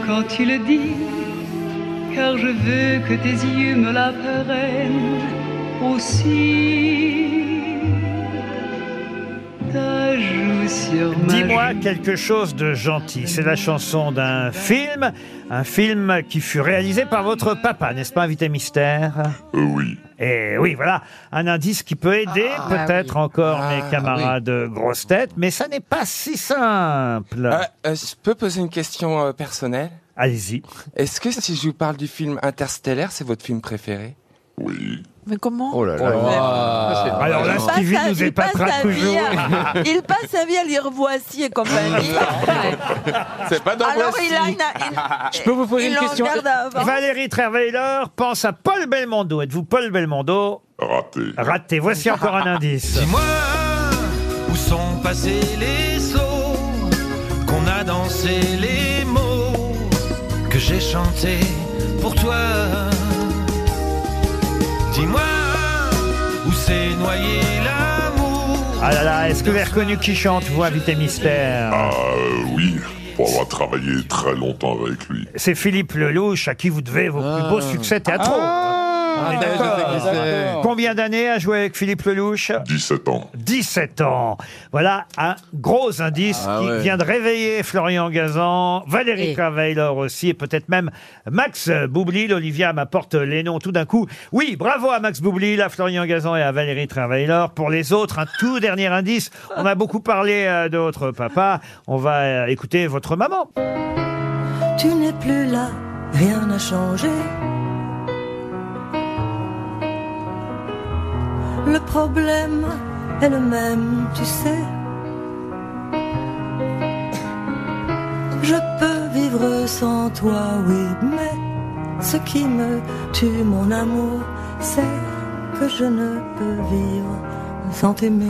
quand tu le dis, car je veux que tes yeux me l'apprennent aussi. Ta joue sur ma
Dis-moi quelque chose de gentil. C'est la chanson d'un film, un film qui fut réalisé par votre papa, n'est-ce pas, invité mystère
Oui.
Et oui, voilà, un indice qui peut aider
Ah, bah
peut-être encore mes camarades grosses têtes, Euh, mais ça n'est pas si simple.
Euh, euh, je peux poser une question euh, personnelle
Allez-y.
Est-ce que si je vous parle du film Interstellaire, c'est votre film préféré
Oui.
Mais comment
Oh là là.
Alors là,
Il passe
Stevie
sa-
nous
il passe
épatera
sa vie
toujours.
à- Il passe sa vie à lire Voici et compagnie.
C'est pas
dans Alors, Voici. il a une-
Je peux vous
poser Il une en question regarde avant.
Valérie Trierweiler pense à Paul Belmondo. Êtes-vous Paul Belmondo
Raté.
Raté. Voici encore un indice.
Dis-moi où sont passés les sauts qu'on a dansé les mots que j'ai chanté pour toi. Dis-moi où s'est noyé l'amour.
Ah là là, est-ce que vous avez reconnu qui chante, vous, invité mystère
Ah euh, oui, pour avoir travaillé très longtemps avec lui.
C'est Philippe Lelouch à qui vous devez vos plus beaux succès théâtraux.
Ah.
On est Ah, d'accord. Combien d'années a joué avec Philippe Lelouch
17 ans.
17 ans. Voilà un gros indice qui vient de réveiller Florian Gazan, Valérie Traveiller aussi, et peut-être même Max Boublil. Olivia m'apporte les noms tout d'un coup. Oui, bravo à Max Boublil, à Florian Gazan et à Valérie Traveiller. Pour les autres, un tout dernier indice. On a beaucoup parlé euh, de votre papa. On va euh, écouter votre maman.
Tu n'es plus là, rien n'a changé. Le problème est le même, tu sais. Je peux vivre sans toi, oui, mais ce qui me tue, mon amour, c'est que je ne peux vivre sans t'aimer.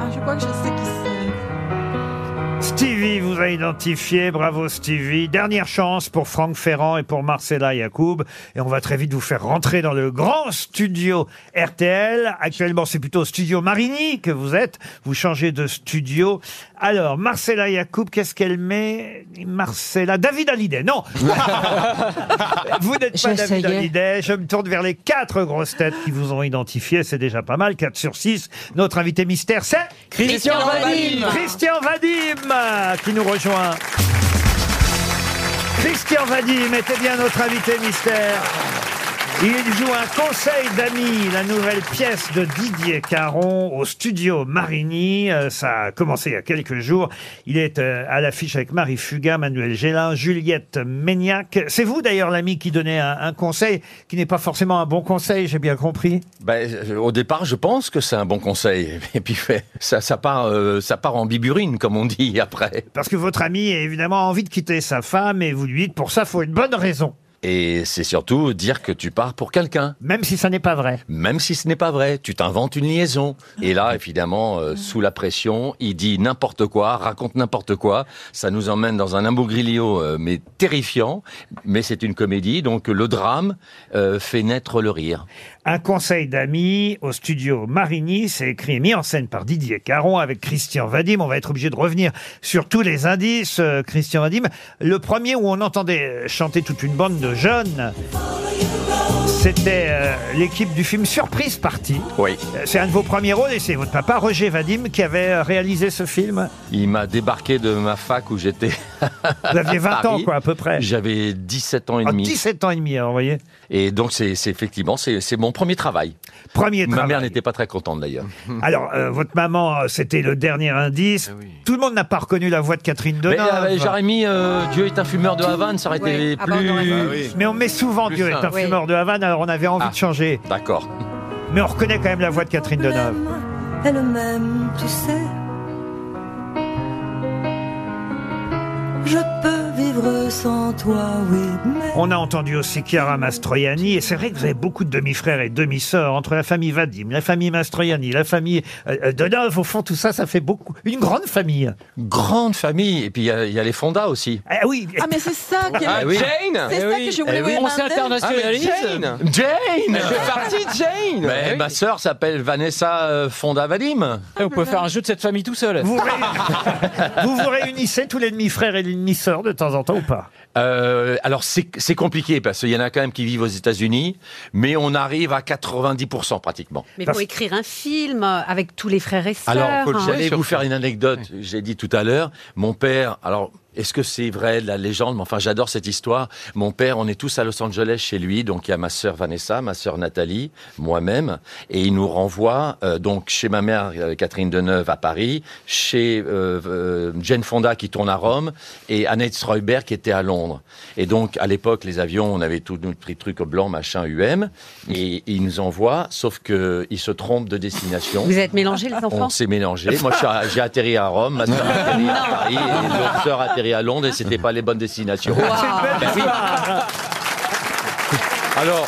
Ah, je crois que je sais qui c'est.
Stevie vous a identifié, bravo Stevie. Dernière chance pour Franck Ferrand et pour Marcella Yacoub. Et on va très vite vous faire rentrer dans le grand studio RTL. Actuellement, c'est plutôt studio Marigny que vous êtes. Vous changez de studio. Alors, Marcella Yacoub, qu'est-ce qu'elle met Marcella, David Hallyday, non Vous n'êtes pas David
J'essayais.
Hallyday. Je me tourne vers les quatre grosses têtes qui vous ont identifié. C'est déjà pas mal, 4 sur 6. Notre invité mystère, c'est...
Christian Vadim.
Christian Vadim euh, qui nous rejoint. Christian Vadim était bien notre invité mystère. Il joue un conseil d'amis, la nouvelle pièce de Didier Caron au studio Marigny. Euh, Ça a commencé il y a quelques jours. Il est euh, à l'affiche avec Marie Fugain, Manuel Gélin, Juliette Méniac. C'est vous d'ailleurs l'ami qui donnait un, un conseil qui n'est pas forcément un bon conseil, j'ai bien compris.
Ben, je- au départ, je pense que c'est un bon conseil. Et puis, fait- ça, ça, part, euh, ça part en biburine, comme on dit après.
Parce que votre ami a évidemment envie de quitter sa femme et vous lui dites pour ça, faut une bonne raison.
Et c'est surtout dire que tu pars pour quelqu'un.
Même si ça n'est pas vrai.
Même si ce n'est pas vrai, tu t'inventes une liaison. Et là, évidemment,
Ah.
euh, sous la pression, il dit n'importe quoi, raconte n'importe quoi. Ça nous emmène dans un imbogrilio, euh, mais terrifiant. Mais c'est une comédie, donc le drame euh, fait naître le rire.
Un conseil d'amis au studio Marigny, c'est écrit et mis en scène par Didier Caron avec Christian Vadim. On va être obligé de revenir sur tous les indices, euh, Christian Vadim. Le premier où on entendait euh, chanter toute une bande de jeunes, c'était euh, l'équipe du film Surprise Party.
Oui.
Euh, C'est un de vos premiers rôles et c'est votre papa, Roger Vadim, qui avait euh, réalisé ce film.
Il m'a débarqué de ma fac où j'étais.
Vous aviez 20 ans, quoi, à peu près.
J'avais 17 ans et
En
demi.
17 ans et demi, hein, vous voyez.
Et donc, c'est c'est effectivement, c'est c'est mon premier travail.
Premier
Ma
travail.
mère n'était pas très contente d'ailleurs.
Alors, euh, votre maman, euh, c'était le dernier indice. Tout le monde n'a pas reconnu la voix de Catherine
Eh Mais
Deneuve.
euh, j'aurais mis euh, Dieu est un fumeur de Havane, ça aurait
Ouais,
été plus.
Mais on met souvent
Plus
Dieu est
simple.
un fumeur de Havane, alors on avait envie de changer.
D'accord.
Mais on reconnaît quand même la voix de Catherine Deneuve.
Elle m'aime, tu sais. Je peux vivre sans toi, oui, mais
On a entendu aussi Chiara Mastroianni, et c'est vrai que vous avez beaucoup de demi-frères et demi-sœurs entre la famille Vadim, la famille Mastroianni, la famille euh, euh, Deneuve. Au fond, tout ça, ça fait beaucoup. Une grande famille.
Grande famille. Et puis il y a- il y, a les Fonda aussi.
Ah oui.
Ah, Ah, mais c'est ça que,
Ah oui.
c'est ça que je voulais
Eh oui.
vous
On s'est
demander.
internationaliste.
Jane Jane
Je fais partie
de Jane Mais Ma sœur s'appelle Vanessa euh, Fonda Vadim.
Eh, On peut faire un jeu de cette famille tout seul.
Vous, Vous vous réunissez tous les demi-frères et les demi-sœurs de temps en temps ou pas
Euh, alors c'est c'est compliqué parce qu'il y en a quand même qui vivent aux États-Unis, mais on arrive à 90% pratiquement.
Mais pour écrire un film euh, avec tous les frères et sœurs.
Alors,
hein.
j'allais vous faire une anecdote. J'ai dit tout à l'heure, mon père. Alors, est-ce que c'est vrai la légende Mais enfin, j'adore cette histoire. Mon père, on est tous à Los Angeles chez lui, donc il y a ma sœur Vanessa, ma sœur Nathalie, moi-même, et il nous renvoie euh, donc chez ma mère euh, Catherine Deneuve à Paris, chez euh, euh, Jane Fonda qui tourne à Rome et Annette Streuber qui était à Londres. Et donc, à l'époque, les avions, on avait tout notre petit truc blanc, machin, UM, et il nous envoie, sauf que il se trompe de destination.
Vous êtes mélangés, les enfants
On s'est mélangé. Moi, je suis à- j'ai atterri à Rome, ma sœur a atterri à Paris, et notre sœur a atterri à Londres, et c'était pas les bonnes destinations.
Ben oui.
Alors,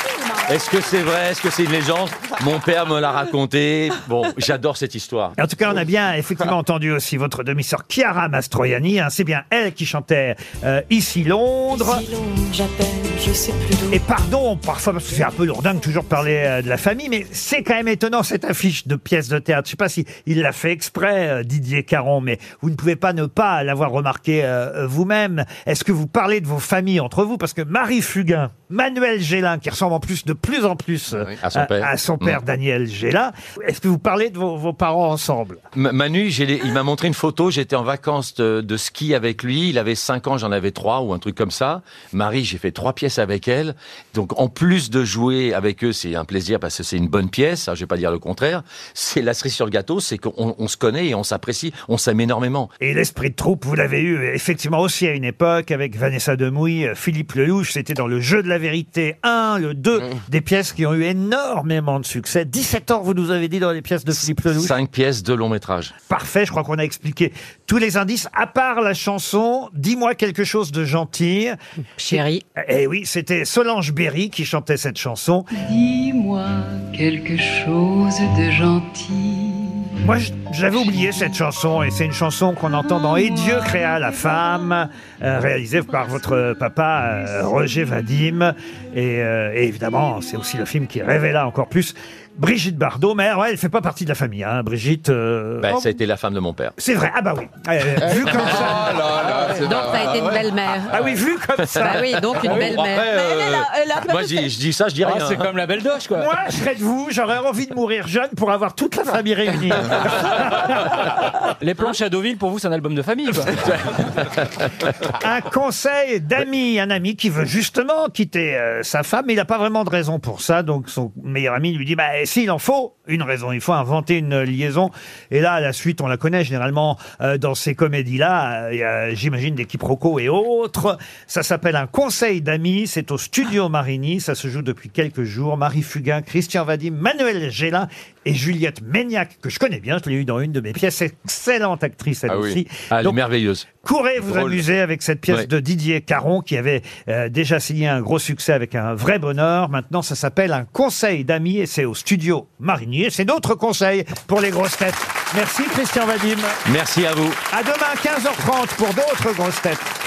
est-ce que c'est vrai Est-ce que c'est une légende Mon père me l'a raconté. Bon, j'adore cette histoire.
En tout cas, on a bien effectivement entendu aussi votre demi-sœur Chiara Mastroianni. hein. C'est bien elle qui chantait euh, Ici Londres.
Ici Londres, j'appelle, je sais plus d'où.
Et pardon, parfois, parce que c'est un peu lourdingue toujours de parler euh, de la famille, mais c'est quand même étonnant cette affiche de pièces de théâtre. Je sais pas si il l'a fait exprès, euh, Didier Caron, mais vous ne pouvez pas ne pas l'avoir remarqué euh, vous-même. Est-ce que vous parlez de vos familles entre vous Parce que Marie Fugain, Manuel Gélin, qui ressemble en plus de plus en plus euh,
Ah à son père.
son père,
Mm.
Daniel Gélin, est-ce que vous parlez de vos, vos parents ensemble
M- Manu, j'ai les- il m'a montré une photo. J'étais en vacances de, de ski avec lui. Il avait 5 ans, j'en avais 3 ou un truc comme ça. Marie, j'ai fait trois pièces avec elle. Donc, en plus de jouer avec eux, c'est un plaisir parce que c'est une bonne pièce. hein, je vais pas dire le contraire. C'est la cerise sur le gâteau, c'est qu'on on se connaît et on s'apprécie. On s'aime énormément.
Et l'esprit de troupe, vous l'avez eu effectivement aussi à une époque avec Vanessa Demouy, euh, Philippe Lelouch. C'était dans le jeu de la vérité 1, le 2, des pièces qui ont eu énormément de succès. 17 ans, vous nous avez dit dans les pièces de Philippe Lelouch.
Cinq pièces de long métrage.
Parfait, je crois qu'on a expliqué tous les indices, à part la chanson Dis-moi quelque chose de gentil.
Chérie.
Eh oui, c'était Solange Berry qui chantait cette chanson.
dis-moi quelque chose de gentil.
Moi, je- j'avais oublié cette chanson, et c'est une chanson qu'on entend dans Et Dieu créa la femme, euh, réalisée par votre papa euh, Roger Vadim. Et, euh, et évidemment, c'est aussi le film qui révéla encore plus Brigitte Bardot, mais ouais, elle fait pas partie de la famille, hein, Brigitte. euh,
Ben,
oh,
ça a été la femme de mon père.
C'est vrai, ah bah oui. Euh, vu comme
Ah,
ça.
Donc, ça a été une belle-mère.
Ah oui, vu comme ça.
Bah oui, donc une
Ah oui,
belle-mère.
après,
Mais elle est là,
euh,
elle a-
Moi, je je dis ça, je dis
Ah,
rien.
c'est
hein.
comme la belle doche, quoi.
Moi, je serais de vous, j'aurais envie de mourir jeune pour avoir toute la famille réunie.
Les planches à Deauville, pour vous, c'est un album de famille, quoi.
un conseil d'ami, un ami qui veut justement quitter euh, sa femme, mais il n'a pas vraiment de raison pour ça. Donc son meilleur ami lui dit, bah s'il en faut une raison, il faut inventer une liaison. Et là, à la suite, on la connaît généralement euh, dans ces comédies-là. euh, il y a, J'imagine des quiproquos et autres. Ça s'appelle un conseil d'ami. C'est au studio Marigny. Ça se joue depuis quelques jours. Marie Fugain, Christian Vadim, Manuel Gélin et Juliette Maignac, que je connais bien, je l'ai eu dans une de mes pièces, excellente actrice elle
Ah oui.
aussi.
Ah, elle est
Donc,
merveilleuse.
Courez vous
Drôle.
amuser avec cette pièce
Ouais.
de Didier Caron qui avait euh, déjà signé un gros succès avec un vrai bonheur. Maintenant, ça s'appelle Un conseil d'amis et c'est au studio Marinier. C'est d'autres conseils pour les grosses têtes. Merci Christian Vadim.
Merci à vous.
À demain 15h30 pour d'autres grosses têtes.